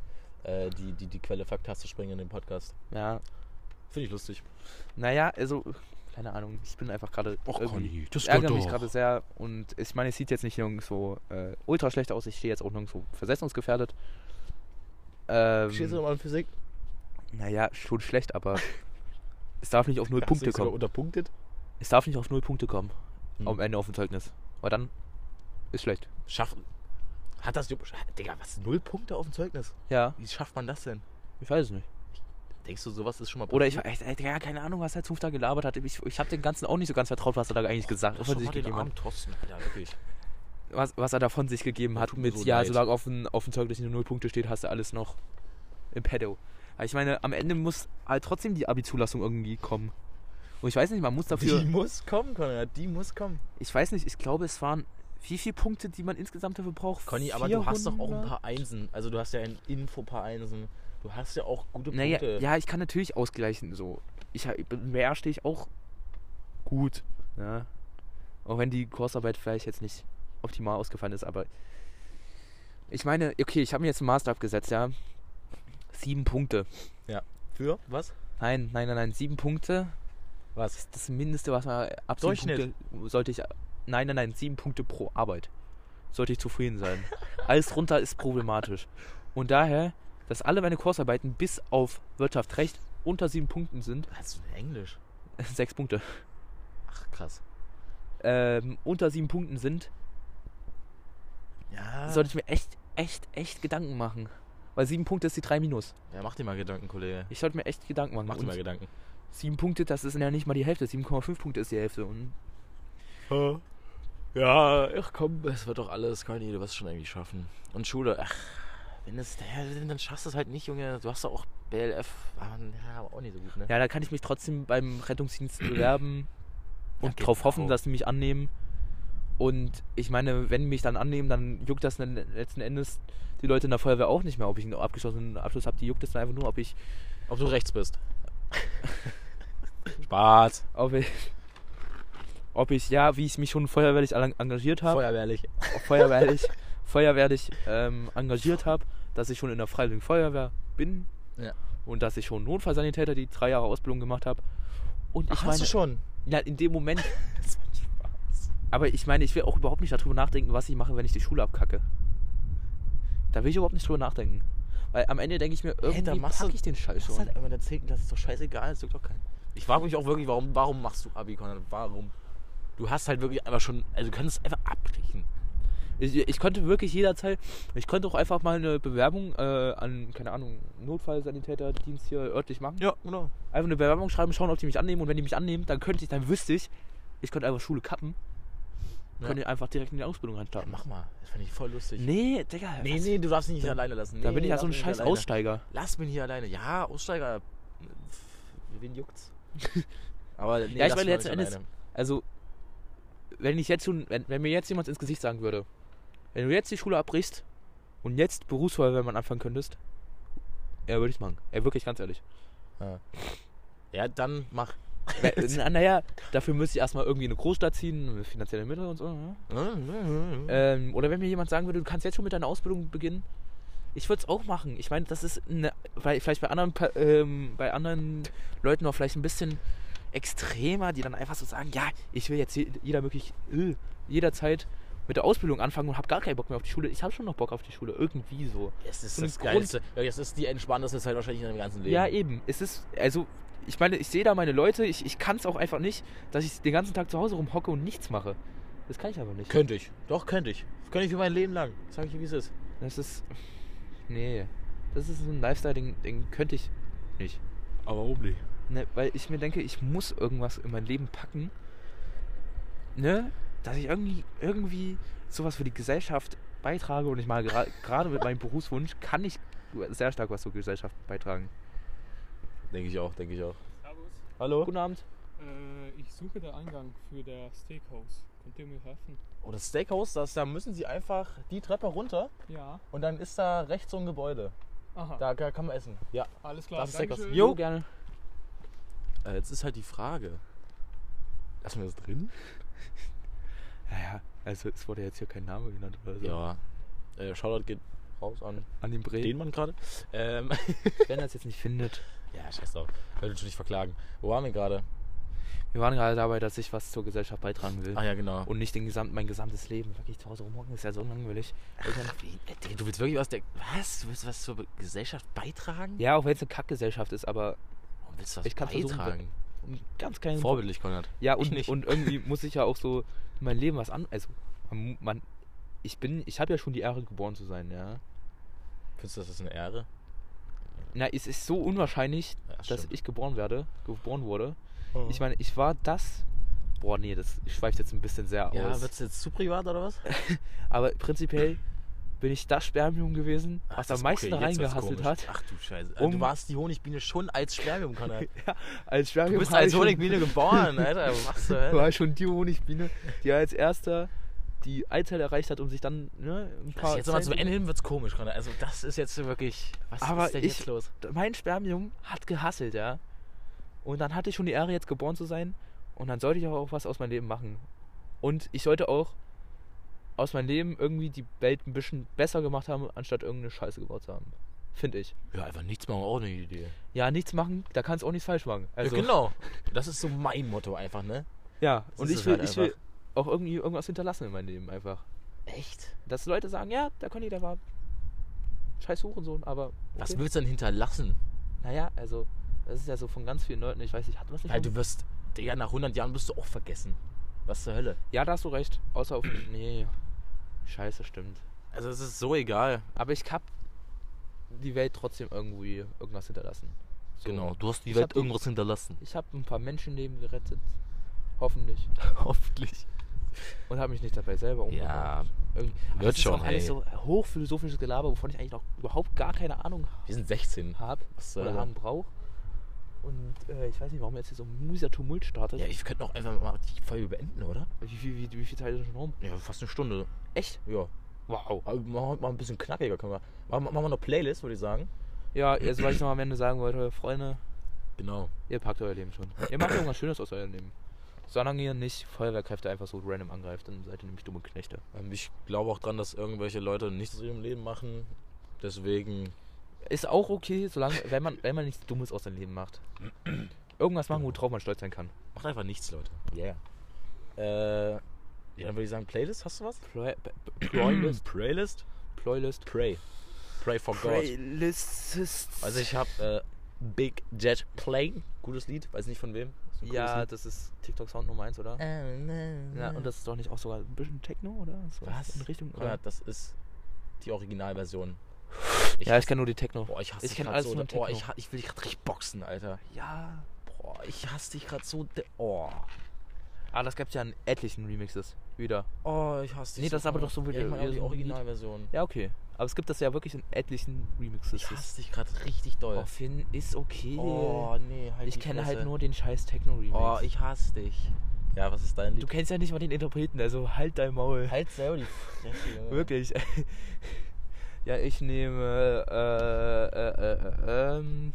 [SPEAKER 3] äh, die, die, die Quelle faktastisch bringen in den Podcast.
[SPEAKER 2] Ja.
[SPEAKER 3] Finde ich lustig.
[SPEAKER 2] Naja, also, keine Ahnung, ich bin einfach gerade.
[SPEAKER 3] Och,
[SPEAKER 2] irgendwie-
[SPEAKER 3] Conny, das
[SPEAKER 2] Ich
[SPEAKER 3] geht
[SPEAKER 2] ärgere mich
[SPEAKER 3] doch.
[SPEAKER 2] gerade sehr und ich meine, es sieht jetzt nicht nirgendwo äh, ultra schlecht aus. Ich stehe jetzt auch nirgendwo versetzungsgefährdet. Ähm,
[SPEAKER 3] Stehst du nochmal in Physik?
[SPEAKER 2] naja, schon schlecht, aber es darf nicht auf null
[SPEAKER 3] Hast du
[SPEAKER 2] Punkte
[SPEAKER 3] dich sogar
[SPEAKER 2] kommen.
[SPEAKER 3] Unterpunktet?
[SPEAKER 2] Es darf nicht auf null Punkte kommen.
[SPEAKER 3] Hm.
[SPEAKER 2] Am Ende auf dem Zeugnis. Weil dann ist schlecht.
[SPEAKER 3] Schaffen. Hat das. Jupp- Digga, was? Null Punkte auf dem Zeugnis?
[SPEAKER 2] Ja,
[SPEAKER 3] Wie schafft man das denn?
[SPEAKER 2] ich weiß es nicht.
[SPEAKER 3] Denkst du, sowas ist schon mal
[SPEAKER 2] Oder ich, ich, ja, keine Ahnung, was der Zuf da gelabert hat. Ich, ich habe den Ganzen auch nicht so ganz vertraut, was er da eigentlich gesagt
[SPEAKER 3] Das
[SPEAKER 2] von
[SPEAKER 3] von
[SPEAKER 2] sich
[SPEAKER 3] den
[SPEAKER 2] gegeben hat.
[SPEAKER 3] armen Thorsten, Alter, wirklich.
[SPEAKER 2] Was, was er da von sich gegeben hat
[SPEAKER 3] Tut mir
[SPEAKER 2] mit,
[SPEAKER 3] so
[SPEAKER 2] ja,
[SPEAKER 3] leid.
[SPEAKER 2] solange auf dem, auf dem Zeugnis nur null Punkte steht, hast du alles noch im Pedo. Aber ich meine, am Ende muss halt trotzdem die Abi-Zulassung irgendwie kommen. Und ich weiß nicht, man muss dafür.
[SPEAKER 3] Die muss kommen, Konrad, die muss kommen.
[SPEAKER 2] Ich weiß nicht, ich glaube, es waren wie viele Punkte, die man insgesamt dafür braucht.
[SPEAKER 3] Conny, aber du hast doch auch ein
[SPEAKER 2] 400?
[SPEAKER 3] paar Einsen. Also, du hast ja ein Info-Paar Einsen. Du hast ja auch gute
[SPEAKER 2] Naja,
[SPEAKER 3] Punkte.
[SPEAKER 2] ja, ich kann natürlich ausgleichen. So, ich hab- mehr stehe ich auch gut. Ja. Auch wenn die Kursarbeit vielleicht jetzt nicht optimal ausgefallen ist, aber ich meine, okay, ich habe mir jetzt einen Master abgesetzt, ja. Sieben Punkte.
[SPEAKER 3] Für? Was?
[SPEAKER 2] Nein, nein, nein, nein, sieben Punkte.
[SPEAKER 3] Was?
[SPEAKER 2] Das ist das Mindeste, was man ab sieben
[SPEAKER 3] Durchschnitt.
[SPEAKER 2] Punkte sollte ich. Nein, nein, nein, sieben Punkte pro Arbeit. Sollte ich zufrieden sein. Alles runter ist problematisch. Und daher, dass alle meine Kursarbeiten bis auf Wirtschaftsrecht unter sieben Punkten sind,
[SPEAKER 3] Hast du denn Englisch?
[SPEAKER 2] sechs Punkte,
[SPEAKER 3] Ach, krass.
[SPEAKER 2] ähm, unter sieben Punkten sind,
[SPEAKER 3] Ja.
[SPEAKER 2] sollte ich mir echt, echt, echt Gedanken machen. Weil sieben Punkte ist die drei Minus.
[SPEAKER 3] Ja, mach dir mal Gedanken, Kollege.
[SPEAKER 2] Ich sollte mir echt Gedanken machen.
[SPEAKER 3] Mach dir
[SPEAKER 2] Und
[SPEAKER 3] mal Gedanken.
[SPEAKER 2] sieben Punkte, das ist ja nicht mal die Hälfte. 7,5 Punkte ist die Hälfte. Und
[SPEAKER 3] Ja, ach komm, es wird doch alles, Conny, du wirst es schon irgendwie schaffen. Und Schule, ach, wenn es, ja, dann schaffst du es halt nicht, Junge. Du hast doch auch BLF, aber, ah, ja, aber auch nicht so gut, ne?
[SPEAKER 2] Ja, da kann ich mich trotzdem beim Rettungsdienst bewerben und
[SPEAKER 3] geht
[SPEAKER 2] darauf hoffen,
[SPEAKER 3] auch.
[SPEAKER 2] dass sie mich annehmen. Und ich meine, wenn mich dann annehmen, dann juckt das dann letzten Endes die Leute in der Feuerwehr auch nicht mehr, ob ich einen abgeschlossenen Abschluss habe. Die juckt das dann einfach nur, ob ich,
[SPEAKER 3] Ob du rechts bist. Spaß.
[SPEAKER 2] ob ich, ob ich, ja, wie ich mich schon feuerwehrlich an- engagiert habe,
[SPEAKER 3] Feuerwehrlich.
[SPEAKER 2] feuerwehrlich, feuerwehrlich ähm, engagiert habe, dass ich schon in der Freiwilligen Feuerwehr bin
[SPEAKER 3] Ja.
[SPEAKER 2] und dass ich schon Notfallsanitäter die drei Jahre Ausbildung gemacht habe. Und ich
[SPEAKER 3] Ach,
[SPEAKER 2] meine,
[SPEAKER 3] hast du schon?
[SPEAKER 2] Ja, in dem Moment. Aber ich meine, ich will auch überhaupt nicht darüber nachdenken, was ich mache, wenn ich die Schule abkacke. Da will ich überhaupt nicht drüber nachdenken. Weil am Ende denke ich mir, irgendwie
[SPEAKER 3] da machst du-
[SPEAKER 2] packe ich den Scheiß
[SPEAKER 3] Das ist
[SPEAKER 2] schon.
[SPEAKER 3] halt immer in der 10. Klasse, ist doch scheißegal, es juckt doch keinen. Ich frage mich auch wirklich, warum, warum machst du Abi, Konrad? Warum? Du hast halt wirklich einfach schon, also du kannst es einfach abbrechen.
[SPEAKER 2] Ich, ich konnte wirklich jederzeit, ich konnte auch einfach mal eine Bewerbung äh, an, keine Ahnung, Notfallsanitäterdienst hier örtlich machen.
[SPEAKER 3] Ja, genau.
[SPEAKER 2] Einfach eine Bewerbung schreiben, schauen, ob die mich annehmen. Und wenn die mich annehmen, dann könnte ich, dann wüsste ich, ich könnte einfach Schule kappen.
[SPEAKER 3] Ja.
[SPEAKER 2] Könnte einfach direkt in die Ausbildung reinstarten.
[SPEAKER 3] Mach mal, das fand ich voll lustig.
[SPEAKER 2] Nee, Digga.
[SPEAKER 3] nee,
[SPEAKER 2] was?
[SPEAKER 3] nee, du darfst mich nicht alleine lassen. Nee,
[SPEAKER 2] Da bin ich ja
[SPEAKER 3] lass
[SPEAKER 2] so ein
[SPEAKER 3] mich
[SPEAKER 2] scheiß
[SPEAKER 3] alleine.
[SPEAKER 2] Aussteiger.
[SPEAKER 3] Lass mich hier alleine. Ja, Aussteiger. pff, Wen juckt's? Aber nee,
[SPEAKER 2] Ja, ich
[SPEAKER 3] lass
[SPEAKER 2] meine,
[SPEAKER 3] mich
[SPEAKER 2] letzten
[SPEAKER 3] nicht
[SPEAKER 2] Endes-
[SPEAKER 3] alleine.
[SPEAKER 2] Also, wenn ich jetzt schon, wenn, wenn mir jetzt jemand ins Gesicht sagen würde, wenn du jetzt die Schule abbrichst und jetzt Berufsfeuerwehrmann anfangen könntest, ja, würde ich machen. Ja, wirklich, ganz ehrlich.
[SPEAKER 3] Ja, dann mach.
[SPEAKER 2] Na- na- naja, dafür müsste ich erstmal irgendwie in eine Großstadt ziehen, finanzielle Mittel und so. Ne? Ähm, oder wenn mir jemand sagen würde, du kannst jetzt schon mit deiner Ausbildung beginnen, ich würde es auch machen. Ich meine, das ist eine, weil- vielleicht bei anderen, Pa- ähm, bei anderen Leuten auch vielleicht ein bisschen extremer, die dann einfach so sagen, ja, ich will jetzt je- jeder möglich, äh, jederzeit mit der Ausbildung anfangen und habe gar keinen Bock mehr auf die Schule. Ich habe schon noch Bock auf die Schule, irgendwie so.
[SPEAKER 3] Es ist
[SPEAKER 2] Und
[SPEAKER 3] das
[SPEAKER 2] Grund-
[SPEAKER 3] Geilste. Wirklich, Es ist die entspannteste Zeit wahrscheinlich in deinem ganzen Leben.
[SPEAKER 2] Ja, eben. Es ist, also, ich meine, ich sehe da meine Leute, ich, ich kann es auch einfach nicht, dass ich den ganzen Tag zu Hause rumhocke und nichts mache. Das kann ich aber nicht.
[SPEAKER 3] Könnte ich. Doch, könnte ich. Könnte ich für mein Leben lang. Sag ich dir, wie es ist.
[SPEAKER 2] Das ist. Nee. Das ist so ein Lifestyle, den, den könnte ich nicht.
[SPEAKER 3] Aber warum nicht?
[SPEAKER 2] Ne, weil ich mir denke, ich muss irgendwas in mein Leben packen. Ne? Dass ich irgendwie, irgendwie sowas für die Gesellschaft beitrage und ich mal gra- gerade mit meinem Berufswunsch kann ich sehr stark was zur Gesellschaft beitragen.
[SPEAKER 3] Denke ich auch, denke ich auch.
[SPEAKER 7] Servus.
[SPEAKER 3] Hallo?
[SPEAKER 2] Guten Abend.
[SPEAKER 7] Äh, ich suche den Eingang für das Steakhouse. Könnt ihr mir helfen?
[SPEAKER 3] Oh, das Steakhouse, das, da müssen sie einfach die Treppe runter
[SPEAKER 7] Ja.
[SPEAKER 3] und dann ist da rechts so ein Gebäude.
[SPEAKER 7] Aha.
[SPEAKER 3] Da, da kann man essen. Ja.
[SPEAKER 7] Alles klar.
[SPEAKER 3] das ist Steakhouse.
[SPEAKER 7] Dankeschön.
[SPEAKER 3] Jo.
[SPEAKER 2] gerne.
[SPEAKER 3] Äh, jetzt ist halt die Frage. Lassen wir das drin?
[SPEAKER 2] Naja, also es wurde jetzt hier kein Name genannt oder so.
[SPEAKER 3] Ja. Äh, Shoutout geht raus an
[SPEAKER 2] An
[SPEAKER 3] den
[SPEAKER 2] den Bremen.
[SPEAKER 3] Mann gerade. Ähm,
[SPEAKER 2] Wenn er es jetzt nicht findet.
[SPEAKER 3] ja, scheiß drauf. Ich will dich nicht verklagen. Wo waren wir gerade?
[SPEAKER 2] Wir waren gerade dabei, dass ich was zur Gesellschaft beitragen will.
[SPEAKER 3] Ah ja, genau.
[SPEAKER 2] Und nicht den gesamten, mein gesamtes Leben wirklich zu Hause rumhocken, ist ja so langweilig.
[SPEAKER 3] Ach, wie, äh, Digga, du willst wirklich was der. Was? Du willst was zur Be- Gesellschaft beitragen?
[SPEAKER 2] Ja, auch wenn es eine Kackgesellschaft ist, aber
[SPEAKER 3] Warum willst du was
[SPEAKER 2] Ich kann's versuchen,
[SPEAKER 3] beitragen?
[SPEAKER 2] ein ganz kleinen.
[SPEAKER 3] Vorbildlich, Konrad.
[SPEAKER 2] Ja, und,
[SPEAKER 3] Ich nicht.
[SPEAKER 2] und irgendwie muss ich ja auch so mein Leben was an. Also, man, man ich bin, ich habe ja schon die Ehre, geboren zu sein, ja.
[SPEAKER 3] Findest du, das ist eine Ehre?
[SPEAKER 2] Na, es ist so unwahrscheinlich,
[SPEAKER 3] Ja,
[SPEAKER 2] dass
[SPEAKER 3] stimmt.
[SPEAKER 2] ich geboren werde, geboren wurde.
[SPEAKER 3] Oh.
[SPEAKER 2] Ich meine, ich war das. Boah, nee, das schweift jetzt ein bisschen sehr aus.
[SPEAKER 3] Ja, wird's jetzt zu privat oder was?
[SPEAKER 2] Aber prinzipiell bin ich das Spermium gewesen,
[SPEAKER 3] Ach,
[SPEAKER 2] was
[SPEAKER 3] das
[SPEAKER 2] am
[SPEAKER 3] ist
[SPEAKER 2] meisten
[SPEAKER 3] okay, jetzt wird's
[SPEAKER 2] reingehasselt
[SPEAKER 3] komisch.
[SPEAKER 2] hat.
[SPEAKER 3] Ach du Scheiße. Also,
[SPEAKER 2] Um-
[SPEAKER 3] du warst die Honigbiene schon als Spermium, Konrad.
[SPEAKER 2] Als Spermium
[SPEAKER 3] Du bist
[SPEAKER 2] habe
[SPEAKER 3] als
[SPEAKER 2] ich schon-
[SPEAKER 3] Honigbiene geboren, Alter. Was machst du, Alter?
[SPEAKER 2] war schon die Honigbiene, die als erster die Eizelle erreicht hat und sich dann ne, ein
[SPEAKER 3] Also
[SPEAKER 2] paar.
[SPEAKER 3] jetzt mal zum
[SPEAKER 2] Zellen-
[SPEAKER 3] Ende hin wird's komisch, Konrad. Also das ist jetzt wirklich. Was
[SPEAKER 2] Aber
[SPEAKER 3] ist denn
[SPEAKER 2] ich-
[SPEAKER 3] jetzt los?
[SPEAKER 2] Mein Spermium hat gehasselt, ja. Und dann hatte ich schon die Ehre, jetzt geboren zu sein. Und dann sollte ich aber auch was aus meinem Leben machen. Und ich sollte auch aus meinem Leben irgendwie die Welt ein bisschen besser gemacht haben, anstatt irgendeine Scheiße gebaut zu haben. Finde ich.
[SPEAKER 3] Ja, einfach nichts machen, auch eine Idee.
[SPEAKER 2] Ja, nichts machen, da kannst du auch nichts falsch machen. Also,
[SPEAKER 3] ja, genau. Das ist so mein Motto einfach, ne?
[SPEAKER 2] Ja,
[SPEAKER 3] Das
[SPEAKER 2] und
[SPEAKER 3] ist
[SPEAKER 2] ich
[SPEAKER 3] es
[SPEAKER 2] will,
[SPEAKER 3] halt
[SPEAKER 2] ich will
[SPEAKER 3] einfach.
[SPEAKER 2] auch irgendwie irgendwas hinterlassen in meinem Leben einfach.
[SPEAKER 3] Echt?
[SPEAKER 2] dass Leute sagen, ja, der Conny, der war scheiß Hurensohn, aber okay.
[SPEAKER 3] Was willst du denn hinterlassen?
[SPEAKER 2] Naja, also, das ist ja so von ganz vielen Leuten, ich weiß nicht, hat was nicht?
[SPEAKER 3] Weil
[SPEAKER 2] schon?
[SPEAKER 3] du wirst, Digga, nach 100 Jahren wirst du auch vergessen. Was zur Hölle?
[SPEAKER 2] ja, da hast du recht, außer auf, nee, scheiße, stimmt.
[SPEAKER 3] Also es ist so egal.
[SPEAKER 2] Aber ich hab die Welt trotzdem irgendwie irgendwas hinterlassen. So.
[SPEAKER 3] Genau, du hast die
[SPEAKER 2] Ich hab
[SPEAKER 3] Welt
[SPEAKER 2] die-
[SPEAKER 3] irgendwas hinterlassen.
[SPEAKER 2] Ich hab ein paar Menschenleben gerettet, hoffentlich,
[SPEAKER 3] Hoffentlich.
[SPEAKER 2] und habe mich nicht dabei selber
[SPEAKER 3] Ja,
[SPEAKER 2] umgebracht. Irgendwie, aber
[SPEAKER 3] wird
[SPEAKER 2] das ist
[SPEAKER 3] schon,
[SPEAKER 2] auch alles
[SPEAKER 3] ey.
[SPEAKER 2] so hochphilosophisches Gelaber, wovon ich eigentlich noch überhaupt gar keine Ahnung
[SPEAKER 3] wir sind 16.
[SPEAKER 2] habe.
[SPEAKER 3] Was zur
[SPEAKER 2] oder
[SPEAKER 3] Hölle?
[SPEAKER 2] haben braucht. Und äh, ich weiß nicht, warum jetzt hier so ein mieser Tumult startet.
[SPEAKER 3] Ja, ich könnte auch einfach mal die Folge beenden, oder?
[SPEAKER 2] wie, viel, wie, wie viel Zeit ist schon rum?
[SPEAKER 3] Ja, fast eine Stunde.
[SPEAKER 2] Echt?
[SPEAKER 3] Ja.
[SPEAKER 2] Wow.
[SPEAKER 3] Aber machen wir heute mal ein bisschen knackiger, können wir. Machen, machen wir noch Playlist, würde ich sagen.
[SPEAKER 2] Ja, jetzt was ich noch am Ende sagen wollte, Freunde,
[SPEAKER 3] Genau.
[SPEAKER 2] ihr packt euer Leben schon. Ihr macht irgendwas Schönes aus eurem Leben. Solange ihr nicht Feuerwehrkräfte einfach so random angreift, dann seid ihr nämlich dumme Knechte.
[SPEAKER 3] Ähm, Ich glaube auch dran, dass irgendwelche Leute nichts aus ihrem Leben machen. Deswegen.
[SPEAKER 2] Ist auch okay, solange, wenn man, wenn man nichts Dummes aus seinem Leben macht. Irgendwas machen, worauf man stolz sein kann.
[SPEAKER 3] Macht einfach nichts, Leute. Yeah. Äh, ja, dann würde ich sagen, Playlist, hast du was?
[SPEAKER 2] Ploy- Playlist.
[SPEAKER 3] Playlist?
[SPEAKER 2] Playlist.
[SPEAKER 3] Pray. Pray for God.
[SPEAKER 2] Playlist.
[SPEAKER 3] Also ich habe äh, Big Jet Plane. Gutes Lied, weiß nicht von wem. Ist ein cooles
[SPEAKER 2] Ja,
[SPEAKER 3] Lied.
[SPEAKER 2] das ist TikTok-Sound Nummer 1,
[SPEAKER 3] Oh,
[SPEAKER 2] oder? Ja, und das ist doch nicht auch sogar ein bisschen Techno, oder? So
[SPEAKER 3] Was?
[SPEAKER 2] In Richtung, oder?
[SPEAKER 3] Konrad, das ist die Originalversion.
[SPEAKER 2] Ja, ich kenne nur die Techno.
[SPEAKER 3] Boah, ich hasse
[SPEAKER 2] Ich
[SPEAKER 3] dich
[SPEAKER 2] kenn
[SPEAKER 3] gerade
[SPEAKER 2] alles
[SPEAKER 3] so.
[SPEAKER 2] von
[SPEAKER 3] Boah,
[SPEAKER 2] Techno.
[SPEAKER 3] ich, ha- ich will dich gerade richtig boxen, Alter.
[SPEAKER 2] Ja.
[SPEAKER 3] Boah, ich hasse dich gerade so. de- Oh.
[SPEAKER 2] Ah, das gibt's ja in etlichen Remixes. Wieder.
[SPEAKER 3] Oh, ich hasse dich.
[SPEAKER 2] Nee, das ist aber
[SPEAKER 3] gerade.
[SPEAKER 2] doch so
[SPEAKER 3] ja, ich
[SPEAKER 2] wieder-
[SPEAKER 3] meine auch die
[SPEAKER 2] wieder so ein Lied.
[SPEAKER 3] Originalversion.
[SPEAKER 2] Ja, okay. Aber es gibt das ja wirklich in etlichen Remixes.
[SPEAKER 3] Ich hasse dich gerade richtig doll.
[SPEAKER 2] Oh, Finn ist okay.
[SPEAKER 3] Oh, nee, halt
[SPEAKER 2] ich
[SPEAKER 3] die
[SPEAKER 2] kenne halt
[SPEAKER 3] Fresse.
[SPEAKER 2] nur den scheiß Techno-Remix.
[SPEAKER 3] Oh, ich hasse dich. Ja, was ist dein
[SPEAKER 2] du kennst ja nicht mal den Interpreten, also halt dein Maul.
[SPEAKER 3] halt selber die Fresse, Junge.
[SPEAKER 2] Wirklich. ja, ich nehme. Äh, äh, äh, ähm.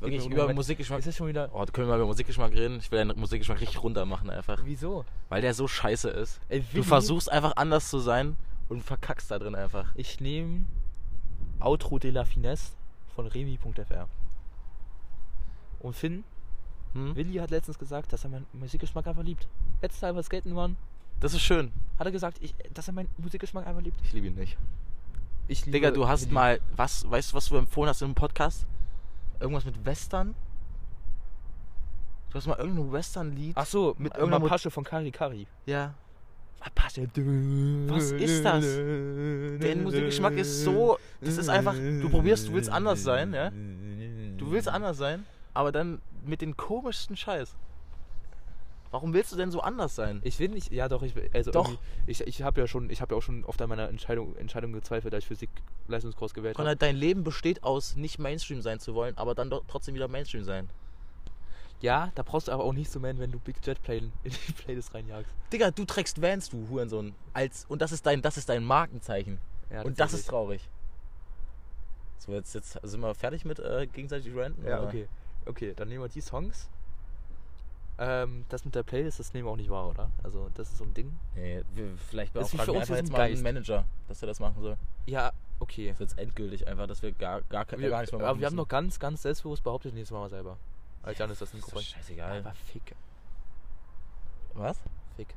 [SPEAKER 3] Wirklich,
[SPEAKER 2] gib mir einen
[SPEAKER 3] über
[SPEAKER 2] Moment.
[SPEAKER 3] Musikgeschmack.
[SPEAKER 2] Ist das schon wieder.
[SPEAKER 3] Oh, können wir mal über Musikgeschmack reden? Ich will deinen Musikgeschmack richtig runter machen einfach.
[SPEAKER 2] Wieso?
[SPEAKER 3] Weil der so scheiße ist.
[SPEAKER 2] Ey,
[SPEAKER 3] Du
[SPEAKER 2] Willi,
[SPEAKER 3] versuchst einfach anders zu sein und verkackst da drin einfach.
[SPEAKER 2] Ich nehme. Outro de la Finesse von Remi.fr. Und Finn,
[SPEAKER 3] Hm?
[SPEAKER 2] Willi hat letztens gesagt, dass er meinen Musikgeschmack einfach liebt. Letztes Mal, als wir skaten waren,
[SPEAKER 3] Das ist schön.
[SPEAKER 2] hat er gesagt, ich, dass er meinen Musikgeschmack einfach liebt.
[SPEAKER 3] Ich liebe ihn nicht.
[SPEAKER 2] Ich liebe
[SPEAKER 3] Digga, du hast
[SPEAKER 2] Willi.
[SPEAKER 3] mal, was, weißt du, was du empfohlen hast im Podcast? Irgendwas mit Western? Du hast mal irgendein Western-Lied?
[SPEAKER 2] Ach so,
[SPEAKER 3] mit
[SPEAKER 2] mit
[SPEAKER 3] irgendeiner Mut-
[SPEAKER 2] Pasche von Kari Kari.
[SPEAKER 3] Ja.
[SPEAKER 2] Pasche. Was
[SPEAKER 3] ist das? Der Musikgeschmack ist so, das ist einfach, du probierst, du willst anders sein, ja? Du willst anders sein, aber dann mit den komischsten Scheiß. Warum willst du denn so anders sein?
[SPEAKER 2] Ich will nicht, ja doch, ich will- also
[SPEAKER 3] Doch.
[SPEAKER 2] irgendwie- ich, ich habe ja schon, ich habe ja auch schon oft an meiner Entscheidung, Entscheidung gezweifelt, da ich Physik Leistungskurs gewählt habe.
[SPEAKER 3] Konrad, halt dein Leben besteht aus, nicht Mainstream sein zu wollen, aber dann doch trotzdem wieder Mainstream sein.
[SPEAKER 2] Ja, da brauchst du aber auch nicht so man, wenn du Big Jet Plane in die Playlist reinjagst.
[SPEAKER 3] Digga, du trägst Vans, du Hurensohn. Als, und das ist dein, das ist dein Markenzeichen.
[SPEAKER 2] Ja,
[SPEAKER 3] und das
[SPEAKER 2] tatsächlich.
[SPEAKER 3] ist traurig. So, jetzt, jetzt sind wir fertig mit äh, gegenseitig ranten?
[SPEAKER 2] Ja,
[SPEAKER 3] oder?
[SPEAKER 2] okay. Okay, dann nehmen wir die Songs. Ähm, das mit der Playlist, das nehmen wir auch nicht wahr, oder? Also, das ist so ein Ding.
[SPEAKER 3] Nee, wir, vielleicht
[SPEAKER 2] Das ist wie
[SPEAKER 3] beauftragen
[SPEAKER 2] für
[SPEAKER 3] wir einfach
[SPEAKER 2] uns ist
[SPEAKER 3] jetzt
[SPEAKER 2] ein
[SPEAKER 3] mal einen
[SPEAKER 2] Geist.
[SPEAKER 3] Manager, dass er das machen soll.
[SPEAKER 2] Ja, okay.
[SPEAKER 3] Das wird jetzt endgültig einfach, dass wir gar, gar,
[SPEAKER 2] Wir,
[SPEAKER 3] gar nichts mehr machen
[SPEAKER 2] aber wir haben
[SPEAKER 3] müssen.
[SPEAKER 2] noch ganz, ganz selbstbewusst behauptet, nee, das machen wir selber. Als Jan ist das
[SPEAKER 3] Ist
[SPEAKER 2] Mikro
[SPEAKER 3] doch scheißegal.
[SPEAKER 2] Aber fick.
[SPEAKER 3] Was?
[SPEAKER 2] Fick.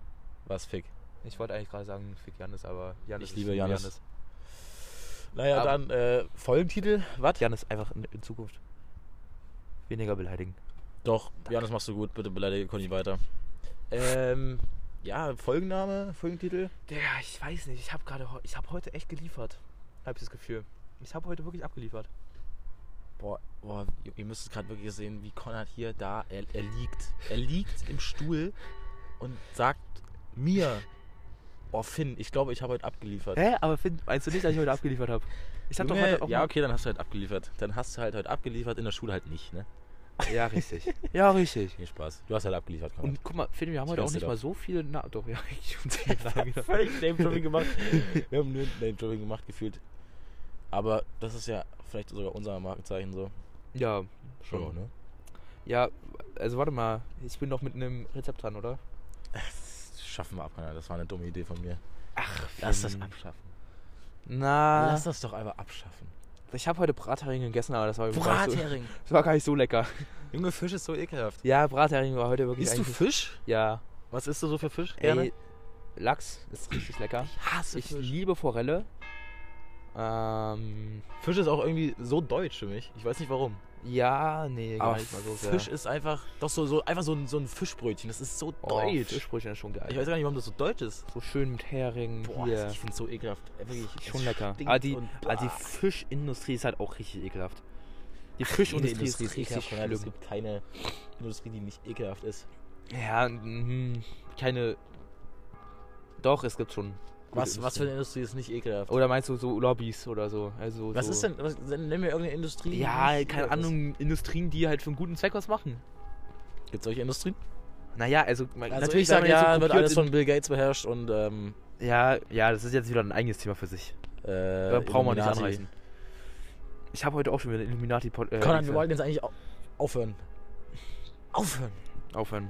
[SPEAKER 3] Was, Fick?
[SPEAKER 2] Ich wollte eigentlich gerade sagen, fick Janis, aber Janis
[SPEAKER 3] Ich
[SPEAKER 2] ist
[SPEAKER 3] liebe
[SPEAKER 2] nur
[SPEAKER 3] Janis. Naja,
[SPEAKER 2] Aber-
[SPEAKER 3] dann äh, Folgentitel? Was?
[SPEAKER 2] Janis einfach in, in Zukunft weniger beleidigen.
[SPEAKER 3] Doch, ja, das machst du gut. Bitte beleidige Conny weiter. Ähm, ja, Folgenname, Folgentitel.
[SPEAKER 2] Digga, ich weiß nicht. Ich habe gerade, ich habe heute echt geliefert. Hab ich das Gefühl. Ich habe heute wirklich abgeliefert.
[SPEAKER 3] Boah, boah ihr, ihr müsst gerade wirklich sehen, wie Konrad hier da, er, er liegt. Er liegt im Stuhl und sagt mir, oh Finn, ich glaube, ich habe heute abgeliefert.
[SPEAKER 2] Hä? Aber Finn, meinst du nicht, dass ich heute abgeliefert habe? Ich habe doch
[SPEAKER 3] Junge,
[SPEAKER 2] heute auch
[SPEAKER 3] ja,
[SPEAKER 2] mal-
[SPEAKER 3] okay, dann hast du halt abgeliefert. Dann hast du halt heute abgeliefert, in der Schule halt nicht, ne?
[SPEAKER 2] Ja, richtig. ja, richtig.
[SPEAKER 3] Nee, Spaß. Du hast halt abgeliefert, Konrad.
[SPEAKER 2] Und guck mal, Finn, wir haben
[SPEAKER 3] Ich
[SPEAKER 2] heute auch
[SPEAKER 3] kann's dir
[SPEAKER 2] nicht
[SPEAKER 3] doch.
[SPEAKER 2] mal so viele. Na, doch, ja, ich und zehn
[SPEAKER 3] völlig Name-Dropping gemacht. Wir haben nur Name-Dropping gemacht, gefühlt. Aber das ist ja vielleicht sogar unser Markenzeichen so.
[SPEAKER 2] Ja, schon.
[SPEAKER 3] Ja, ne?
[SPEAKER 2] Ja, also warte mal. Ich bin doch mit einem Rezept dran, oder?
[SPEAKER 3] Das schaffen wir ab, Kanal. Das war eine dumme Idee von mir. Ach, Ah. Lass das
[SPEAKER 2] Finn.
[SPEAKER 3] abschaffen.
[SPEAKER 2] Na.
[SPEAKER 3] Lass das doch einfach abschaffen.
[SPEAKER 2] Ich habe heute Brathering gegessen, aber das war, irgendwie gar nicht so,
[SPEAKER 3] Brathering.
[SPEAKER 2] das war gar nicht so lecker.
[SPEAKER 3] Junge, Fisch ist so ekelhaft.
[SPEAKER 2] Ja, Brathering war heute wirklich.
[SPEAKER 3] Isst du
[SPEAKER 2] eigentlich-
[SPEAKER 3] Fisch?
[SPEAKER 2] Ja.
[SPEAKER 3] Was isst du so für Fisch?
[SPEAKER 2] Ey, Lachs ist richtig lecker.
[SPEAKER 3] Ich hasse
[SPEAKER 2] Ich
[SPEAKER 3] Fisch.
[SPEAKER 2] liebe Forelle. Ähm,
[SPEAKER 3] Fisch ist auch irgendwie so deutsch für mich. Ich weiß nicht warum.
[SPEAKER 2] ja, nee, gar
[SPEAKER 3] Aber
[SPEAKER 2] nicht mal so sehr.
[SPEAKER 3] Fisch ist einfach, doch so, so einfach so ein, so ein Fischbrötchen. Das ist so
[SPEAKER 2] oh,
[SPEAKER 3] deutsch.
[SPEAKER 2] Fischbrötchen ist schon geil.
[SPEAKER 3] Ich weiß gar nicht, warum das so deutsch ist.
[SPEAKER 2] so schön mit Hering
[SPEAKER 3] Boah,
[SPEAKER 2] hier.
[SPEAKER 3] ich find's so ekelhaft. Äh, Wirklich, es
[SPEAKER 2] schon lecker.
[SPEAKER 3] stinkt
[SPEAKER 2] Aber die,
[SPEAKER 3] und-
[SPEAKER 2] aber die
[SPEAKER 3] Ah.
[SPEAKER 2] Fischindustrie ist halt auch richtig ekelhaft. Die
[SPEAKER 3] Jede
[SPEAKER 2] Fischindustrie ist richtig
[SPEAKER 3] ekelhaft, Konrad. Es
[SPEAKER 2] schlimm.
[SPEAKER 3] gibt keine Industrie, die nicht ekelhaft ist.
[SPEAKER 2] Ja, mhm, keine. Doch, es gibt schon. gute
[SPEAKER 3] Was, was für eine
[SPEAKER 2] Industrien.
[SPEAKER 3] Industrie ist nicht ekelhaft?
[SPEAKER 2] Oder meinst du so Lobbys oder so? Also
[SPEAKER 3] was
[SPEAKER 2] so.
[SPEAKER 3] ist denn, was, dann nenn mir irgendeine Industrie. die
[SPEAKER 2] Ja,
[SPEAKER 3] nicht
[SPEAKER 2] keine
[SPEAKER 3] ekelhaft ist.
[SPEAKER 2] Ahnung, Industrien, die halt für einen guten Zweck was machen.
[SPEAKER 3] Gibt's solche Industrien?
[SPEAKER 2] Naja, also, man-
[SPEAKER 3] Also
[SPEAKER 2] natürlich
[SPEAKER 3] ich sage
[SPEAKER 2] man
[SPEAKER 3] ja,
[SPEAKER 2] jetzt so
[SPEAKER 3] wird
[SPEAKER 2] kopiert
[SPEAKER 3] alles
[SPEAKER 2] in-
[SPEAKER 3] von Bill Gates beherrscht und ähm,
[SPEAKER 2] Ja, ja, das ist jetzt wieder ein eigenes Thema für sich.
[SPEAKER 3] äh,
[SPEAKER 2] Da brauchen wir nicht
[SPEAKER 3] Illuminati.
[SPEAKER 2] anreichen. Ich habe heute auch schon wieder einen illuminati pod äh,
[SPEAKER 3] Konrad,
[SPEAKER 2] Dings,
[SPEAKER 3] wir wollten jetzt eigentlich au- aufhören. Aufhören.
[SPEAKER 2] aufhören.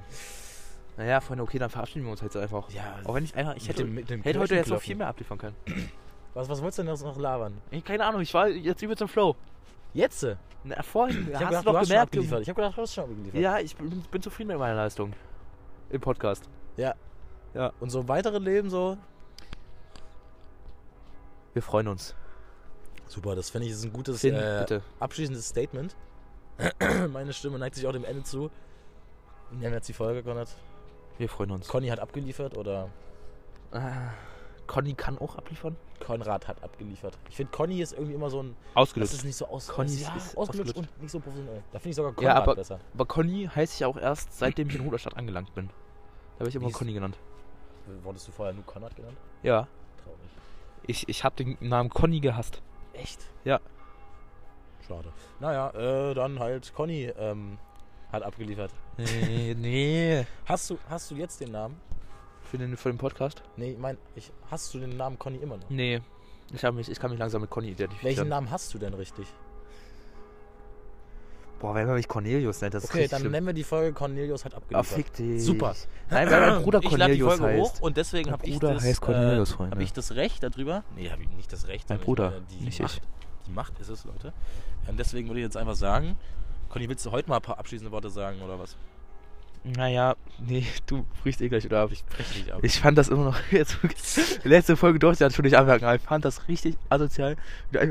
[SPEAKER 2] Naja, Freunde, okay, dann verabschieden wir uns jetzt einfach.
[SPEAKER 3] Ja,
[SPEAKER 2] Auch wenn ich einfach,
[SPEAKER 3] mit
[SPEAKER 2] ich hätte,
[SPEAKER 3] dem- mit dem
[SPEAKER 2] hätte heute jetzt noch
[SPEAKER 3] Kirchenglocken.
[SPEAKER 2] viel mehr abliefern können.
[SPEAKER 3] was, was wolltest du denn jetzt noch labern?
[SPEAKER 2] Ey, keine Ahnung, ich war jetzt über zum Flow.
[SPEAKER 3] Jetzt? Ich
[SPEAKER 2] Na, vorhin,
[SPEAKER 3] hab gedacht,
[SPEAKER 2] hast du doch
[SPEAKER 3] hast schon
[SPEAKER 2] gemerkt.
[SPEAKER 3] abgeliefert. Ich hab gedacht, du hast schon abgeliefert.
[SPEAKER 2] ja, ich bin, bin zufrieden mit meiner Leistung. Im Podcast.
[SPEAKER 3] Und so im weiteren Leben so,
[SPEAKER 2] Wir freuen uns.
[SPEAKER 3] Super, das finde ich ist ein gutes
[SPEAKER 2] Finn,
[SPEAKER 3] äh,
[SPEAKER 2] bitte.
[SPEAKER 3] abschließendes Statement. Meine Stimme neigt sich auch dem Ende zu. Nennen wir jetzt die Folge, Konrad.
[SPEAKER 2] Wir freuen uns.
[SPEAKER 3] Conny hat abgeliefert oder
[SPEAKER 2] Ah, Conny kann auch abliefern.
[SPEAKER 3] Konrad hat abgeliefert. Ich finde, Conny ist irgendwie immer so ein. Das
[SPEAKER 2] Ausgelöst.
[SPEAKER 3] ist nicht so aus
[SPEAKER 2] Conny
[SPEAKER 3] ja, ausgelutscht
[SPEAKER 2] ist ausgelutscht.
[SPEAKER 3] und nicht so professionell. Da finde ich sogar Konrad
[SPEAKER 2] Ja, aber-
[SPEAKER 3] besser.
[SPEAKER 2] Aber Conny heiße ich auch erst, seitdem ich in Ruderstadt angelangt bin. Da werde ich immer
[SPEAKER 3] Wie ist-
[SPEAKER 2] Conny genannt.
[SPEAKER 3] Wurdest du vorher nur Konrad genannt?
[SPEAKER 2] Ja.
[SPEAKER 3] Traurig.
[SPEAKER 2] Ich, ich habe den Namen Conny gehasst.
[SPEAKER 3] Echt?
[SPEAKER 2] Ja.
[SPEAKER 3] Schade. Naja, äh, dann halt Conny ähm, hat abgeliefert.
[SPEAKER 2] Nee, nee.
[SPEAKER 3] Hast du, hast du jetzt den Namen?
[SPEAKER 2] Für den, für den Podcast?
[SPEAKER 3] Nee, ich meine, ich, hast du den Namen Conny immer noch?
[SPEAKER 2] Nee. Ich, hab mich, ich kann mich langsam mit Conny
[SPEAKER 3] Welchen
[SPEAKER 2] identifizieren.
[SPEAKER 3] Namen hast du denn richtig?
[SPEAKER 2] Boah, wenn man mich Cornelius nennt, das
[SPEAKER 3] Okay,
[SPEAKER 2] ist
[SPEAKER 3] dann
[SPEAKER 2] richtig schlimm.
[SPEAKER 3] nennen wir die Folge Cornelius hat
[SPEAKER 2] Ah,
[SPEAKER 3] abgeliefert.
[SPEAKER 2] fick dich.
[SPEAKER 3] Super.
[SPEAKER 2] Nein, weil mein Bruder
[SPEAKER 3] Äh, ich lade die
[SPEAKER 2] Cornelius
[SPEAKER 3] Folge
[SPEAKER 2] heißt.
[SPEAKER 3] hoch und deswegen
[SPEAKER 2] Mein
[SPEAKER 3] habe ich,
[SPEAKER 2] Bruder
[SPEAKER 3] das,
[SPEAKER 2] heißt Cornelius,
[SPEAKER 3] äh,
[SPEAKER 2] Freunde.
[SPEAKER 3] hab ich das Recht darüber. Nee, habe ich nicht das Recht.
[SPEAKER 2] Mein
[SPEAKER 3] sondern
[SPEAKER 2] Bruder,
[SPEAKER 3] ich, meine, die
[SPEAKER 2] nicht ich.
[SPEAKER 3] Macht, Die Macht ist es, Leute. Und deswegen würde ich jetzt einfach sagen, Conny, willst du heute mal ein paar abschließende Worte sagen oder was?
[SPEAKER 2] Naja, nee, du brichst eh gleich wieder ab. Ich,
[SPEAKER 3] Richtig ab.
[SPEAKER 2] ich fand das immer noch. Jetzt, letzte Folge durfte ich das schon nicht anmerken, aber ich fand das richtig asozial. wie du einfach